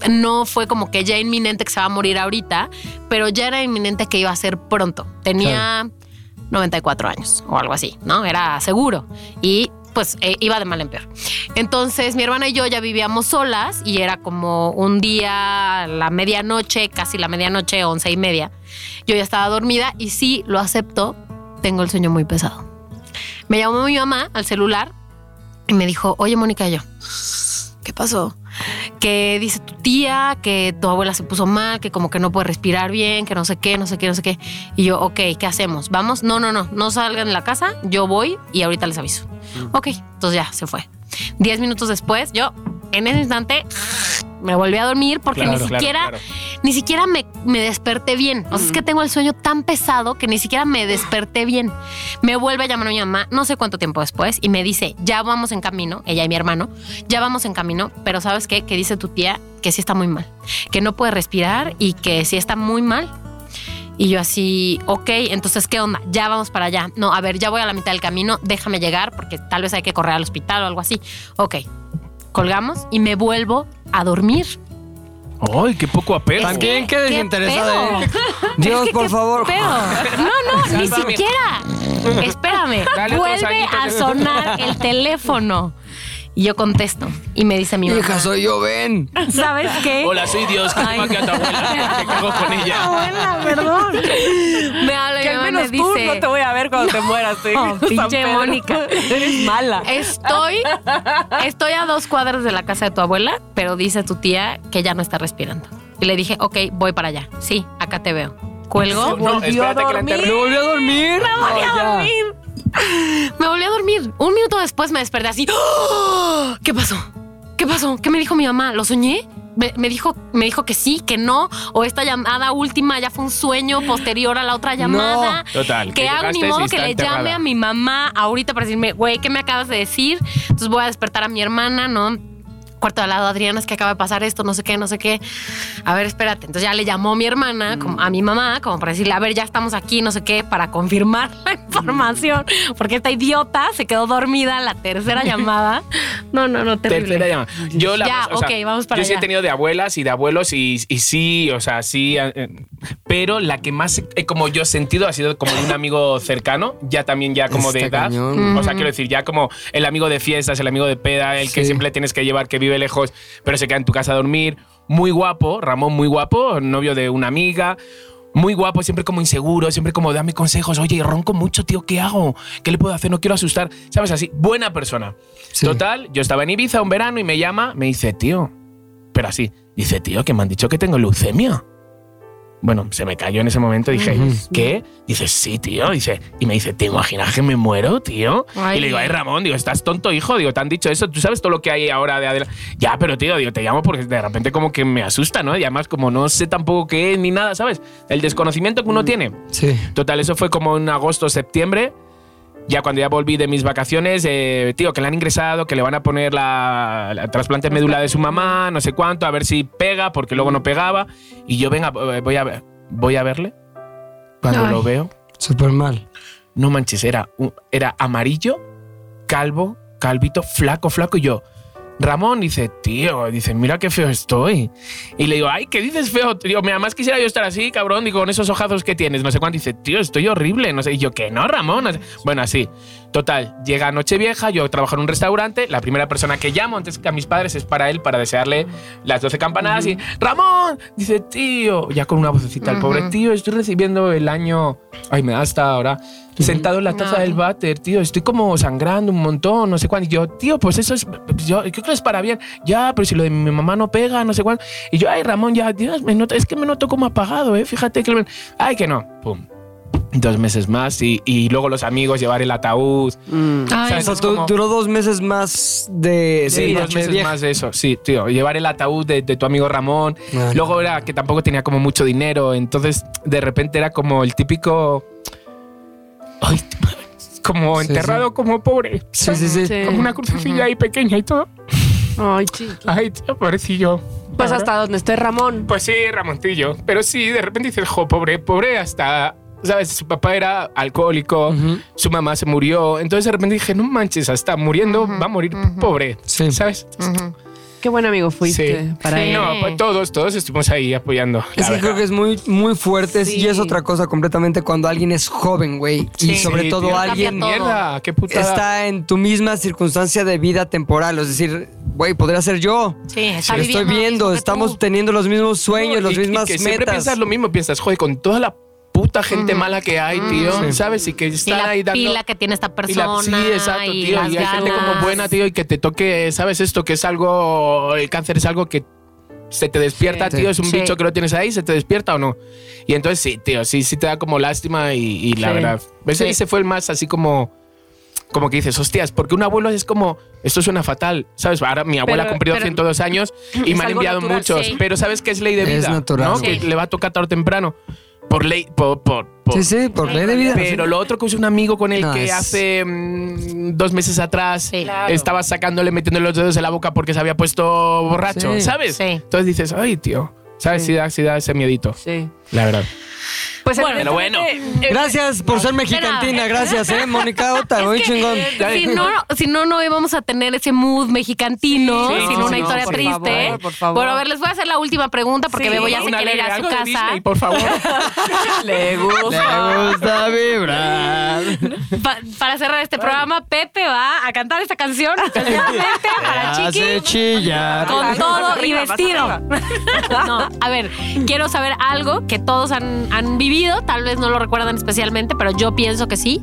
[SPEAKER 5] no fue como que ya inminente que se va a morir ahorita, pero ya era inminente que iba a ser pronto. Tenía 94 años o algo así, ¿no? Era seguro. Y pues eh, iba de mal en peor. Entonces mi hermana y yo ya vivíamos solas y era como un día, la medianoche, casi la medianoche, once y media. Yo ya estaba dormida y sí, lo acepto, tengo el sueño muy pesado. Me llamó mi mamá al celular y me dijo, oye Mónica, y yo, ¿qué pasó? Que dice tu tía que tu abuela se puso mal, que como que no puede respirar bien, que no sé qué, no sé qué, no sé qué. Y yo, ok, ¿qué hacemos? ¿Vamos? No, no, no, no salgan de la casa, yo voy y ahorita les aviso. Ok, entonces ya se fue. Diez minutos después, yo en ese instante me volví a dormir porque ni
[SPEAKER 3] Claro, claro,
[SPEAKER 5] siquiera
[SPEAKER 3] claro.
[SPEAKER 5] ni siquiera me, me desperté bien. O sea, es que tengo el sueño tan pesado que ni siquiera me desperté bien. Me vuelve a llamar mi mamá, no sé cuánto tiempo después, y me dice, ya vamos en camino, ella y mi hermano, ya vamos en camino, pero ¿sabes qué? Que dice tu tía que sí está muy mal, que no puede respirar y que sí está muy mal. Y yo así, ok, entonces, ¿qué onda? Ya vamos para allá. No, a ver, ya voy a la mitad del camino, déjame llegar porque tal vez hay que correr al hospital o algo así. Ok, colgamos y me vuelvo a dormir.
[SPEAKER 3] ¡Ay, qué poco apego!
[SPEAKER 5] Es que-
[SPEAKER 4] También qué
[SPEAKER 5] qué
[SPEAKER 4] desinteresada.
[SPEAKER 5] pedo.
[SPEAKER 4] ¿eh? Dios,
[SPEAKER 5] Es que
[SPEAKER 4] por
[SPEAKER 5] qué
[SPEAKER 4] favor.
[SPEAKER 5] pedo. No, no, ni
[SPEAKER 3] Sálvame.
[SPEAKER 5] siquiera. Espérame.
[SPEAKER 3] Dale otros
[SPEAKER 5] Vuelve a
[SPEAKER 3] añitos.
[SPEAKER 5] sonar el teléfono. Y yo contesto. Y me dice mi
[SPEAKER 4] Hija,
[SPEAKER 5] mamá.
[SPEAKER 4] soy yo, ven.
[SPEAKER 5] ¿Sabes qué?
[SPEAKER 3] Hola, soy Dios. ¿Qué te
[SPEAKER 5] Ay.
[SPEAKER 3] va a quedar tu abuela? Te cago con ella.
[SPEAKER 5] Abuela, perdón. Me habla
[SPEAKER 2] Que al
[SPEAKER 5] mi mamá y me
[SPEAKER 2] menos tú
[SPEAKER 5] dice.
[SPEAKER 2] no te voy a ver cuando te mueras. te digo,
[SPEAKER 5] Oh, pinche
[SPEAKER 2] San Pedro.
[SPEAKER 5] Mónica.
[SPEAKER 2] Eres mala.
[SPEAKER 5] Estoy, estoy a dos cuadras de la casa de tu abuela, pero dice tu tía que ya no está respirando. Y le dije, ok, voy para allá. Sí, acá te veo. Cuelgo.
[SPEAKER 3] No, espérate que la
[SPEAKER 4] ¿Me
[SPEAKER 3] enterré.
[SPEAKER 4] volvió a dormir? No,
[SPEAKER 5] volví a
[SPEAKER 4] ya.
[SPEAKER 5] dormir. Me volví a dormir. Un minuto después me desperté así. ¡Ah! ¿Qué pasó? ¿Qué pasó? ¿Qué me dijo mi mamá? ¿Lo soñé? Me, me dijo, me dijo que sí, que no, o esta llamada última ya fue un sueño posterior a la otra llamada.
[SPEAKER 3] Total,
[SPEAKER 5] Que
[SPEAKER 3] que
[SPEAKER 5] hago ni
[SPEAKER 3] llegaste y
[SPEAKER 5] modo
[SPEAKER 3] está
[SPEAKER 5] que le
[SPEAKER 3] enterrada.
[SPEAKER 5] llame a mi mamá ahorita para decirme, güey, ¿qué me acabas de decir? Entonces voy a despertar a mi hermana, ¿no? Cuarto de al lado, Adriana, es que acaba de pasar esto, no sé qué, no sé qué. A ver, espérate. Entonces ya le llamó mi hermana como- a mi mamá, como para decirle, a ver, ya estamos aquí, no sé qué, para confirmar la información. Porque esta idiota se quedó dormida en la tercera llamada. No, no, no, terrible.
[SPEAKER 3] Tercera llamada. Yo la
[SPEAKER 5] Ya,
[SPEAKER 3] más- o sea,
[SPEAKER 5] ok, vamos para
[SPEAKER 3] Yo sí he
[SPEAKER 5] allá.
[SPEAKER 3] tenido de abuelas y de abuelos y, y sí, o sea, sí. eh, Pero la que más eh, como yo he sentido ha sido como de un amigo cercano, ya también ya como de
[SPEAKER 4] Está
[SPEAKER 3] edad.
[SPEAKER 4] cañón.
[SPEAKER 3] O sea, quiero decir, ya como el amigo de fiestas, el amigo de peda, el que
[SPEAKER 4] Sí.
[SPEAKER 3] siempre tienes que llevar, que vive lejos, pero se queda en tu casa a dormir. Muy guapo, Ramón, muy guapo, novio de una amiga. Muy guapo, siempre como inseguro, siempre como dame consejos. Oye, ronco mucho, tío, ¿qué hago? ¿Qué le puedo hacer? No quiero asustar. ¿Sabes? Así, buena persona.
[SPEAKER 4] Sí.
[SPEAKER 3] Total, yo estaba en Ibiza un verano y me llama, me dice, tío, pero así, dice, tío, que me han dicho que tengo leucemia. Bueno, se me cayó en ese momento, dije, ¿qué? Dice, sí, tío, dice, y me dice, ¿te imaginas que me muero, tío?
[SPEAKER 5] Ay.
[SPEAKER 3] Y le digo, ay, Ramón, digo, estás tonto, hijo, digo, te han dicho eso, tú sabes todo lo que hay ahora de Adela. Ya, pero tío, digo, te llamo porque de repente como que me asusta, ¿no? Y además como no sé tampoco qué es ni nada, ¿sabes? El desconocimiento que uno tiene.
[SPEAKER 4] Sí.
[SPEAKER 3] Total, eso fue como en agosto, septiembre. Ya cuando ya volví de mis vacaciones, eh, tío, que le han ingresado, que le van a poner la, la trasplante de médula de su mamá, no sé cuánto, a ver si pega, porque luego no pegaba. Y yo, venga, eh, voy a, ver- voy a verle. Cuando
[SPEAKER 5] Ay.
[SPEAKER 3] lo veo,
[SPEAKER 4] Súper mal.
[SPEAKER 3] no manches, era, un- era amarillo, calvo, calvito, flaco, flaco. Y yo, Ramón dice, tío, dice, mira qué feo estoy. Y le digo, ay, ¿qué dices feo? Digo, mira, más quisiera yo estar así, cabrón, digo, con esos ojazos que tienes, no sé cuánto. Dice, tío, estoy horrible, no sé. Y yo, que no, Ramón. no sé". Bueno, así. Total, llega Nochevieja, yo trabajo en un restaurante, la primera persona que llamo antes que a mis padres es para él, para desearle las 12 campanadas y, Ramón, dice, tío, ya con una vocecita, el pobre tío, estoy recibiendo el año, ay, me da hasta ahora, sentado en la taza del váter, tío, estoy como sangrando un montón, no sé cuándo. Y yo, tío, pues eso es, yo, yo creo que es para bien, ya, pero si lo de mi mamá no pega, no sé cuándo. Y yo, ay, Ramón, ya, Dios, me noto- es que me noto como apagado, ¿eh? Fíjate que, lo- ay, que no, pum. dos meses más y, y luego los amigos llevar el ataúd.
[SPEAKER 5] Ay,
[SPEAKER 4] O sea, du- duró dos meses más de.
[SPEAKER 3] Sí,
[SPEAKER 4] de
[SPEAKER 3] dos meses
[SPEAKER 4] Nochevieja.
[SPEAKER 3] más de eso. Sí, tío. Llevar el ataúd de, de tu amigo Ramón.
[SPEAKER 4] Ah.
[SPEAKER 3] Luego era que tampoco tenía como mucho dinero. Entonces, de repente era como el típico. Ay, como
[SPEAKER 4] Sí,
[SPEAKER 3] enterrado, como pobre.
[SPEAKER 4] Sí, sí, sí.
[SPEAKER 3] Como una crucecilla ahí pequeña y todo.
[SPEAKER 2] Ay, chico.
[SPEAKER 3] Ay, tío, pobrecillo.
[SPEAKER 2] Pues hasta donde esté Ramón.
[SPEAKER 3] Pues sí, Ramoncillo. Pero sí, de repente dices, jo, pobre, pobre hasta. ¿Sabes? Su papá era alcohólico, su mamá se murió. Entonces de repente dije, no manches, hasta muriendo va a morir pobre.
[SPEAKER 4] Sí.
[SPEAKER 3] ¿Sabes?
[SPEAKER 2] Qué buen amigo fuiste
[SPEAKER 3] Sí.
[SPEAKER 2] para
[SPEAKER 5] Sí.
[SPEAKER 2] él.
[SPEAKER 3] No, pues todos, todos estuvimos ahí apoyando. la
[SPEAKER 4] Es que
[SPEAKER 3] verdad.
[SPEAKER 4] creo que es muy, muy fuerte
[SPEAKER 2] Sí.
[SPEAKER 4] y es otra cosa completamente cuando alguien es joven, güey. Y
[SPEAKER 3] Sí,
[SPEAKER 4] sobre todo
[SPEAKER 3] tío.
[SPEAKER 4] alguien
[SPEAKER 5] Cambia
[SPEAKER 3] Mierda, qué putada.
[SPEAKER 4] está en tu misma circunstancia de vida temporal. Es decir, güey, podría ser yo.
[SPEAKER 5] Sí, está
[SPEAKER 4] Lo estoy
[SPEAKER 5] viviendo lo mismo
[SPEAKER 4] viendo,
[SPEAKER 5] que
[SPEAKER 4] estamos
[SPEAKER 5] tú.
[SPEAKER 4] teniendo los mismos sueños,
[SPEAKER 3] Y-
[SPEAKER 4] las
[SPEAKER 3] y
[SPEAKER 4] mismas
[SPEAKER 3] que Siempre
[SPEAKER 4] metas.
[SPEAKER 3] piensas lo mismo, piensas, joder, con toda la puta gente mala que hay, tío, ¿sabes? Y que
[SPEAKER 5] Y
[SPEAKER 3] están
[SPEAKER 5] la
[SPEAKER 3] ahí dando...
[SPEAKER 5] pila que tiene esta
[SPEAKER 3] y la-
[SPEAKER 5] persona. Y
[SPEAKER 3] sí, exacto, tío.
[SPEAKER 5] las
[SPEAKER 3] y hay gente como
[SPEAKER 5] ganas.
[SPEAKER 3] buena, tío, y que te toque, ¿sabes? Esto que es algo, el cáncer es algo que se te despierta,
[SPEAKER 4] Sí.
[SPEAKER 3] tío, es un
[SPEAKER 5] Sí.
[SPEAKER 3] bicho que lo tienes ahí, se te despierta o no. Y entonces sí, tío, sí, sí te da como lástima y, y la
[SPEAKER 2] Sí.
[SPEAKER 3] verdad. Ese,
[SPEAKER 5] Sí.
[SPEAKER 3] ese fue el más así como... Como que dices, hostias, porque un abuelo es como, esto suena fatal, ¿sabes? Ahora mi abuela ha
[SPEAKER 2] Pero-
[SPEAKER 3] cumplido
[SPEAKER 2] pero-
[SPEAKER 3] 102 años y
[SPEAKER 2] Es
[SPEAKER 3] me han
[SPEAKER 2] algo
[SPEAKER 3] enviado
[SPEAKER 2] natural,
[SPEAKER 3] muchos,
[SPEAKER 5] sí.
[SPEAKER 3] pero ¿sabes qué es ley de vida?
[SPEAKER 4] Es natural.
[SPEAKER 3] ¿no?
[SPEAKER 4] Sí.
[SPEAKER 3] Que le va a tocar tarde o temprano, por ley, por, por, por,
[SPEAKER 4] Sí, sí, por ley de vida.
[SPEAKER 3] pero lo otro que es un amigo con el
[SPEAKER 4] No,
[SPEAKER 3] que
[SPEAKER 4] es-
[SPEAKER 3] hace mm, dos meses atrás
[SPEAKER 5] Sí.
[SPEAKER 3] estaba sacándole, metiéndole los dedos en la boca porque se había puesto borracho,
[SPEAKER 4] Sí.
[SPEAKER 3] ¿sabes?
[SPEAKER 5] Sí.
[SPEAKER 3] Entonces dices, ay, tío. ¿Sabes?
[SPEAKER 2] Sí.
[SPEAKER 3] Sí, da, sí da ese miedito.
[SPEAKER 2] Sí.
[SPEAKER 3] La verdad.
[SPEAKER 2] Pues
[SPEAKER 5] Bueno,
[SPEAKER 3] pero bueno.
[SPEAKER 2] evidentemente, eh,
[SPEAKER 4] Gracias por ser mexicantina, gracias, eh, Mónica Ota, muy chingón.
[SPEAKER 5] Si no, si no, no íbamos a tener ese mood mexicantino,
[SPEAKER 2] Sí,
[SPEAKER 5] sino
[SPEAKER 2] no,
[SPEAKER 5] una
[SPEAKER 2] no,
[SPEAKER 5] historia
[SPEAKER 2] por
[SPEAKER 5] triste.
[SPEAKER 2] favor, por favor.
[SPEAKER 5] Bueno, a ver, les voy a hacer la última pregunta porque
[SPEAKER 2] Sí.
[SPEAKER 5] Bebo ya se
[SPEAKER 3] Una
[SPEAKER 5] quiere ir
[SPEAKER 3] ley,
[SPEAKER 5] a su
[SPEAKER 3] algo de
[SPEAKER 5] casa.
[SPEAKER 3] Disney, por favor.
[SPEAKER 2] le gusta.
[SPEAKER 4] Me gusta vibrar.
[SPEAKER 5] Pa- para cerrar este programa, Pepe va a cantar esta canción especialmente para
[SPEAKER 4] Hace
[SPEAKER 5] Chiqui.
[SPEAKER 4] chillar.
[SPEAKER 5] Con todo y
[SPEAKER 2] Arriba, vas
[SPEAKER 5] vestido.
[SPEAKER 2] arriba.
[SPEAKER 5] No, a ver, quiero saber algo que todos han, han vivido, tal vez no lo recuerdan especialmente, pero yo pienso que sí.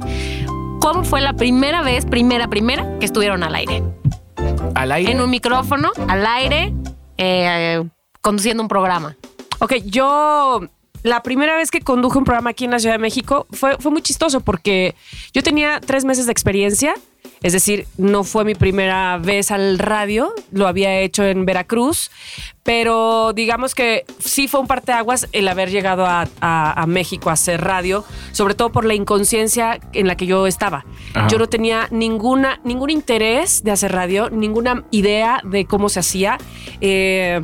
[SPEAKER 5] ¿Cómo fue la primera vez, primera, primera, que estuvieron al aire?
[SPEAKER 3] Al aire.
[SPEAKER 5] en un micrófono, al aire, eh, conduciendo un programa.
[SPEAKER 2] Ok, yo la primera vez que conduje un programa aquí en la Ciudad de México fue, fue muy chistoso porque yo tenía tres meses de experiencia. Es decir, no fue mi primera vez al radio, lo había hecho en Veracruz, pero digamos que sí fue un parteaguas el haber llegado a, a- a México a hacer radio, sobre todo por la inconsciencia en la que yo estaba.
[SPEAKER 3] Ajá.
[SPEAKER 2] Yo no tenía ninguna, ningún interés de hacer radio, ninguna idea de cómo se hacía. Eh,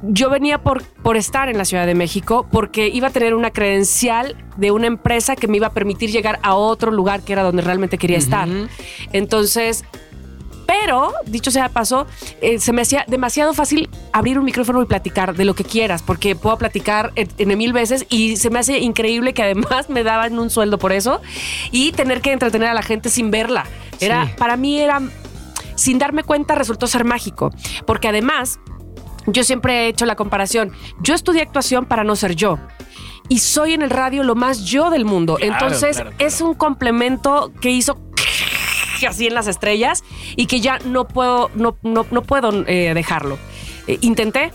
[SPEAKER 2] yo venía por, por estar en la Ciudad de México porque iba a tener una credencial de una empresa que me iba a permitir llegar a otro lugar que era donde realmente quería estar. Entonces, pero, dicho sea de paso, eh, se me hacía demasiado fácil abrir un micrófono y platicar de lo que quieras, porque puedo platicar en, en mil veces y se me hace increíble que además me daban un sueldo por eso y tener que entretener a la gente sin verla. Era,
[SPEAKER 4] Sí.
[SPEAKER 2] Para mí era, sin darme cuenta, resultó ser mágico, porque además yo siempre he hecho la comparación. Yo estudié actuación para no ser yo. Y soy en el radio lo más yo del mundo.
[SPEAKER 3] Claro,
[SPEAKER 2] Entonces
[SPEAKER 3] claro,
[SPEAKER 2] es un complemento que hizo así en las estrellas y que ya no puedo, no, no, no puedo eh, dejarlo. Eh, intenté,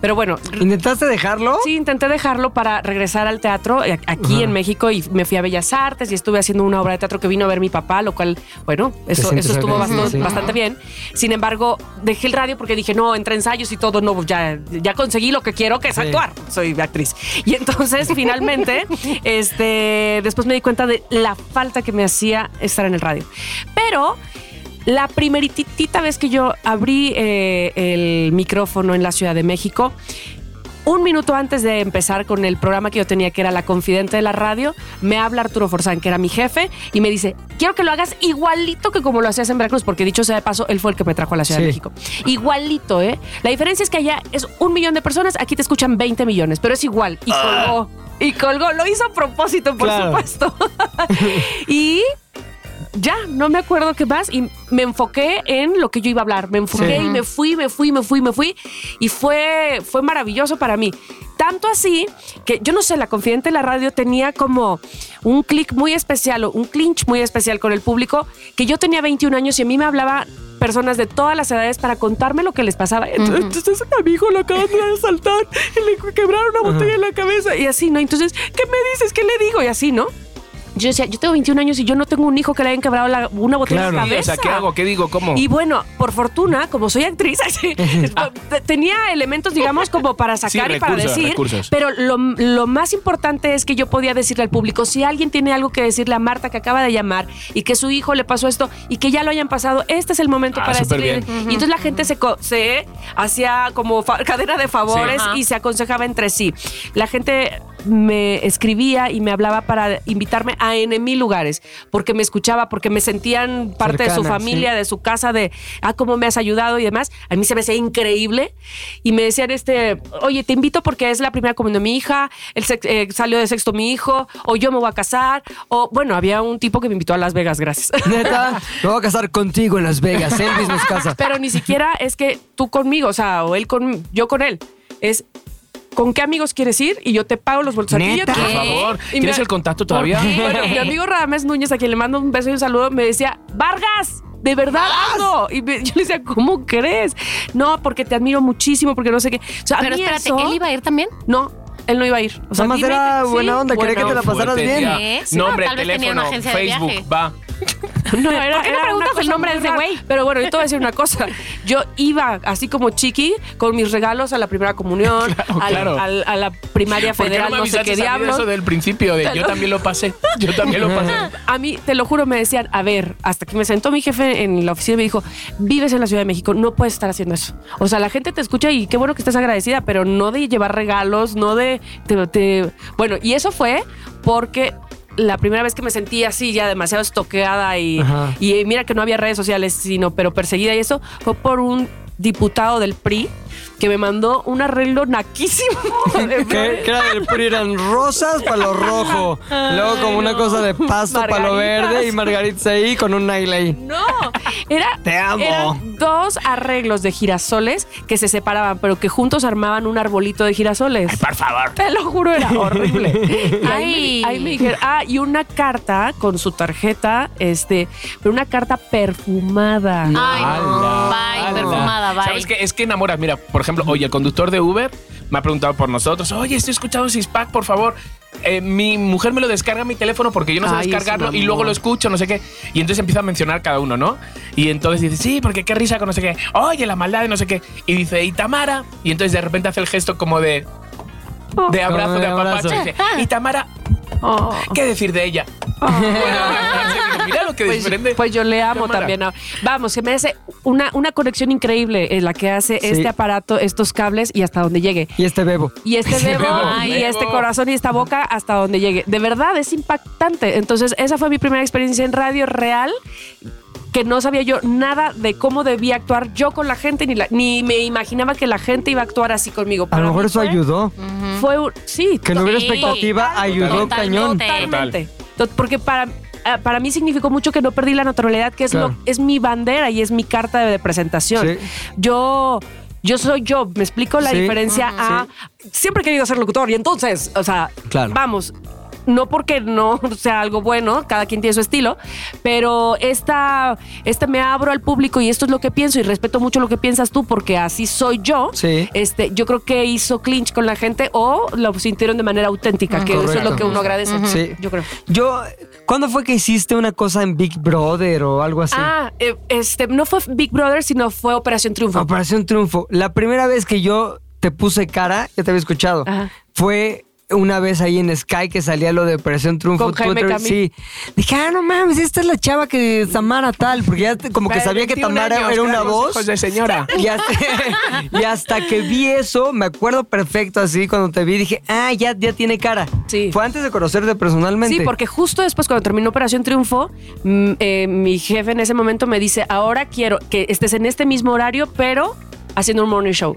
[SPEAKER 2] pero bueno,
[SPEAKER 4] ¿Intentaste dejarlo?
[SPEAKER 2] Sí, intenté dejarlo para regresar al teatro eh, aquí
[SPEAKER 4] Ajá.
[SPEAKER 2] en México y me fui a Bellas Artes y estuve haciendo una obra de teatro que vino a ver mi papá, lo cual, bueno, eso,
[SPEAKER 4] sientes
[SPEAKER 2] eso estuvo
[SPEAKER 4] agradecido,
[SPEAKER 2] bastante,
[SPEAKER 4] sí.
[SPEAKER 2] bastante bien. Sin embargo, dejé el radio porque dije, no, entre ensayos y todo, no, pues ya, ya conseguí lo que quiero, que es
[SPEAKER 4] Sí.
[SPEAKER 2] actuar. Soy actriz. Y entonces, finalmente, este, después me di cuenta de la falta que me hacía estar en el radio. Pero... La primeritita vez que yo abrí eh, el micrófono en la Ciudad de México, un minuto antes de empezar con el programa que yo tenía, que era La Confidente de la Radio, me habla Arturo Forzán, que era mi jefe, y me dice, quiero que lo hagas igualito que como lo hacías en Veracruz, porque dicho sea de paso, él fue el que me trajo a la Ciudad de
[SPEAKER 4] Sí.
[SPEAKER 2] México. Igualito, ¿eh? La diferencia es que allá es un millón de personas, aquí te escuchan 20 millones, pero es igual. Y colgó, y colgó, lo hizo a propósito, por
[SPEAKER 4] Claro.
[SPEAKER 2] supuesto. y ya, no me acuerdo qué más y me enfoqué en lo que yo iba a hablar. Me enfoqué
[SPEAKER 4] Sí.
[SPEAKER 2] y me fui, me fui, me fui, me fui y fue, fue maravilloso para mí. Tanto así que yo no sé, la confidente de la radio tenía como un clic muy especial o un clinch muy especial con el público que yo tenía 21 años y a mí me hablaba personas de todas las edades para contarme lo que les pasaba. Entonces, entonces a mi hijo lo acaban de asaltar y le quebraron una botella en la cabeza y así, ¿no? Entonces, ¿qué me dices? ¿Qué le digo? Y así, ¿no? Yo decía, yo tengo 21 años y yo no tengo un hijo que le hayan quebrado la- una botella en la
[SPEAKER 4] Claro.
[SPEAKER 2] cabeza.
[SPEAKER 3] O sea, ¿qué hago? ¿Qué digo? ¿Cómo?
[SPEAKER 2] Y bueno, por fortuna, como soy actriz, así, te- tenía elementos, digamos, como para sacar
[SPEAKER 3] Sí,
[SPEAKER 2] y para
[SPEAKER 3] recursos,
[SPEAKER 2] decir.
[SPEAKER 3] recursos.
[SPEAKER 2] Pero lo, lo más importante es que yo podía decirle al público, si alguien tiene algo que decirle a Marta que acaba de llamar y que su hijo le pasó esto y que ya lo hayan pasado, este es el momento
[SPEAKER 3] Ah,
[SPEAKER 2] para
[SPEAKER 3] súper
[SPEAKER 2] decirle.
[SPEAKER 3] bien.
[SPEAKER 2] Y entonces la gente se, co- se hacía como fa- cadena de favores
[SPEAKER 5] Sí. Ajá.
[SPEAKER 2] y se aconsejaba entre sí. La gente me escribía y me hablaba para invitarme a N mil lugares, porque me escuchaba, porque me sentían parte de su
[SPEAKER 4] Cercana,
[SPEAKER 2] familia,
[SPEAKER 4] sí.
[SPEAKER 2] de su casa, de ah, cómo me has ayudado y demás. A mí se me hacía increíble. Y me decían, este, oye, te invito porque es la primera comunión de mi hija, el sex- eh, salió de sexto mi hijo, o yo me voy a casar, o bueno, había un tipo que me invitó a Las Vegas, gracias.
[SPEAKER 4] Neta, me voy a casar contigo en Las Vegas. Elvis nos casa.
[SPEAKER 2] Pero ni siquiera es que tú conmigo, o sea, o él con yo con él. Es con qué amigos quieres ir y yo te pago los bolsos. Y yo
[SPEAKER 4] ¿Neta?
[SPEAKER 2] te-
[SPEAKER 3] Por favor,
[SPEAKER 2] Y
[SPEAKER 3] ¿tienes
[SPEAKER 2] me-
[SPEAKER 3] el contacto todavía?
[SPEAKER 2] Bueno, mi amigo Radamés Núñez, a quien le mando un beso y un saludo, me decía, Vargas, de verdad hazlo. Y me- yo le decía, ¿cómo crees? No, porque te admiro muchísimo, porque no sé qué. O sea, a
[SPEAKER 5] Pero
[SPEAKER 2] mí
[SPEAKER 5] espérate,
[SPEAKER 2] eso-
[SPEAKER 5] ¿él iba a ir también?
[SPEAKER 2] No, él no iba a ir. O sea,
[SPEAKER 4] Nada más
[SPEAKER 2] dime-
[SPEAKER 4] era
[SPEAKER 2] sí,
[SPEAKER 4] buena onda, quería que te la
[SPEAKER 2] bueno,
[SPEAKER 4] pasaras
[SPEAKER 3] Fuerte,
[SPEAKER 4] bien.
[SPEAKER 3] ya.
[SPEAKER 5] ¿Eh? Sí,
[SPEAKER 3] Nombre,
[SPEAKER 5] no, tal vez tenía
[SPEAKER 3] teléfono,
[SPEAKER 5] una agencia de
[SPEAKER 3] Facebook,
[SPEAKER 5] viaje.
[SPEAKER 3] va.
[SPEAKER 2] No, era,
[SPEAKER 5] ¿Por qué no
[SPEAKER 2] era
[SPEAKER 5] preguntas
[SPEAKER 2] una
[SPEAKER 5] el
[SPEAKER 2] cosa
[SPEAKER 5] nombre
[SPEAKER 2] muy
[SPEAKER 5] de ese
[SPEAKER 2] rara.
[SPEAKER 5] güey?
[SPEAKER 2] Pero bueno, yo te voy a decir una cosa. Yo iba así como chiqui con mis regalos a la primera comunión,
[SPEAKER 3] Claro,
[SPEAKER 2] al-
[SPEAKER 3] claro.
[SPEAKER 2] al- a la primaria
[SPEAKER 3] ¿Por qué no
[SPEAKER 2] federal,
[SPEAKER 3] me
[SPEAKER 2] no, sé
[SPEAKER 3] avisaste
[SPEAKER 2] qué
[SPEAKER 3] a mí de
[SPEAKER 2] diablos.
[SPEAKER 3] eso del principio? De, yo también lo pasé. Yo también lo pasé.
[SPEAKER 2] A mí, te lo juro, me decían, a ver, hasta que me sentó mi jefe en la oficina y me dijo, vives en la Ciudad de México, no puedes estar haciendo eso. O sea, la gente te escucha y qué bueno que estés agradecida, pero no de llevar regalos, no de... te- te- Bueno, y eso fue porque... La primera vez que me sentí así, ya demasiado estoqueada y,
[SPEAKER 4] Ajá.
[SPEAKER 2] y mira que no había redes sociales, sino pero perseguida y eso, fue por un diputado del PRI que me mandó un arreglo naquísimo. de
[SPEAKER 4] Que, que era del PRI, eran rosas para lo rojo. Luego como una cosa de pasto para lo
[SPEAKER 2] Margaritas.
[SPEAKER 4] verde y margaritas ahí con un nail ahí.
[SPEAKER 2] No, era,
[SPEAKER 4] Te amo.
[SPEAKER 2] eran dos arreglos de girasoles que se separaban, pero que juntos armaban un arbolito de girasoles.
[SPEAKER 3] Por favor.
[SPEAKER 2] Te lo juro, era horrible. Y ahí,
[SPEAKER 5] Ay.
[SPEAKER 2] me, ahí me dijeron, ah, y una carta con su tarjeta, este, pero una carta perfumada.
[SPEAKER 5] Ay, no. Bye,
[SPEAKER 3] Ala.
[SPEAKER 5] perfumada, bye.
[SPEAKER 3] ¿Sabes qué? Es que enamoras. Mira, por ejemplo, oye, el conductor de Uber me ha preguntado por nosotros. Oye, estoy escuchando Sixpack, por favor. Eh, mi mujer me lo descarga en mi teléfono porque yo no sé
[SPEAKER 2] Ay, es un
[SPEAKER 3] descargarlo y
[SPEAKER 2] amor.
[SPEAKER 3] luego lo escucho, no sé qué. Y entonces empieza a mencionar cada uno, ¿no? Y entonces dice, sí, porque qué risa con no sé qué. Oye, la maldad de no sé qué. Y dice, y Tamara. Y entonces de repente hace el gesto como de. De abrazo,
[SPEAKER 4] Como
[SPEAKER 3] de
[SPEAKER 4] de abrazo.
[SPEAKER 3] apapacho. Y dice, y Tamara,
[SPEAKER 2] Oh.
[SPEAKER 3] ¿qué decir de ella? Bueno, mira lo que
[SPEAKER 2] Pues,
[SPEAKER 3] desprende.
[SPEAKER 2] pues yo le amo
[SPEAKER 3] Cámara.
[SPEAKER 2] también. Vamos, se me hace una, una conexión increíble eh, la que hace
[SPEAKER 4] Sí.
[SPEAKER 2] este aparato, estos cables y hasta donde llegue.
[SPEAKER 4] Y este bebo.
[SPEAKER 2] y este
[SPEAKER 3] Ese
[SPEAKER 2] bebo
[SPEAKER 3] bebo,
[SPEAKER 2] ay, y
[SPEAKER 3] bebo.
[SPEAKER 2] este corazón y esta boca hasta donde llegue. De verdad es impactante. Entonces, esa fue mi primera experiencia en radio real que no sabía yo nada de cómo debía actuar yo con la gente ni la- ni me imaginaba que la gente iba a actuar así conmigo.
[SPEAKER 4] A
[SPEAKER 2] Para
[SPEAKER 4] lo
[SPEAKER 2] mí
[SPEAKER 4] mejor eso
[SPEAKER 2] fue-
[SPEAKER 4] ayudó.
[SPEAKER 2] Fue un- sí,
[SPEAKER 4] Que no hubiera
[SPEAKER 5] Sí.
[SPEAKER 4] expectativa ayudó
[SPEAKER 5] Totalmente.
[SPEAKER 4] cañón.
[SPEAKER 2] Totalmente. Tot- Porque para, ah, para mí significó mucho que no perdí la naturalidad, que es,
[SPEAKER 4] Claro.
[SPEAKER 2] lo, es mi bandera y es mi carta de, de presentación.
[SPEAKER 4] Sí.
[SPEAKER 2] Yo. Yo soy yo, me explico la
[SPEAKER 4] Sí.
[SPEAKER 2] diferencia a... Siempre he querido ser locutor y entonces, o sea,
[SPEAKER 4] Claro.
[SPEAKER 2] vamos, no porque no sea algo bueno, cada quien tiene su estilo, pero esta, esta me abro al público y esto es lo que pienso y respeto mucho lo que piensas tú porque así soy yo.
[SPEAKER 4] Sí.
[SPEAKER 2] Este, yo creo que hizo clinch con la gente o lo sintieron de manera auténtica, que eso es
[SPEAKER 4] Mm, Correcto.
[SPEAKER 2] lo que uno agradece.
[SPEAKER 4] Sí.
[SPEAKER 2] Yo creo.
[SPEAKER 4] Yo, ¿cuándo fue que hiciste una cosa en Big Brother o algo así?
[SPEAKER 2] Ah, eh, este, no fue Big Brother, sino fue Operación Triunfo.
[SPEAKER 4] Operación Triunfo. La primera vez que yo te puse cara, ya te había escuchado,
[SPEAKER 2] Ajá.
[SPEAKER 4] fue una vez ahí en Sky que salía lo de Operación Triunfo.
[SPEAKER 2] Con Jaime
[SPEAKER 4] Twitter,
[SPEAKER 2] Camil.
[SPEAKER 4] sí. Dije, ah, no mames, esta es la chava que Tamara tal, porque ya te- como que sabía que
[SPEAKER 3] 21
[SPEAKER 4] Tamara
[SPEAKER 3] años,
[SPEAKER 4] era una
[SPEAKER 3] claro,
[SPEAKER 4] voz.
[SPEAKER 3] hijos de señora.
[SPEAKER 4] Y hasta, y hasta que vi eso, me acuerdo perfecto así, cuando te vi, dije, ah, ya, ya tiene cara.
[SPEAKER 2] Sí.
[SPEAKER 4] Fue antes de conocerte personalmente.
[SPEAKER 2] Sí, porque justo después, cuando terminó Operación Triunfo, mm, eh, mi jefe en ese momento me dice: Ahora quiero que estés en este mismo horario, pero haciendo un morning show.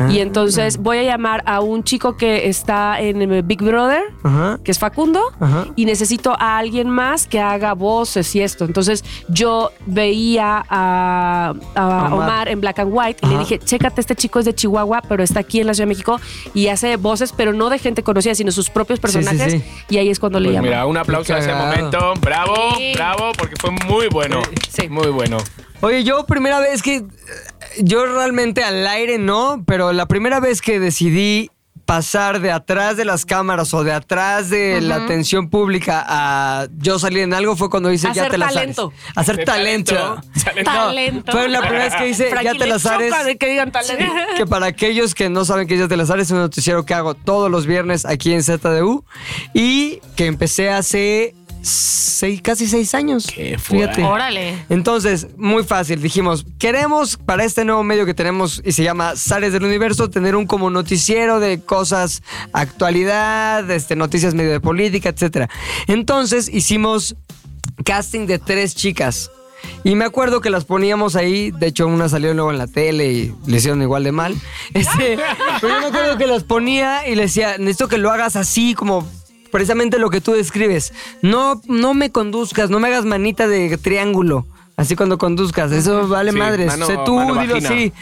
[SPEAKER 4] Ah.
[SPEAKER 2] Y entonces voy a llamar a un chico que está en eh, Big Brother,
[SPEAKER 4] Ajá.
[SPEAKER 2] que es Facundo,
[SPEAKER 4] Ajá.
[SPEAKER 2] y necesito a alguien más que haga voces y esto. Entonces yo veía a, a
[SPEAKER 4] Omar.
[SPEAKER 2] Omar. en Black and White y le
[SPEAKER 4] Ajá.
[SPEAKER 2] dije, chécate, este chico es de Chihuahua, pero está aquí en la Ciudad de México y hace voces, pero no de gente conocida, sino sus propios
[SPEAKER 4] sí,
[SPEAKER 2] personajes.
[SPEAKER 4] sí.
[SPEAKER 2] Y ahí es cuando le
[SPEAKER 3] Pues
[SPEAKER 2] llamé.
[SPEAKER 3] mira, un aplauso a ese
[SPEAKER 4] cagado.
[SPEAKER 3] momento. Bravo,
[SPEAKER 5] Sí.
[SPEAKER 3] bravo, porque fue muy bueno.
[SPEAKER 2] Sí.
[SPEAKER 3] Muy bueno.
[SPEAKER 4] Oye, yo primera vez que. eh, Yo realmente al aire no, pero la primera vez que decidí pasar de atrás de las cámaras o de atrás de la atención pública a yo salir en algo fue cuando hice
[SPEAKER 2] Hacer
[SPEAKER 4] Ya te las
[SPEAKER 2] talento.
[SPEAKER 4] ares. Hacer
[SPEAKER 3] De
[SPEAKER 4] talento.
[SPEAKER 3] talento.
[SPEAKER 4] No,
[SPEAKER 5] Talento.
[SPEAKER 4] fue la primera vez que hice Ya
[SPEAKER 2] Frankie,
[SPEAKER 4] te
[SPEAKER 2] le
[SPEAKER 4] las ares.
[SPEAKER 2] choca de que digan talento.
[SPEAKER 4] que para aquellos que no saben que es Días de las Ares, es un noticiero que hago todos los viernes aquí en ZDU y que empecé hace seis, casi seis años.
[SPEAKER 3] Qué fuerte.
[SPEAKER 5] Órale.
[SPEAKER 4] Entonces, muy fácil, dijimos, queremos para este nuevo medio que tenemos y se llama Sales del Universo, tener un como noticiero de cosas, actualidad, este, noticias medio de política, etc. Entonces hicimos casting de tres chicas. Y me acuerdo que las poníamos ahí, de hecho una salió luego en la tele y le hicieron igual de mal. Este, pero yo me acuerdo que las ponía y le decía, necesito que lo hagas así, como precisamente lo que tú describes. No, no me conduzcas, no me hagas manita de triángulo. Así cuando conduzcas, eso vale
[SPEAKER 3] Sí,
[SPEAKER 4] madres.
[SPEAKER 3] mano-
[SPEAKER 4] sé tú,
[SPEAKER 3] mano
[SPEAKER 4] dilo
[SPEAKER 3] vagina.
[SPEAKER 4] así.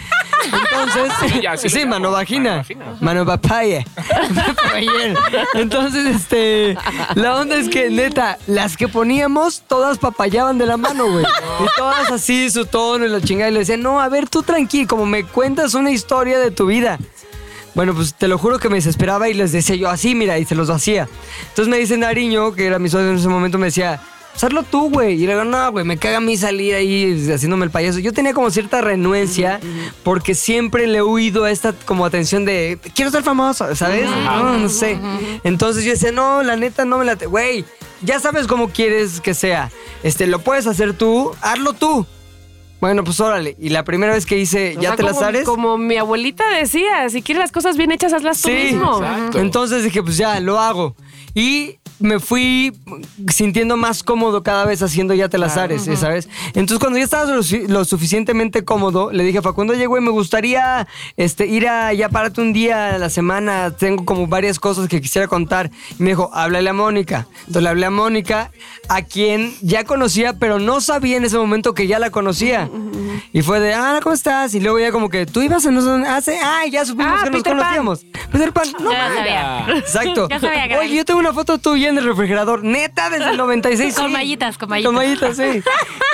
[SPEAKER 4] Entonces,
[SPEAKER 3] Sí, ya, sí
[SPEAKER 4] sí,
[SPEAKER 3] le llamo,
[SPEAKER 4] mano
[SPEAKER 3] mano
[SPEAKER 4] vagina.
[SPEAKER 3] vagina.
[SPEAKER 4] Mano papaya. Papayel. Entonces, este. La onda es que, neta, las que poníamos, todas papayaban de la mano, güey. Y todas así, su tono y la chingada. Y le decían, no, a ver, tú tranqui, como me cuentas una historia de tu vida. Bueno, pues te lo juro que me desesperaba y les decía yo así, mira, y se los hacía. Entonces me dice Nariño, que era mi socio en ese momento, me decía, pues hazlo tú, güey. Y le digo, no, güey, me caga a mí salir ahí haciéndome el payaso. Yo tenía como cierta renuencia porque siempre le he huido a esta como atención de, quiero ser famoso, ¿sabes? No, no sé. Entonces yo decía, no, la neta, no me la... Güey, ya sabes cómo quieres que sea. Este, lo puedes hacer tú, hazlo tú. Bueno, pues órale. Y la primera vez que hice,
[SPEAKER 2] O
[SPEAKER 4] ya
[SPEAKER 2] sea,
[SPEAKER 4] te las
[SPEAKER 2] como-
[SPEAKER 4] ares.
[SPEAKER 2] Como mi abuelita decía, si quieres las cosas bien hechas, hazlas tú mismo.
[SPEAKER 3] exacto.
[SPEAKER 4] Entonces dije, pues ya, lo hago. Y me fui sintiendo más cómodo cada vez haciendo ya te las ares, ¿sabes? Entonces cuando ya estaba lo, su- lo suficientemente cómodo, le dije a Facundo, oye, güey, me gustaría este, ir a, ya párate un día a la semana, tengo como varias cosas que quisiera contar. Y me dijo, háblale a Mónica. Entonces le hablé a Mónica, a quien ya conocía, pero no sabía en ese momento que ya la conocía. Y fue de, ah, ¿cómo estás? Y luego ya como que, tú ibas en... Hace, ah, ya supimos
[SPEAKER 2] Ah,
[SPEAKER 4] que nos
[SPEAKER 2] Peter Pan.
[SPEAKER 4] conocíamos. Peter Pues, Pan, no
[SPEAKER 5] Ya la
[SPEAKER 4] mames.
[SPEAKER 5] sabía.
[SPEAKER 4] Exacto.
[SPEAKER 5] Ya sabía que era
[SPEAKER 4] Oye,
[SPEAKER 5] él.
[SPEAKER 4] yo tengo una foto tuya en el refrigerador, neta, desde el 96.
[SPEAKER 5] Con
[SPEAKER 4] sí.
[SPEAKER 5] mallitas, con mallitas.
[SPEAKER 4] Con mallitas, sí.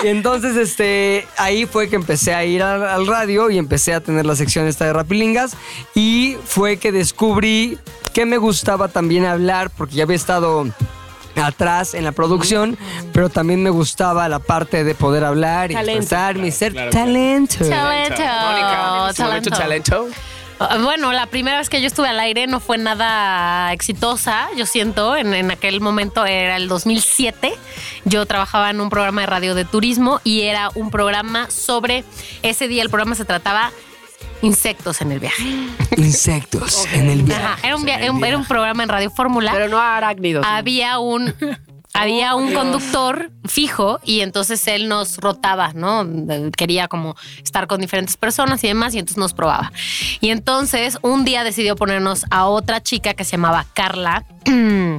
[SPEAKER 4] Y entonces, este, ahí fue que empecé a ir al, al radio y empecé a tener la sección esta de Rapilingas. Y fue que descubrí que me gustaba también hablar, porque ya había estado atrás en la producción, pero también me gustaba la parte de poder hablar y
[SPEAKER 2] Talento.
[SPEAKER 4] expresarme y ser
[SPEAKER 3] Claro, claro.
[SPEAKER 4] talento.
[SPEAKER 5] Talento.
[SPEAKER 3] Mónica, talento, talento.
[SPEAKER 5] Ah, Bueno, la primera vez que yo estuve al aire no fue nada exitosa, yo siento. En, en aquel momento era el 2007. Yo trabajaba en un programa de radio de turismo y era un programa sobre. Ese día el programa se trataba insectos en el viaje.
[SPEAKER 4] Insectos en el viaje.
[SPEAKER 5] Ajá, era, un via- era un- era un programa en Radio Fórmula.
[SPEAKER 2] Pero no a arácnidos.
[SPEAKER 5] había un había un conductor fijo y entonces él nos rotaba, ¿no? Quería como estar con diferentes personas y demás y entonces nos probaba. Y entonces un día decidió ponernos a otra chica que se llamaba Carla.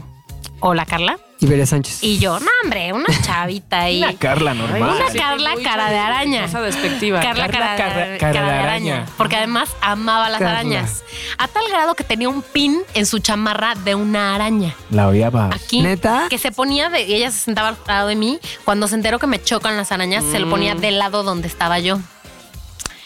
[SPEAKER 5] Hola Carla.
[SPEAKER 4] Iberia Sánchez.
[SPEAKER 5] Y yo, no hombre, una chavita ahí.
[SPEAKER 3] Una Carla normal.
[SPEAKER 5] Una Carla cara de araña.
[SPEAKER 2] Cosa despectiva.
[SPEAKER 5] Carla,
[SPEAKER 3] Carla
[SPEAKER 5] cara,
[SPEAKER 3] Cara-
[SPEAKER 5] de-
[SPEAKER 3] Cara
[SPEAKER 5] cara
[SPEAKER 3] de
[SPEAKER 5] de
[SPEAKER 3] Araña.
[SPEAKER 5] araña. Porque además amaba las
[SPEAKER 4] Carla.
[SPEAKER 5] arañas. A tal grado que tenía un pin en su chamarra de una araña
[SPEAKER 3] La odiaba.
[SPEAKER 5] aquí.
[SPEAKER 4] ¿Neta?
[SPEAKER 5] Que se ponía de. y Ella se sentaba al lado de mí. Cuando se enteró que me chocan las arañas, se lo ponía del lado donde estaba yo.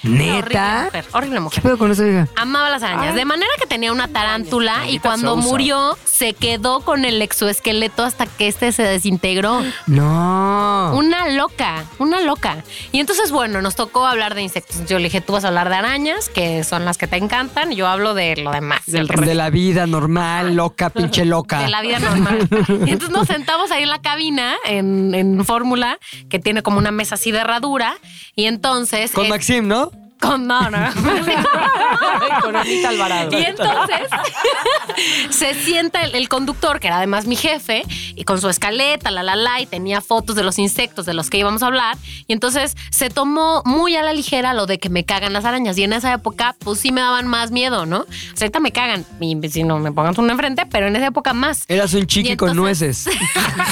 [SPEAKER 5] Horrible
[SPEAKER 4] Mm. ¿Neta?
[SPEAKER 5] mujer. Horrible
[SPEAKER 4] ¿Qué
[SPEAKER 5] mujer.
[SPEAKER 4] pedo con eso, hija?
[SPEAKER 5] Amaba las arañas. De manera que tenía una tarántula y cuando
[SPEAKER 3] Sousa.
[SPEAKER 5] murió se quedó con el exoesqueleto hasta que este se desintegró.
[SPEAKER 4] No.
[SPEAKER 5] Una loca, una loca. Y entonces, bueno, nos tocó hablar de insectos. Yo le dije, tú vas a hablar de arañas, que son las que te encantan. y Yo hablo de lo demás. el
[SPEAKER 4] de la vida normal, loca, pinche loca.
[SPEAKER 5] de la vida normal. Y entonces nos sentamos ahí en la cabina, en, en Fórmula, que tiene como una mesa así de herradura. Y entonces.
[SPEAKER 4] Con
[SPEAKER 5] eh,
[SPEAKER 4] Maxim, ¿no?
[SPEAKER 5] Con no, no.
[SPEAKER 2] Con Anita Alvarado.
[SPEAKER 5] Y entonces se sienta el, el conductor, que era además mi jefe, y con su escaleta, la la la, y tenía fotos de los insectos de los que íbamos a hablar. Y entonces se tomó muy a la ligera lo de que me cagan las arañas. Y en esa época, pues sí me daban más miedo, ¿no? O sea, ahorita me cagan, y si no me pongan una enfrente, pero en esa época más.
[SPEAKER 4] Eras un chiqui
[SPEAKER 5] Y
[SPEAKER 4] con
[SPEAKER 5] entonces-
[SPEAKER 4] nueces.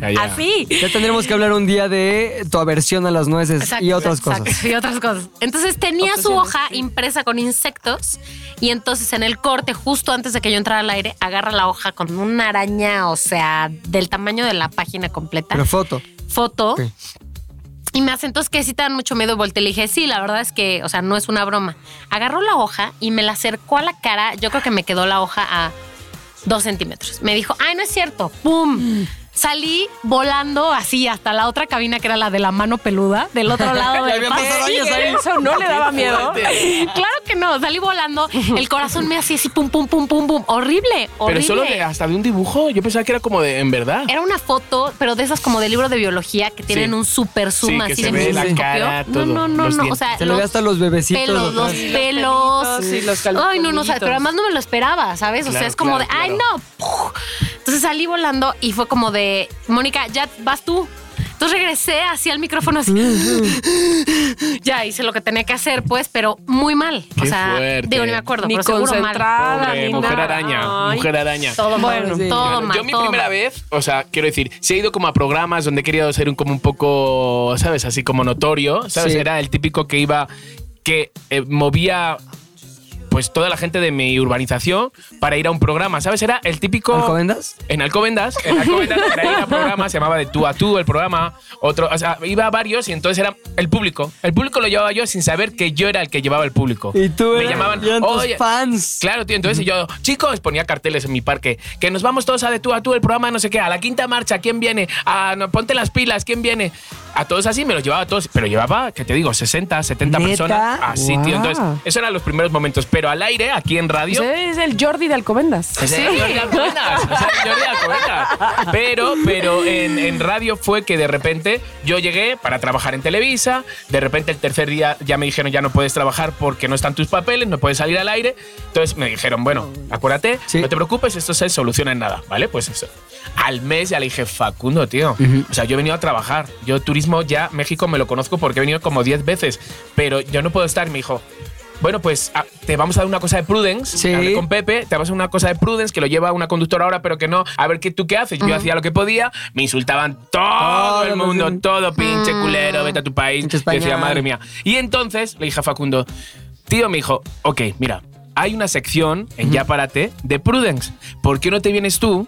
[SPEAKER 3] Calla.
[SPEAKER 5] Así.
[SPEAKER 4] Ya tendremos que hablar un día de tu aversión a las nueces
[SPEAKER 5] Exacto,
[SPEAKER 4] y otras cosas.
[SPEAKER 5] exacto, y otras cosas. Entonces tenía su hoja impresa con insectos y entonces en el corte, justo antes de que yo entrara al aire, agarra la hoja con una araña, o sea, del tamaño de la página completa,
[SPEAKER 4] Pero foto.
[SPEAKER 5] foto.
[SPEAKER 4] Ok.
[SPEAKER 5] Y me hace entonces que sí te dan mucho miedo. Volteé y le dije, sí, la verdad es que, o sea, no es una broma. Agarró la hoja y me la acercó a la cara. Yo creo que me quedó la hoja a dos centímetros. Me dijo, ay, no es cierto. ¡Pum! Salí volando así hasta la otra cabina que era la de la mano peluda, del otro lado del
[SPEAKER 4] habían
[SPEAKER 5] pasillo.
[SPEAKER 4] pasado años ahí.
[SPEAKER 2] Eso no le daba miedo.
[SPEAKER 5] Claro que no, salí volando. El corazón me hacía así, pum, pum, pum, pum, pum. Horrible, horrible.
[SPEAKER 3] Pero solo de- hasta de un dibujo, yo pensaba que era como de en verdad.
[SPEAKER 5] Era una foto, pero de esas como de libro de biología que tienen
[SPEAKER 3] Sí.
[SPEAKER 5] un super zoom
[SPEAKER 3] Sí, que
[SPEAKER 5] así
[SPEAKER 3] se
[SPEAKER 5] de
[SPEAKER 4] ve la
[SPEAKER 5] microscopio.
[SPEAKER 3] cara,
[SPEAKER 5] no,
[SPEAKER 3] todo,
[SPEAKER 5] no, no,
[SPEAKER 3] los
[SPEAKER 5] no. O
[SPEAKER 3] dientes.
[SPEAKER 5] sea,
[SPEAKER 4] Se le ve
[SPEAKER 5] Ah, los
[SPEAKER 4] hasta los bebecitos.
[SPEAKER 5] pelos, los
[SPEAKER 4] atrás.
[SPEAKER 5] pelos.
[SPEAKER 2] pelitos y los
[SPEAKER 5] Ay, no, no, o
[SPEAKER 2] calzoncillos.
[SPEAKER 5] sea, pero además no me lo esperaba, ¿sabes? o
[SPEAKER 3] Claro,
[SPEAKER 5] sea, es como
[SPEAKER 3] claro,
[SPEAKER 5] de, ay,
[SPEAKER 3] claro.
[SPEAKER 5] no. Puf. Entonces salí volando y fue como de, Mónica, ya vas tú. Entonces regresé así al micrófono, así. ya hice lo que tenía que hacer, pues, pero muy mal. o
[SPEAKER 3] Qué
[SPEAKER 5] sea,
[SPEAKER 3] fuerte.
[SPEAKER 5] digo, ni me acuerdo,
[SPEAKER 2] Ni
[SPEAKER 5] pero seguro mal.
[SPEAKER 2] concentrada,
[SPEAKER 3] Pobre,
[SPEAKER 2] ni
[SPEAKER 3] mujer
[SPEAKER 2] nada.
[SPEAKER 3] araña,
[SPEAKER 2] Ay.
[SPEAKER 3] mujer araña.
[SPEAKER 5] Todo
[SPEAKER 2] Bueno,
[SPEAKER 5] mal,
[SPEAKER 2] sí.
[SPEAKER 4] Oh
[SPEAKER 5] todo mal.
[SPEAKER 3] Yo mi
[SPEAKER 5] todo
[SPEAKER 3] primera
[SPEAKER 5] mal.
[SPEAKER 3] vez, o sea, quiero decir, se ha ido como a programas donde he querido ser un, como un poco, ¿sabes? Así como notorio, ¿sabes?
[SPEAKER 4] Sí.
[SPEAKER 3] Era el típico que iba, que eh, movía pues toda la gente de mi urbanización para ir a un programa, ¿sabes? Era el típico...
[SPEAKER 4] ¿Alcobendas?
[SPEAKER 3] En Alcobendas, en Alcobendas era ir a programa, se llamaba de tú a tú el programa, otro, o sea, iba a varios y entonces era el público. El público lo llevaba yo sin saber que yo era el que llevaba el público.
[SPEAKER 4] Y tú
[SPEAKER 3] me
[SPEAKER 4] eras-
[SPEAKER 3] llamaban,
[SPEAKER 4] eran tus
[SPEAKER 3] "Oye,
[SPEAKER 4] fans.
[SPEAKER 3] Claro, tío. Entonces yo, chicos, ponía carteles en mi parque. Que nos vamos todos a de tú a tú el programa, no sé qué, a la quinta marcha, ¿quién viene? A, no, ponte las pilas, ¿quién viene? A todos así, me los llevaba a todos. Pero llevaba, que te digo, 60, 70
[SPEAKER 4] ¿Neta?
[SPEAKER 3] personas. Así, tío.
[SPEAKER 2] Guau.
[SPEAKER 3] Entonces, esos eran los primeros momentos. Pero al aire, aquí en radio.
[SPEAKER 2] Ese es el Jordi de Alcobendas.
[SPEAKER 3] Ese era Jordi Alcobendas, ese era Jordi Alcobendas. Pero, pero en, en radio fue que de repente yo llegué para trabajar en Televisa, de repente el tercer día ya me dijeron ya no puedes trabajar porque no están tus papeles, no puedes salir al aire. Entonces me dijeron, bueno, acuérdate,
[SPEAKER 4] Sí.
[SPEAKER 3] no te preocupes, esto se soluciona en nada, ¿vale? Pues eso. Al mes ya le dije, Facundo, tío. O sea, yo he venido a trabajar. Yo turismo ya, México me lo conozco porque he venido como 10 veces, pero yo no puedo estar, me dijo. Bueno, pues ah, te vamos a dar una cosa de Prudence.
[SPEAKER 4] Sí.
[SPEAKER 3] Hablé con Pepe, te vas a una cosa de Prudence que lo lleva una conductora ahora, pero que no. A ver qué tú qué haces. Yo hacía lo que podía, me insultaban todo
[SPEAKER 4] Todo,
[SPEAKER 3] el mundo,
[SPEAKER 4] sí.
[SPEAKER 3] todo pinche culero, vete a tu
[SPEAKER 4] Ah,
[SPEAKER 3] país.
[SPEAKER 4] Pinche
[SPEAKER 3] Yo decía,
[SPEAKER 4] español.
[SPEAKER 3] madre mía. Y entonces le dije a Facundo, tío, me dijo, ok, mira, hay una sección en Ya Párate de Prudence. ¿Por qué no te vienes tú?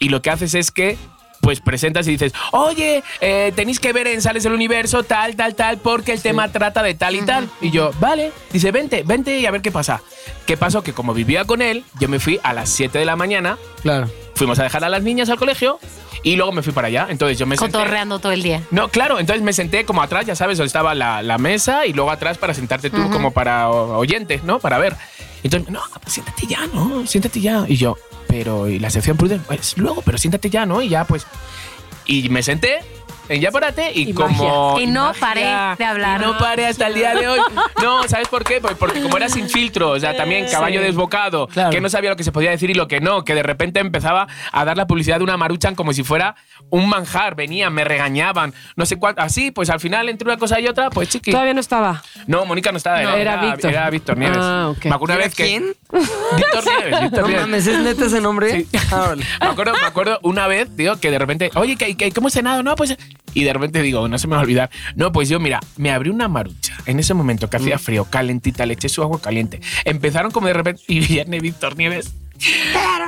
[SPEAKER 3] Y lo que haces es que. Pues presentas y dices, oye, eh, tenéis que ver en Sales del Universo tal, tal, tal, porque el tema trata de tal y tal. Y yo, vale. Dice, vente, vente y a ver qué pasa. ¿Qué pasó? Que como vivía con él, yo me fui a las 7 de la mañana,
[SPEAKER 4] Claro.
[SPEAKER 3] fuimos a dejar a las niñas al colegio y luego me fui para allá. Entonces yo me senté.
[SPEAKER 5] Cotorreando todo el día.
[SPEAKER 3] No, claro, entonces me senté como atrás, ya sabes, donde estaba la, la mesa y luego atrás para sentarte tú como para o- oyente, ¿no? Para ver. Entonces, no, pues siéntate ya, ¿no? Siéntate ya. Y yo, pero, ¿y la sección prudente? Pues luego, pero siéntate ya, ¿no? Y ya, pues. Y me senté. En ya párate y,
[SPEAKER 2] Y
[SPEAKER 3] como.
[SPEAKER 5] magia. Y no paré de hablar.
[SPEAKER 3] y no paré hasta el día de hoy. No, ¿sabes por qué? Pues porque como era sin filtro, o sea, también
[SPEAKER 5] Eh,
[SPEAKER 3] caballo desbocado,
[SPEAKER 4] Claro.
[SPEAKER 3] que no sabía lo que se podía decir y lo que no, que de repente empezaba a dar la publicidad de una maruchan como si fuera un manjar. Venían, me regañaban, no sé cuánto. Así, pues al final entre una cosa y otra, pues chiqui.
[SPEAKER 2] Todavía no estaba.
[SPEAKER 3] No, Mónica no estaba.
[SPEAKER 2] No, era Víctor.
[SPEAKER 3] Era Víctor Nieves.
[SPEAKER 2] Ah, ok.
[SPEAKER 3] Me acuerdo una
[SPEAKER 4] ¿Era
[SPEAKER 3] vez que-
[SPEAKER 4] quién?
[SPEAKER 3] Víctor Nieves. Víctor
[SPEAKER 4] No
[SPEAKER 3] Nieves.
[SPEAKER 4] mames, ¿es neta ese nombre? Ah, órale.
[SPEAKER 3] Me acuerdo, me acuerdo una vez, digo, que de repente, oye, ¿qué, qué, cómo he cenado? No, pues. Y de repente digo, no se me va a olvidar. No, pues yo, mira, me abrí una marucha en ese momento que
[SPEAKER 2] Mm.
[SPEAKER 3] hacía frío, calentita, le eché su agua caliente. Empezaron como de repente. Y viene Víctor Nieves.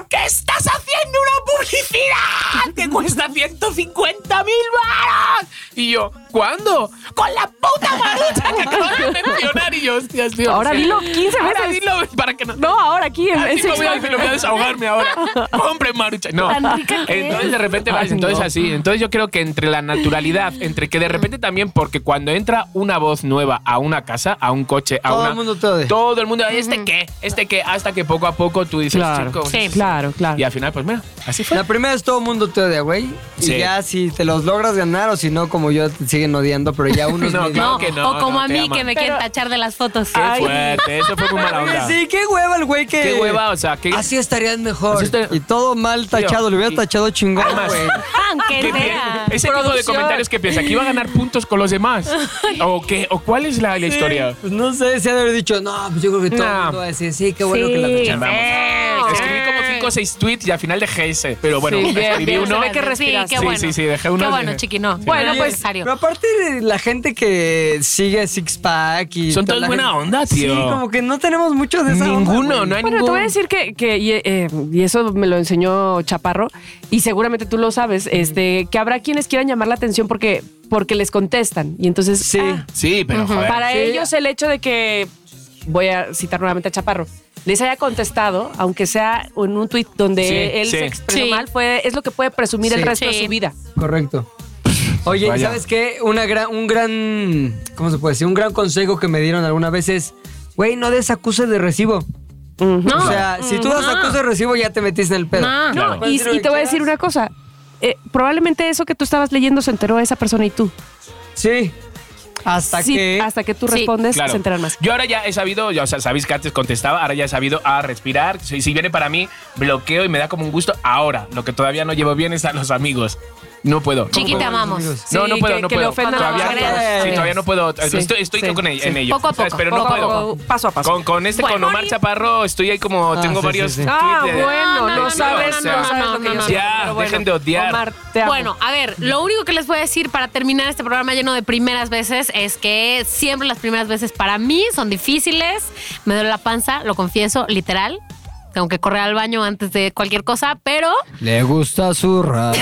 [SPEAKER 3] ¿Qué estás haciendo una publicidad que cuesta 150 mil baros? Y yo, ¿cuándo? Con la puta marucha que acabo de mencionar. Y yo, hostias, tío.
[SPEAKER 2] Ahora
[SPEAKER 3] o sea,
[SPEAKER 2] dilo 15
[SPEAKER 3] Ahora
[SPEAKER 2] veces.
[SPEAKER 3] dilo para que no.
[SPEAKER 2] No, ahora aquí en, en
[SPEAKER 3] Así
[SPEAKER 2] Six
[SPEAKER 3] Ah, como voy a,
[SPEAKER 2] Flags.
[SPEAKER 3] decirlo, voy a desahogarme ahora. Hombre, marucha. No.
[SPEAKER 5] Tan rica que
[SPEAKER 3] Entonces
[SPEAKER 5] es.
[SPEAKER 3] de repente vas,
[SPEAKER 2] Ay,
[SPEAKER 3] entonces
[SPEAKER 2] no.
[SPEAKER 3] así. Entonces yo creo que entre la naturalidad, entre que de repente también, porque cuando entra una voz nueva a una casa, a un coche, a
[SPEAKER 4] Todo
[SPEAKER 3] una.
[SPEAKER 4] el mundo te odia.
[SPEAKER 3] Todo el mundo, ¿este qué? ¿Este qué? Hasta que poco a poco tú dices,
[SPEAKER 2] Claro.
[SPEAKER 3] chicos.
[SPEAKER 5] Sí.
[SPEAKER 2] Claro, claro.
[SPEAKER 3] Y al final, pues mira, así fue.
[SPEAKER 4] La primera es todo mundo te odia, güey.
[SPEAKER 3] Sí.
[SPEAKER 4] Y ya si te los logras ganar o si no, como yo, te siguen odiando, pero ya unos
[SPEAKER 3] No,
[SPEAKER 4] mismos.
[SPEAKER 3] claro.
[SPEAKER 5] No,
[SPEAKER 3] que no,
[SPEAKER 5] o como
[SPEAKER 3] no,
[SPEAKER 5] a
[SPEAKER 3] te
[SPEAKER 5] mí
[SPEAKER 3] aman.
[SPEAKER 5] que me quieren tachar de las las fotos.
[SPEAKER 3] Qué
[SPEAKER 5] Ay,
[SPEAKER 3] fuerte, eso fue muy mala onda.
[SPEAKER 4] Oye, sí, qué hueva el güey que.
[SPEAKER 3] Qué hueva, o sea, qué,
[SPEAKER 4] Así estarías mejor.
[SPEAKER 3] Así estaría-
[SPEAKER 4] Y todo mal tachado,
[SPEAKER 3] Tío,
[SPEAKER 4] lo hubiera
[SPEAKER 3] y-
[SPEAKER 4] tachado chingón,
[SPEAKER 3] Además-
[SPEAKER 4] güey.
[SPEAKER 5] aunque
[SPEAKER 3] qué-
[SPEAKER 5] sea.
[SPEAKER 3] ese tipo de
[SPEAKER 2] Producción.
[SPEAKER 3] comentarios que piensa que iba a ganar puntos con los demás. ¿O qué? ¿O cuál es la, la historia?
[SPEAKER 4] Pues no sé, se ha de haber dicho, no, pues yo creo que todo el
[SPEAKER 3] No.
[SPEAKER 4] mundo va a decir, sí, qué bueno que la
[SPEAKER 5] Sí.
[SPEAKER 4] tacharon.
[SPEAKER 5] Sí.
[SPEAKER 3] Escribí como 5 o 6 tweets y al final dejé ese. Pero bueno,
[SPEAKER 2] Sí, bien,
[SPEAKER 3] escribí
[SPEAKER 2] bien,
[SPEAKER 3] uno.
[SPEAKER 2] se ve que respiras.
[SPEAKER 5] Sí, qué
[SPEAKER 3] Sí,
[SPEAKER 5] bueno.
[SPEAKER 3] sí, sí, dejé unos
[SPEAKER 5] Qué
[SPEAKER 3] de-
[SPEAKER 5] bueno, chiqui, no.
[SPEAKER 3] Sí.
[SPEAKER 2] Bueno,
[SPEAKER 5] No es
[SPEAKER 2] pues,
[SPEAKER 5] necesario.
[SPEAKER 4] Pero aparte, la gente que sigue Six Pack y.
[SPEAKER 3] Son
[SPEAKER 4] toda
[SPEAKER 3] todos
[SPEAKER 4] la
[SPEAKER 3] buena
[SPEAKER 4] gente-
[SPEAKER 3] onda, tío.
[SPEAKER 4] Sí, como que no tenemos mucho de esa onda,
[SPEAKER 3] Ninguno,
[SPEAKER 4] güey.
[SPEAKER 3] no hay
[SPEAKER 2] Bueno, te
[SPEAKER 3] ninguno.
[SPEAKER 2] voy a decir que, que- y, eh, y eso me lo enseñó Chaparro, y seguramente tú lo sabes, este, que habrá quienes quieran llamar la atención porque, porque les contestan. Y entonces,
[SPEAKER 4] Sí.
[SPEAKER 2] ah,
[SPEAKER 3] Sí, pero joder.
[SPEAKER 2] para
[SPEAKER 4] Sí.
[SPEAKER 2] ellos el hecho de que, voy a citar nuevamente a Chaparro, les haya contestado, aunque sea en un tuit donde
[SPEAKER 3] Sí,
[SPEAKER 2] él
[SPEAKER 3] sí.
[SPEAKER 2] se expresó
[SPEAKER 5] Sí.
[SPEAKER 2] mal, puede- es lo que puede presumir el
[SPEAKER 4] Sí.
[SPEAKER 2] resto de
[SPEAKER 5] Sí.
[SPEAKER 2] su vida.
[SPEAKER 4] Correcto. Oye, ¿y
[SPEAKER 3] Vaya.
[SPEAKER 4] ¿sabes qué? Una gran, un gran. ¿Cómo se puede decir? Un gran consejo que me dieron alguna vez es: güey, no des acuse de recibo.
[SPEAKER 5] No.
[SPEAKER 2] Ah.
[SPEAKER 4] o sea, si tú das
[SPEAKER 5] no.
[SPEAKER 4] acuse de recibo, ya te metiste en el pedo.
[SPEAKER 5] No.
[SPEAKER 3] Claro.
[SPEAKER 2] Y,
[SPEAKER 4] Puedes decir lo
[SPEAKER 2] y
[SPEAKER 4] que
[SPEAKER 2] te voy a decir
[SPEAKER 4] quieras.
[SPEAKER 2] una cosa. eh, probablemente eso que tú estabas leyendo se enteró esa persona y tú.
[SPEAKER 4] Sí. Hasta
[SPEAKER 2] Sí,
[SPEAKER 4] que.
[SPEAKER 2] hasta que tú
[SPEAKER 5] Sí,
[SPEAKER 2] respondes,
[SPEAKER 3] Claro.
[SPEAKER 2] se enteran más.
[SPEAKER 3] Yo ahora ya he sabido, ya, o sea, sabéis que antes contestaba, ahora ya he sabido a respirar. Si, si viene para mí, bloqueo y me da como un gusto. Ahora, lo que todavía no llevo bien es a los amigos. No puedo. no
[SPEAKER 5] Chiqui,
[SPEAKER 3] puedo.
[SPEAKER 5] te amamos.
[SPEAKER 4] amigos.
[SPEAKER 3] No, no
[SPEAKER 2] Sí,
[SPEAKER 3] puedo,
[SPEAKER 2] que-
[SPEAKER 3] no
[SPEAKER 2] que le
[SPEAKER 3] puedo.
[SPEAKER 2] ofendan a
[SPEAKER 3] todavía,
[SPEAKER 5] los
[SPEAKER 3] no puedo.
[SPEAKER 5] amigos.
[SPEAKER 3] Sí, todavía no puedo.
[SPEAKER 2] Sí,
[SPEAKER 3] estoy estoy
[SPEAKER 2] sí,
[SPEAKER 3] con el-
[SPEAKER 2] sí.
[SPEAKER 3] en ello.
[SPEAKER 5] Poco a
[SPEAKER 3] ¿sabes?
[SPEAKER 5] poco,
[SPEAKER 3] Pero
[SPEAKER 5] poco
[SPEAKER 3] no
[SPEAKER 5] a
[SPEAKER 3] puedo.
[SPEAKER 5] poco.
[SPEAKER 2] Paso a paso.
[SPEAKER 3] Con, con este,
[SPEAKER 5] Bueno.
[SPEAKER 3] con Omar Chaparro, estoy ahí como.
[SPEAKER 4] Ah,
[SPEAKER 3] tengo
[SPEAKER 4] sí,
[SPEAKER 3] varios.
[SPEAKER 4] sí, sí.
[SPEAKER 2] Ah,
[SPEAKER 3] tweets de-
[SPEAKER 2] bueno,
[SPEAKER 5] No,
[SPEAKER 2] no,
[SPEAKER 5] no, no,
[SPEAKER 2] sabes,
[SPEAKER 5] no,
[SPEAKER 2] no
[SPEAKER 5] no,
[SPEAKER 2] sabes lo
[SPEAKER 5] no,
[SPEAKER 2] que
[SPEAKER 5] no,
[SPEAKER 2] yo
[SPEAKER 5] no.
[SPEAKER 2] sé.
[SPEAKER 3] Ya,
[SPEAKER 2] Pero bueno,
[SPEAKER 3] dejen de odiar.
[SPEAKER 2] Omar, te amo.
[SPEAKER 5] Bueno, a ver, lo único que les voy a decir para terminar este programa lleno de primeras veces es que siempre las primeras veces para mí son difíciles. Me duele la panza, lo confieso, literal. Tengo que correr al baño antes de cualquier cosa, pero,
[SPEAKER 4] Le gusta zurrar.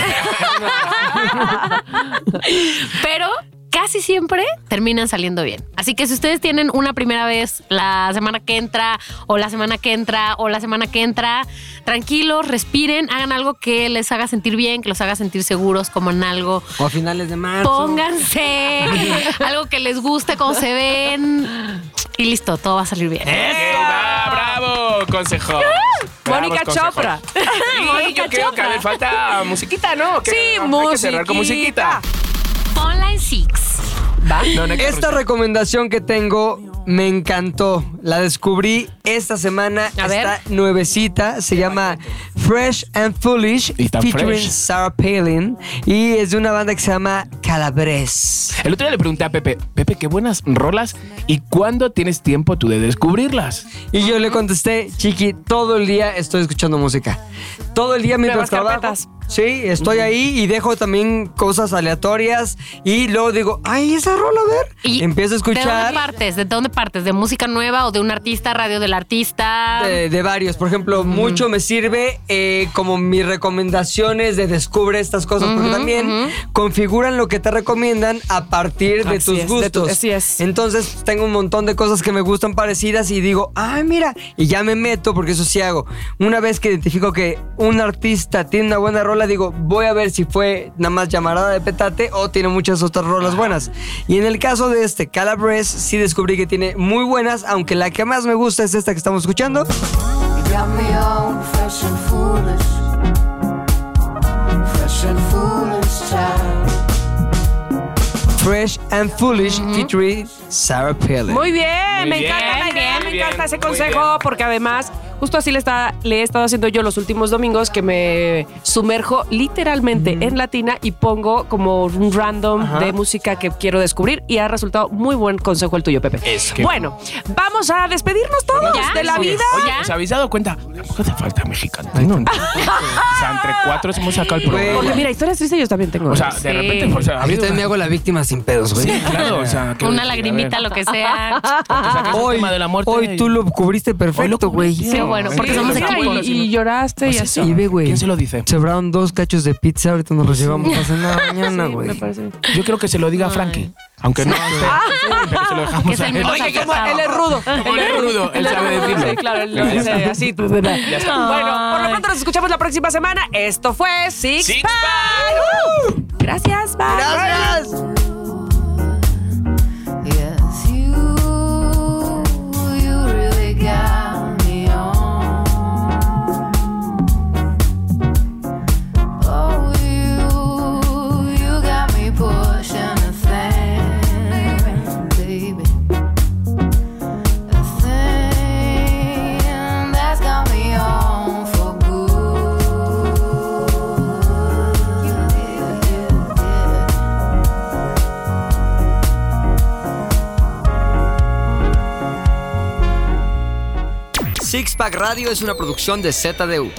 [SPEAKER 5] pero casi siempre terminan saliendo bien. Así que si ustedes tienen una primera vez la semana que entra, o la semana que entra, o la semana que entra, tranquilos, respiren, hagan algo que les haga sentir bien, que los haga sentir seguros, como en algo
[SPEAKER 4] o a finales de marzo.
[SPEAKER 5] Pónganse algo que les guste, como se ven. Y listo, todo va a salir bien.
[SPEAKER 3] ¡Eso! Va, ¡Bravo! Consejo.
[SPEAKER 2] Mónica
[SPEAKER 3] Bravos consejos.
[SPEAKER 2] Chopra.
[SPEAKER 3] Y
[SPEAKER 2] Mónica
[SPEAKER 3] yo creo que
[SPEAKER 2] Chopra.
[SPEAKER 3] le falta musiquita, ¿no? Que
[SPEAKER 2] Sí,
[SPEAKER 3] Hay que cerrar con
[SPEAKER 2] musiquita.
[SPEAKER 3] musiquita.
[SPEAKER 5] Online Six.
[SPEAKER 3] No, no hay que
[SPEAKER 4] Esta
[SPEAKER 3] cerrar.
[SPEAKER 4] recomendación que tengo me encantó. La descubrí esta semana.
[SPEAKER 5] A ver.
[SPEAKER 4] Está nuevecita. Se llama Fresh and Foolish
[SPEAKER 3] Y tan
[SPEAKER 4] featuring
[SPEAKER 3] fresh.
[SPEAKER 4] Sarah Palin. Y es de una banda que se llama Calabres.
[SPEAKER 3] El otro día le pregunté a Pepe, Pepe, qué buenas rolas y cuándo tienes tiempo tú de descubrirlas.
[SPEAKER 4] Y yo le contesté, Chiqui, todo el día estoy escuchando música. Todo el día mientras
[SPEAKER 2] Nuevas
[SPEAKER 4] trabajo.
[SPEAKER 2] carpetas.
[SPEAKER 4] Sí, estoy ahí y dejo también cosas aleatorias. Y luego digo, ay, esa rola, a ver.
[SPEAKER 5] Y
[SPEAKER 4] Empiezo a
[SPEAKER 5] ¿De dónde
[SPEAKER 4] escuchar.
[SPEAKER 5] partes? ¿De dónde partes? ¿De música nueva o de un artista, radio del artista?
[SPEAKER 4] de, de varios. Por ejemplo, mucho me sirve eh, como mis recomendaciones de descubre estas cosas, porque también configuran lo que te recomiendan a partir de
[SPEAKER 2] Así
[SPEAKER 4] tus
[SPEAKER 2] es, de tu-
[SPEAKER 4] gustos.
[SPEAKER 2] así es.
[SPEAKER 4] Entonces tengo un montón de cosas que me gustan parecidas y digo, ay, mira, y ya me meto, porque eso sí hago. Una vez que identifico que un artista tiene una buena rola, digo, voy a ver si fue nada más llamarada de petate o tiene muchas otras rolas buenas. Y en el caso de este Calabres, sí descubrí que tiene muy buenas, aunque la que más me gusta es esta que estamos escuchando.
[SPEAKER 7] Got me on fresh and foolish. Fresh and foolish child.
[SPEAKER 4] Fresh and Foolish featuring Sarah Palin.
[SPEAKER 2] Muy bien,
[SPEAKER 3] Muy
[SPEAKER 2] me
[SPEAKER 3] bien,
[SPEAKER 2] encanta la idea,
[SPEAKER 3] bien,
[SPEAKER 2] me
[SPEAKER 3] bien,
[SPEAKER 2] encanta ese
[SPEAKER 3] muy
[SPEAKER 2] consejo,
[SPEAKER 3] bien.
[SPEAKER 2] porque además, justo así le, está, le he estado haciendo yo los últimos domingos que me sumerjo literalmente
[SPEAKER 3] Mm.
[SPEAKER 2] en Latina y pongo como un random de música que quiero descubrir y ha resultado muy buen consejo el tuyo, Pepe.
[SPEAKER 3] Eso.
[SPEAKER 2] Bueno, vamos a despedirnos todos
[SPEAKER 5] ¿Ya?
[SPEAKER 2] de la
[SPEAKER 5] Sí.
[SPEAKER 2] vida.
[SPEAKER 3] Oye, ¿os habéis dado cuenta? Tampoco hace falta mexicano. ¿no? o
[SPEAKER 2] Ah.
[SPEAKER 3] sea, entre cuatro hemos sacado el
[SPEAKER 2] Porque
[SPEAKER 3] programa.
[SPEAKER 2] mira, historias tristes yo también tengo.
[SPEAKER 3] O sea, de
[SPEAKER 5] Sí.
[SPEAKER 3] repente, o sea, ha
[SPEAKER 4] Yo
[SPEAKER 3] habido
[SPEAKER 4] también me
[SPEAKER 3] una-
[SPEAKER 4] hago la víctima sin pedos, güey.
[SPEAKER 3] Sí, claro, o sea, que-
[SPEAKER 5] una
[SPEAKER 3] a ver.
[SPEAKER 5] lagrimita, lo que sea.
[SPEAKER 4] Hoy,
[SPEAKER 3] tema de la muerte.
[SPEAKER 4] hoy tú lo cubriste perfecto, güey.
[SPEAKER 5] Qué bueno, porque somos
[SPEAKER 2] Sí,
[SPEAKER 5] equipo.
[SPEAKER 2] y, y lloraste y
[SPEAKER 3] Pues
[SPEAKER 2] así.
[SPEAKER 3] eso.
[SPEAKER 4] Y ve, güey.
[SPEAKER 3] ¿Quién se lo dice?
[SPEAKER 4] Sobraron dos cachos de pizza, ahorita nos los llevamos a cenar mañana,
[SPEAKER 2] Sí,
[SPEAKER 4] güey.
[SPEAKER 2] me parece.
[SPEAKER 3] Yo creo que se lo diga a Frankie. Aunque no,
[SPEAKER 2] Ah.
[SPEAKER 3] pero se lo
[SPEAKER 5] Que
[SPEAKER 3] dejamos
[SPEAKER 5] es
[SPEAKER 3] a
[SPEAKER 5] el
[SPEAKER 3] él.
[SPEAKER 5] mismo
[SPEAKER 2] Oye,
[SPEAKER 5] Exacto.
[SPEAKER 2] como él es rudo.
[SPEAKER 3] Él es rudo, él sabe
[SPEAKER 2] es rudo,
[SPEAKER 3] decirlo.
[SPEAKER 2] Sí, claro, él lo
[SPEAKER 3] Ya
[SPEAKER 2] dice
[SPEAKER 3] está.
[SPEAKER 2] así. pues, Bueno, por lo
[SPEAKER 5] Ay.
[SPEAKER 2] pronto nos escuchamos la próxima semana. Esto fue Six,
[SPEAKER 3] Six
[SPEAKER 2] Pack. Uh. Gracias, bye.
[SPEAKER 4] ¡Gracias!
[SPEAKER 7] Yes, you, you really got me on. Oh, you, you got me pushing a thing, baby.
[SPEAKER 4] Six Pack Radio es una producción de ZDU.